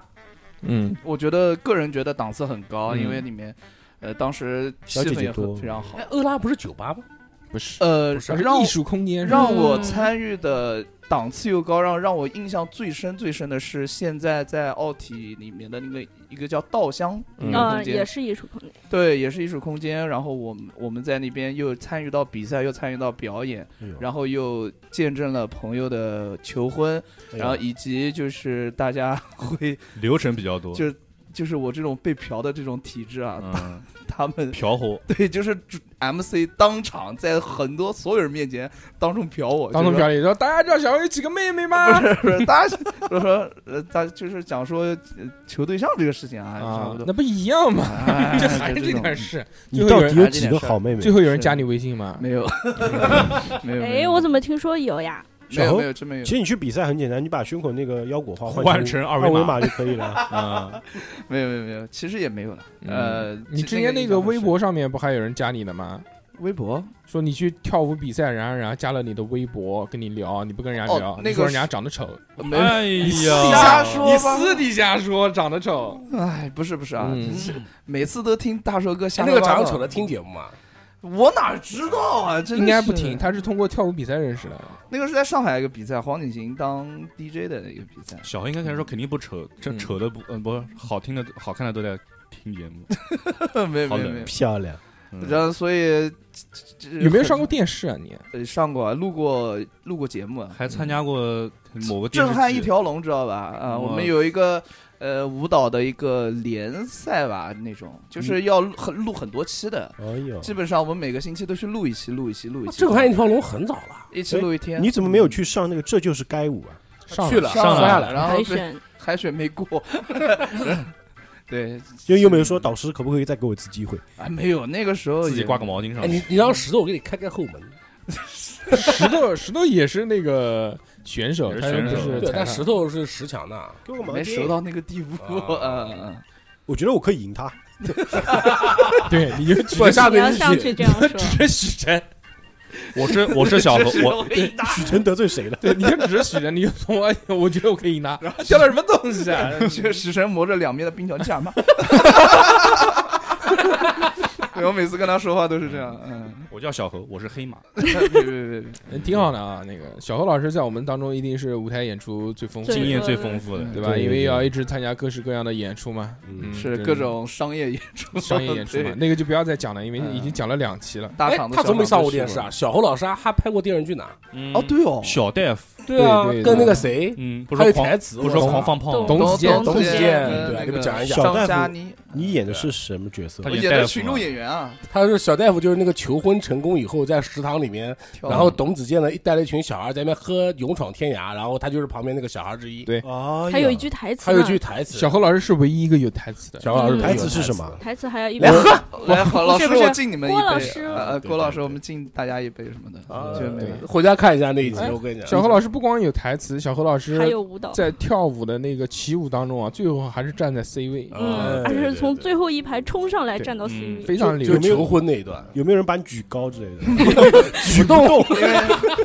[SPEAKER 1] 嗯，
[SPEAKER 2] 我觉得个人觉得档次很高，
[SPEAKER 1] 嗯
[SPEAKER 2] 因为里面呃当时气
[SPEAKER 5] 小姐
[SPEAKER 2] 氛
[SPEAKER 5] 姐
[SPEAKER 2] 也很
[SPEAKER 5] 多
[SPEAKER 2] 非常好
[SPEAKER 6] 哎，，欧拉不是酒吧吗？
[SPEAKER 1] 不是，
[SPEAKER 2] 呃
[SPEAKER 1] 而
[SPEAKER 2] 让
[SPEAKER 1] 是
[SPEAKER 2] 我
[SPEAKER 1] 艺术空间是吧，
[SPEAKER 2] 让我
[SPEAKER 3] 嗯
[SPEAKER 2] 参与的档次又高，让让我印象最深最深的是现在在奥体里面的那个一个叫稻香
[SPEAKER 1] 嗯
[SPEAKER 2] 艺术空
[SPEAKER 3] 嗯，也
[SPEAKER 2] 间，
[SPEAKER 3] 是艺术空间。
[SPEAKER 2] 对，也是艺术空间。然后我们我们在那边又参与到比赛，又参与到表演，然后又见证了朋友的求婚，
[SPEAKER 5] 哎
[SPEAKER 1] 哎
[SPEAKER 2] 然后以及就是大家 会
[SPEAKER 4] 流程比较多，
[SPEAKER 2] 就就是我这种被嫖的这种体质啊，
[SPEAKER 4] 嗯，
[SPEAKER 2] 他们
[SPEAKER 4] 嫖猴，
[SPEAKER 2] 对就是主 MC 当场在很多所有人面前当众嫖我，
[SPEAKER 1] 当众
[SPEAKER 2] 就是
[SPEAKER 1] 表演说大家知道小薇有几个妹妹吗？
[SPEAKER 2] 不是不是，大家我说呃，大家就是讲说呃求对象这个事情啊，差
[SPEAKER 1] 啊
[SPEAKER 2] 不，多。
[SPEAKER 1] 那不一样吗？
[SPEAKER 2] 哎
[SPEAKER 1] 这还是
[SPEAKER 2] 这
[SPEAKER 1] 这
[SPEAKER 2] 种
[SPEAKER 1] 点
[SPEAKER 6] 哎
[SPEAKER 1] 事。
[SPEAKER 5] 你到底有几个好妹妹
[SPEAKER 1] 最？后有人加你微信吗？
[SPEAKER 2] 没有 没有没
[SPEAKER 3] 哎，
[SPEAKER 2] 有
[SPEAKER 3] 我怎么听说有呀？
[SPEAKER 2] 没有
[SPEAKER 5] 小
[SPEAKER 2] 没有真没有
[SPEAKER 5] 其实你去比赛很简单，你把胸口那个腰果花
[SPEAKER 4] 换
[SPEAKER 5] 成
[SPEAKER 4] 成二
[SPEAKER 5] 二
[SPEAKER 4] 维
[SPEAKER 5] 维
[SPEAKER 4] 码，
[SPEAKER 5] 码就可以了。
[SPEAKER 4] 嗯，
[SPEAKER 2] 没有没有没有，其实也没有了。呃，
[SPEAKER 1] 嗯你
[SPEAKER 2] 这
[SPEAKER 1] 之前那
[SPEAKER 2] 印
[SPEAKER 1] 个
[SPEAKER 2] 象很
[SPEAKER 1] 微博上面不还有人加你的吗？
[SPEAKER 2] 深微博
[SPEAKER 1] 说你去跳舞比赛，然后然后加了你的微博跟你聊，你不跟人家
[SPEAKER 2] 哦
[SPEAKER 1] 聊，
[SPEAKER 2] 那
[SPEAKER 1] 你说
[SPEAKER 2] 个
[SPEAKER 1] 人
[SPEAKER 2] 是
[SPEAKER 1] 家长得丑，
[SPEAKER 2] 没有，
[SPEAKER 4] 哎
[SPEAKER 2] 底下
[SPEAKER 4] 呀，
[SPEAKER 2] 说吧
[SPEAKER 1] 底下说长得丑，
[SPEAKER 2] 哎不是不是啊，
[SPEAKER 1] 嗯哎
[SPEAKER 2] 是每次都听大硕哥瞎
[SPEAKER 6] 那个
[SPEAKER 2] 说八
[SPEAKER 6] 长
[SPEAKER 2] 道
[SPEAKER 6] 得丑的听节目嘛？
[SPEAKER 2] 我哪知道啊？真的
[SPEAKER 1] 应该
[SPEAKER 2] 是
[SPEAKER 1] 不听，他是通过跳舞比赛认识的。
[SPEAKER 2] 那个是在上海一个比赛，黄景行当 DJ 的一个比赛。
[SPEAKER 4] 小黑应该开始说肯定不呃丑，这
[SPEAKER 1] 嗯
[SPEAKER 4] 丑的不，嗯，不是好听的、好看的都在听节目，
[SPEAKER 2] 没有没有
[SPEAKER 4] 好
[SPEAKER 2] 没有
[SPEAKER 4] 冷
[SPEAKER 2] 没有，
[SPEAKER 5] 漂亮，
[SPEAKER 4] 嗯
[SPEAKER 2] 然后所以这
[SPEAKER 1] 有没有上过电视啊你？
[SPEAKER 2] 呃上过啊，录过录过节目啊，
[SPEAKER 4] 还参加过某个电
[SPEAKER 2] 嗯震
[SPEAKER 4] 视
[SPEAKER 2] 撼
[SPEAKER 4] 剧嗯
[SPEAKER 2] 一条龙，知道吧？啊，我们有一个呃舞蹈的一个联赛吧，那种
[SPEAKER 4] 嗯
[SPEAKER 2] 就是要录很录很多期的，
[SPEAKER 5] 哎呦，
[SPEAKER 2] 基本上我们每个星期都去录一期，录一期，录一期，
[SPEAKER 6] 震撼一条龙很早了，
[SPEAKER 2] 一期录一
[SPEAKER 4] 哎
[SPEAKER 2] 天。
[SPEAKER 5] 你怎么没有去上那个《这就是该舞》啊？
[SPEAKER 1] 上
[SPEAKER 6] 去了
[SPEAKER 2] 上
[SPEAKER 4] 上
[SPEAKER 6] 下来
[SPEAKER 2] 来了，然后
[SPEAKER 3] 海
[SPEAKER 2] 被
[SPEAKER 3] 选
[SPEAKER 2] 海选没过， 对，
[SPEAKER 5] 就有没有说导师可不可以再给我一次机会？
[SPEAKER 2] 啊没有那个时候
[SPEAKER 4] 自己
[SPEAKER 2] 也
[SPEAKER 4] 挂个毛巾上
[SPEAKER 6] 哎，你你让石头给你开开后门，
[SPEAKER 1] 石头石头也是那个选手，
[SPEAKER 4] 也是
[SPEAKER 1] 他
[SPEAKER 4] 选
[SPEAKER 1] 不
[SPEAKER 4] 手
[SPEAKER 1] 是
[SPEAKER 6] 对，
[SPEAKER 1] 裁
[SPEAKER 6] 但
[SPEAKER 1] 判
[SPEAKER 6] 石头是十强的，
[SPEAKER 5] 给我个毛
[SPEAKER 2] 没熟
[SPEAKER 5] 巾。
[SPEAKER 2] 到那个地步，
[SPEAKER 4] 哦
[SPEAKER 6] 啊
[SPEAKER 2] 嗯嗯。
[SPEAKER 5] 我觉得我可以赢他。
[SPEAKER 1] 对，你就举
[SPEAKER 6] 不，
[SPEAKER 1] 着
[SPEAKER 6] 下
[SPEAKER 3] 你要
[SPEAKER 6] 面
[SPEAKER 3] 上 去这样说，
[SPEAKER 1] 指着许晨，
[SPEAKER 4] 我是我 是小
[SPEAKER 2] 这是
[SPEAKER 4] 何，我
[SPEAKER 2] 一大
[SPEAKER 5] 许晨得罪谁了？
[SPEAKER 1] 对，你就指着许晨，你就从哎，我觉得我可以赢他，
[SPEAKER 2] 然后
[SPEAKER 1] 笑了什么东西啊？
[SPEAKER 2] 这食神磨着两边的冰条，你想吗？ 对，我每次跟他说话都是这样， 嗯，
[SPEAKER 4] 我叫小何，我是黑马，
[SPEAKER 2] 别别别
[SPEAKER 3] 嗯
[SPEAKER 2] 别，
[SPEAKER 1] 挺好的啊。那个小何老师在我们当中一定是舞台演出最丰富的，
[SPEAKER 4] 经验最丰富的。
[SPEAKER 2] 对
[SPEAKER 1] 对吧？
[SPEAKER 5] 对
[SPEAKER 1] 因为要一直参加各式各样的演出嘛，嗯，
[SPEAKER 2] 是
[SPEAKER 1] 这
[SPEAKER 2] 各种商业演 出，
[SPEAKER 1] 商业演出嘛
[SPEAKER 2] 对，
[SPEAKER 1] 那个就不要再讲了，因为
[SPEAKER 2] 嗯
[SPEAKER 1] 已经讲了两期了。
[SPEAKER 2] 大
[SPEAKER 6] 哎
[SPEAKER 2] 厂，子
[SPEAKER 6] 他怎么没上过
[SPEAKER 2] 小
[SPEAKER 6] 电
[SPEAKER 2] 厂子
[SPEAKER 6] 视啊？小侯老师还拍过电视剧呢，
[SPEAKER 4] 嗯
[SPEAKER 2] 哦，，对哦，
[SPEAKER 4] 小大夫，
[SPEAKER 6] 对啊
[SPEAKER 1] 对对，
[SPEAKER 6] 跟那个谁，
[SPEAKER 4] 嗯，不
[SPEAKER 6] 还
[SPEAKER 4] 是
[SPEAKER 6] 有
[SPEAKER 4] 狂
[SPEAKER 6] 台词，
[SPEAKER 4] 不是
[SPEAKER 6] 我操
[SPEAKER 4] 狂放炮吗，
[SPEAKER 1] 懂董子健
[SPEAKER 6] 董子健
[SPEAKER 2] 跟
[SPEAKER 6] 对
[SPEAKER 2] 那
[SPEAKER 6] 给你
[SPEAKER 2] 个
[SPEAKER 6] 们讲一讲
[SPEAKER 5] 小大
[SPEAKER 2] 张
[SPEAKER 5] 夫
[SPEAKER 2] 嘉倪，
[SPEAKER 5] 你演的是什么角色
[SPEAKER 4] 他
[SPEAKER 2] 我
[SPEAKER 4] 演
[SPEAKER 2] 演
[SPEAKER 4] 大
[SPEAKER 2] 的
[SPEAKER 4] 夫
[SPEAKER 2] 群
[SPEAKER 4] 嘛
[SPEAKER 2] 众演员啊，
[SPEAKER 6] 他是小大夫，就是那个求婚成功以后，在食堂里面，
[SPEAKER 2] 跳
[SPEAKER 6] 然后 董子健呢带了一群小孩在那边喝《勇闯天涯》，然后他就是旁边那个小孩之一。
[SPEAKER 1] 对
[SPEAKER 5] 啊
[SPEAKER 3] 还有一句台词
[SPEAKER 6] 还
[SPEAKER 3] 呢，
[SPEAKER 6] 有一句台词，
[SPEAKER 1] 小何老师是唯一一个有台词的，
[SPEAKER 6] 小侯老师
[SPEAKER 3] 嗯
[SPEAKER 6] 没有
[SPEAKER 5] 台词是什么
[SPEAKER 3] 台词还要一
[SPEAKER 6] 来
[SPEAKER 3] 般
[SPEAKER 6] 喝
[SPEAKER 2] 来，哎好，老师，
[SPEAKER 3] 不是
[SPEAKER 2] 我敬你们一
[SPEAKER 3] 郭老
[SPEAKER 6] 啊
[SPEAKER 2] 杯，
[SPEAKER 3] 师啊
[SPEAKER 2] 呃，呃
[SPEAKER 6] 对
[SPEAKER 2] 郭老
[SPEAKER 6] 对
[SPEAKER 2] 师，
[SPEAKER 6] 对
[SPEAKER 2] 我们敬大家一杯什么的，
[SPEAKER 6] 啊
[SPEAKER 2] 就没有
[SPEAKER 6] 对回家看一下那一集，
[SPEAKER 1] 哎
[SPEAKER 6] 我跟你讲。
[SPEAKER 1] 小何老师不光有台词，小何老师
[SPEAKER 3] 还有舞蹈，
[SPEAKER 1] 在跳舞的那个起舞当中啊，最后还是站在 C 位，
[SPEAKER 6] 啊
[SPEAKER 3] 嗯，而
[SPEAKER 6] 对对
[SPEAKER 3] 是
[SPEAKER 6] 对
[SPEAKER 3] 从
[SPEAKER 6] 对
[SPEAKER 3] 最后一排冲上来站到
[SPEAKER 4] 对
[SPEAKER 3] C
[SPEAKER 4] 嗯
[SPEAKER 3] 位，
[SPEAKER 1] 非常流
[SPEAKER 6] 就
[SPEAKER 1] 利。
[SPEAKER 6] 求婚那一段，
[SPEAKER 5] 有没有人把你举高之类的？
[SPEAKER 6] 举 动
[SPEAKER 2] 因为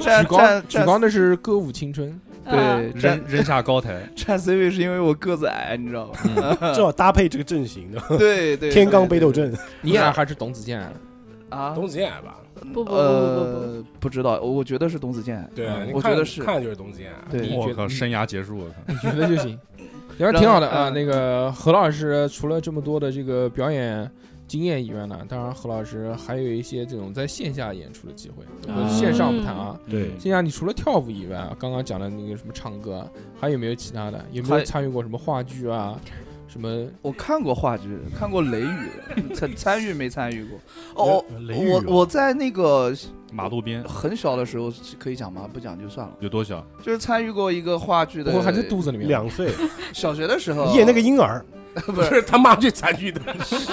[SPEAKER 2] 站
[SPEAKER 1] 举高，
[SPEAKER 2] 站
[SPEAKER 1] 举
[SPEAKER 2] 站
[SPEAKER 1] 高那是歌舞青春，
[SPEAKER 3] 啊
[SPEAKER 2] 对站
[SPEAKER 4] 扔扔下高台，
[SPEAKER 2] 站 C 位是因为我个子矮，你知道吧？
[SPEAKER 5] 正
[SPEAKER 6] 嗯
[SPEAKER 5] 好搭配这个阵型的
[SPEAKER 2] 对对，
[SPEAKER 5] 天罡
[SPEAKER 2] 对
[SPEAKER 5] 北斗阵。
[SPEAKER 1] 你俩还是董子健啊？
[SPEAKER 2] 啊，
[SPEAKER 6] 董子健矮吧？
[SPEAKER 3] 不不不不
[SPEAKER 2] 呃，不知道，我觉得是董子健。
[SPEAKER 6] 对啊，
[SPEAKER 1] 嗯
[SPEAKER 6] 你
[SPEAKER 2] 我
[SPEAKER 6] 看
[SPEAKER 2] 觉得是
[SPEAKER 6] 看着就是董子健啊矮。
[SPEAKER 1] 你
[SPEAKER 2] 对，
[SPEAKER 1] 觉
[SPEAKER 4] 我
[SPEAKER 1] 得
[SPEAKER 4] 靠，
[SPEAKER 1] 你
[SPEAKER 4] 生涯结束，我靠，
[SPEAKER 1] 你觉得就 行，然后挺好的啊。
[SPEAKER 2] 嗯
[SPEAKER 1] 那个何老师除了这么多的这个表演经验以外呢，当然何老师还有一些这种在线下演出的机会，
[SPEAKER 2] 啊
[SPEAKER 1] 线上不谈啊。
[SPEAKER 5] 对
[SPEAKER 4] 嗯
[SPEAKER 1] 线下你除了跳舞以外啊，刚刚讲的那个什么唱歌啊，还有没有其他的？有没有
[SPEAKER 2] 还
[SPEAKER 1] 参与过什么话剧啊？什么？
[SPEAKER 2] 我看过话剧，看过《雷雨》， 参参与没参与过？哦，
[SPEAKER 5] 雷雨
[SPEAKER 2] 我我在那个
[SPEAKER 4] 马路边
[SPEAKER 2] 很小的时候可以讲吗？不讲就算了。
[SPEAKER 4] 有多小？
[SPEAKER 2] 就是参与过一个话剧
[SPEAKER 1] 不
[SPEAKER 2] 的，
[SPEAKER 1] 过还在肚子里面。
[SPEAKER 5] 两岁，
[SPEAKER 2] 小学的时候
[SPEAKER 5] 你演那个婴儿，
[SPEAKER 2] 不
[SPEAKER 6] 不
[SPEAKER 2] 是
[SPEAKER 6] 是他妈去残局的，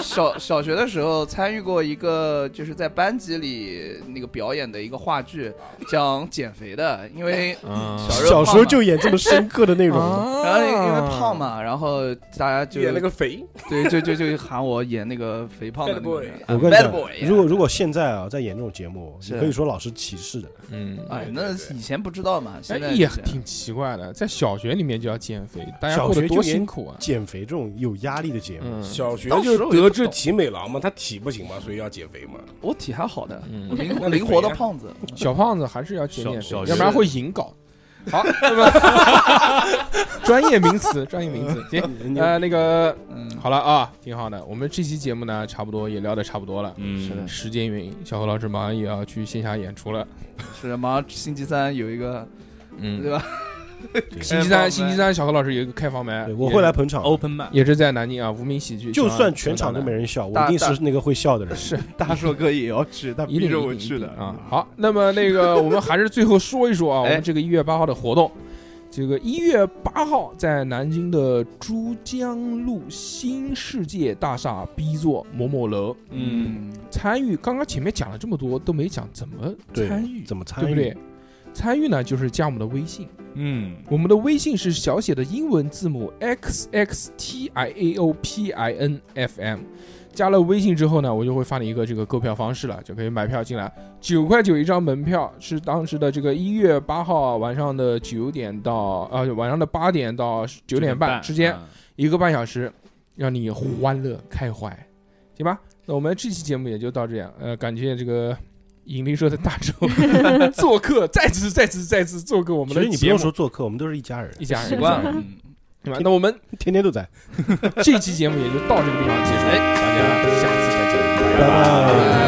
[SPEAKER 2] 小小学的时候参与过一个，就是在班级里那个表演的一个话剧，讲减肥的，因为
[SPEAKER 1] 啊，
[SPEAKER 2] 小时候
[SPEAKER 5] 小时候就演这么深刻的内容，
[SPEAKER 1] 啊
[SPEAKER 2] 然后因为胖，嘛，然后大家就
[SPEAKER 6] 演那个肥，
[SPEAKER 2] 对，就就就喊我演那个肥胖的那
[SPEAKER 6] Bad boy
[SPEAKER 5] 我
[SPEAKER 2] 个
[SPEAKER 5] 跟你
[SPEAKER 2] bad
[SPEAKER 5] 讲
[SPEAKER 2] boy。
[SPEAKER 5] 如果如果现在啊在演这种节目，你
[SPEAKER 2] 是
[SPEAKER 5] 可以说老师歧视的，
[SPEAKER 1] 嗯，
[SPEAKER 2] 哎
[SPEAKER 1] 哎，，
[SPEAKER 2] 那以前不知道嘛，现在
[SPEAKER 1] 也
[SPEAKER 2] 就这样
[SPEAKER 1] 挺奇怪的，在小学里面就要减肥，大家
[SPEAKER 5] 小
[SPEAKER 1] 过得
[SPEAKER 5] 学
[SPEAKER 1] 多
[SPEAKER 5] 就演
[SPEAKER 1] 辛苦啊！
[SPEAKER 5] 减肥这种有压力的节目，
[SPEAKER 1] 嗯，
[SPEAKER 6] 小学
[SPEAKER 2] 当时
[SPEAKER 6] 就
[SPEAKER 2] 我
[SPEAKER 6] 是
[SPEAKER 2] 也
[SPEAKER 6] 德
[SPEAKER 2] 不
[SPEAKER 6] 智
[SPEAKER 2] 懂
[SPEAKER 6] 体美劳嘛，他体不行嘛，所以要减肥嘛。
[SPEAKER 2] 我体还好的，
[SPEAKER 1] 嗯
[SPEAKER 2] 我 灵
[SPEAKER 6] 那
[SPEAKER 2] 活
[SPEAKER 6] 你
[SPEAKER 2] 灵活
[SPEAKER 6] 肥
[SPEAKER 2] 的
[SPEAKER 6] 呀
[SPEAKER 2] 胖 子。
[SPEAKER 1] 小胖子还是要减减肥
[SPEAKER 4] 小小，
[SPEAKER 1] 要不然
[SPEAKER 4] 是
[SPEAKER 1] 会引稿。好，那么专业名词，专业名词，行，
[SPEAKER 5] 嗯
[SPEAKER 1] 呃，那个
[SPEAKER 2] 嗯，
[SPEAKER 1] 好了啊，挺好的。我们这期节目呢，差不多也聊得差不多了。
[SPEAKER 4] 嗯，
[SPEAKER 2] 是的
[SPEAKER 1] 时间原因，小何老师马上也要去线下演出了。
[SPEAKER 2] 是马上星期三有一个，对
[SPEAKER 1] 嗯，
[SPEAKER 2] 吧？
[SPEAKER 1] 星期
[SPEAKER 2] 开
[SPEAKER 1] 三，
[SPEAKER 2] 放
[SPEAKER 1] 星期三，小何老师有一个开放麦
[SPEAKER 5] 对，我会来
[SPEAKER 1] 也，
[SPEAKER 5] 捧场。
[SPEAKER 4] ，open man，
[SPEAKER 1] 也是在南京啊，无名喜剧。
[SPEAKER 5] 就
[SPEAKER 1] 小安
[SPEAKER 5] 算全场都没人笑，我
[SPEAKER 2] 大
[SPEAKER 5] 一定是那个会笑的人。
[SPEAKER 1] 是，
[SPEAKER 2] 大硕哥也要去，他
[SPEAKER 1] 一
[SPEAKER 2] 逼
[SPEAKER 1] 定
[SPEAKER 2] 着我
[SPEAKER 1] 一定
[SPEAKER 2] 去的嗯
[SPEAKER 1] 一定啊。好，那么那个我们还是最后说一说啊，我
[SPEAKER 2] 哎
[SPEAKER 1] 们这个一月八号的活动。这个一月八号在南京的珠江路新世界大厦 B 座某某楼
[SPEAKER 4] 嗯，
[SPEAKER 1] 参与。刚刚前面讲了这么多，都没讲怎么
[SPEAKER 5] 对
[SPEAKER 1] 参与，
[SPEAKER 5] 怎么参
[SPEAKER 1] 对
[SPEAKER 5] 与？
[SPEAKER 1] 不对？参与呢，就是加我们的微信，
[SPEAKER 4] 嗯，
[SPEAKER 1] 我们的微信是小写的英文字母 x x t i a o p i n f m。加了微信之后呢，我就会发你一个这个购票方式了，就可以买票进来，九块九一张门票，是当时的这个一月八号晚上的九点到呃晚上的八点到九点半之间，
[SPEAKER 4] 嗯
[SPEAKER 1] 一个半小时，让你欢乐开怀，行吧？那我们这期节目也就到这样，呃，感谢这个引力社的大周做客，再次再次再次做客我
[SPEAKER 5] 其
[SPEAKER 1] 们的
[SPEAKER 5] 实你不
[SPEAKER 1] 节
[SPEAKER 5] 用
[SPEAKER 1] 目
[SPEAKER 5] 说做客，我们都是一家人
[SPEAKER 1] 一，家人
[SPEAKER 2] 习惯了。
[SPEAKER 1] 一家人
[SPEAKER 2] 嗯
[SPEAKER 1] 对吧？那我们
[SPEAKER 5] 天天都在。
[SPEAKER 2] 哎
[SPEAKER 1] 这期节目也就到这个地方结束，大家下次再见，拜
[SPEAKER 5] 拜拜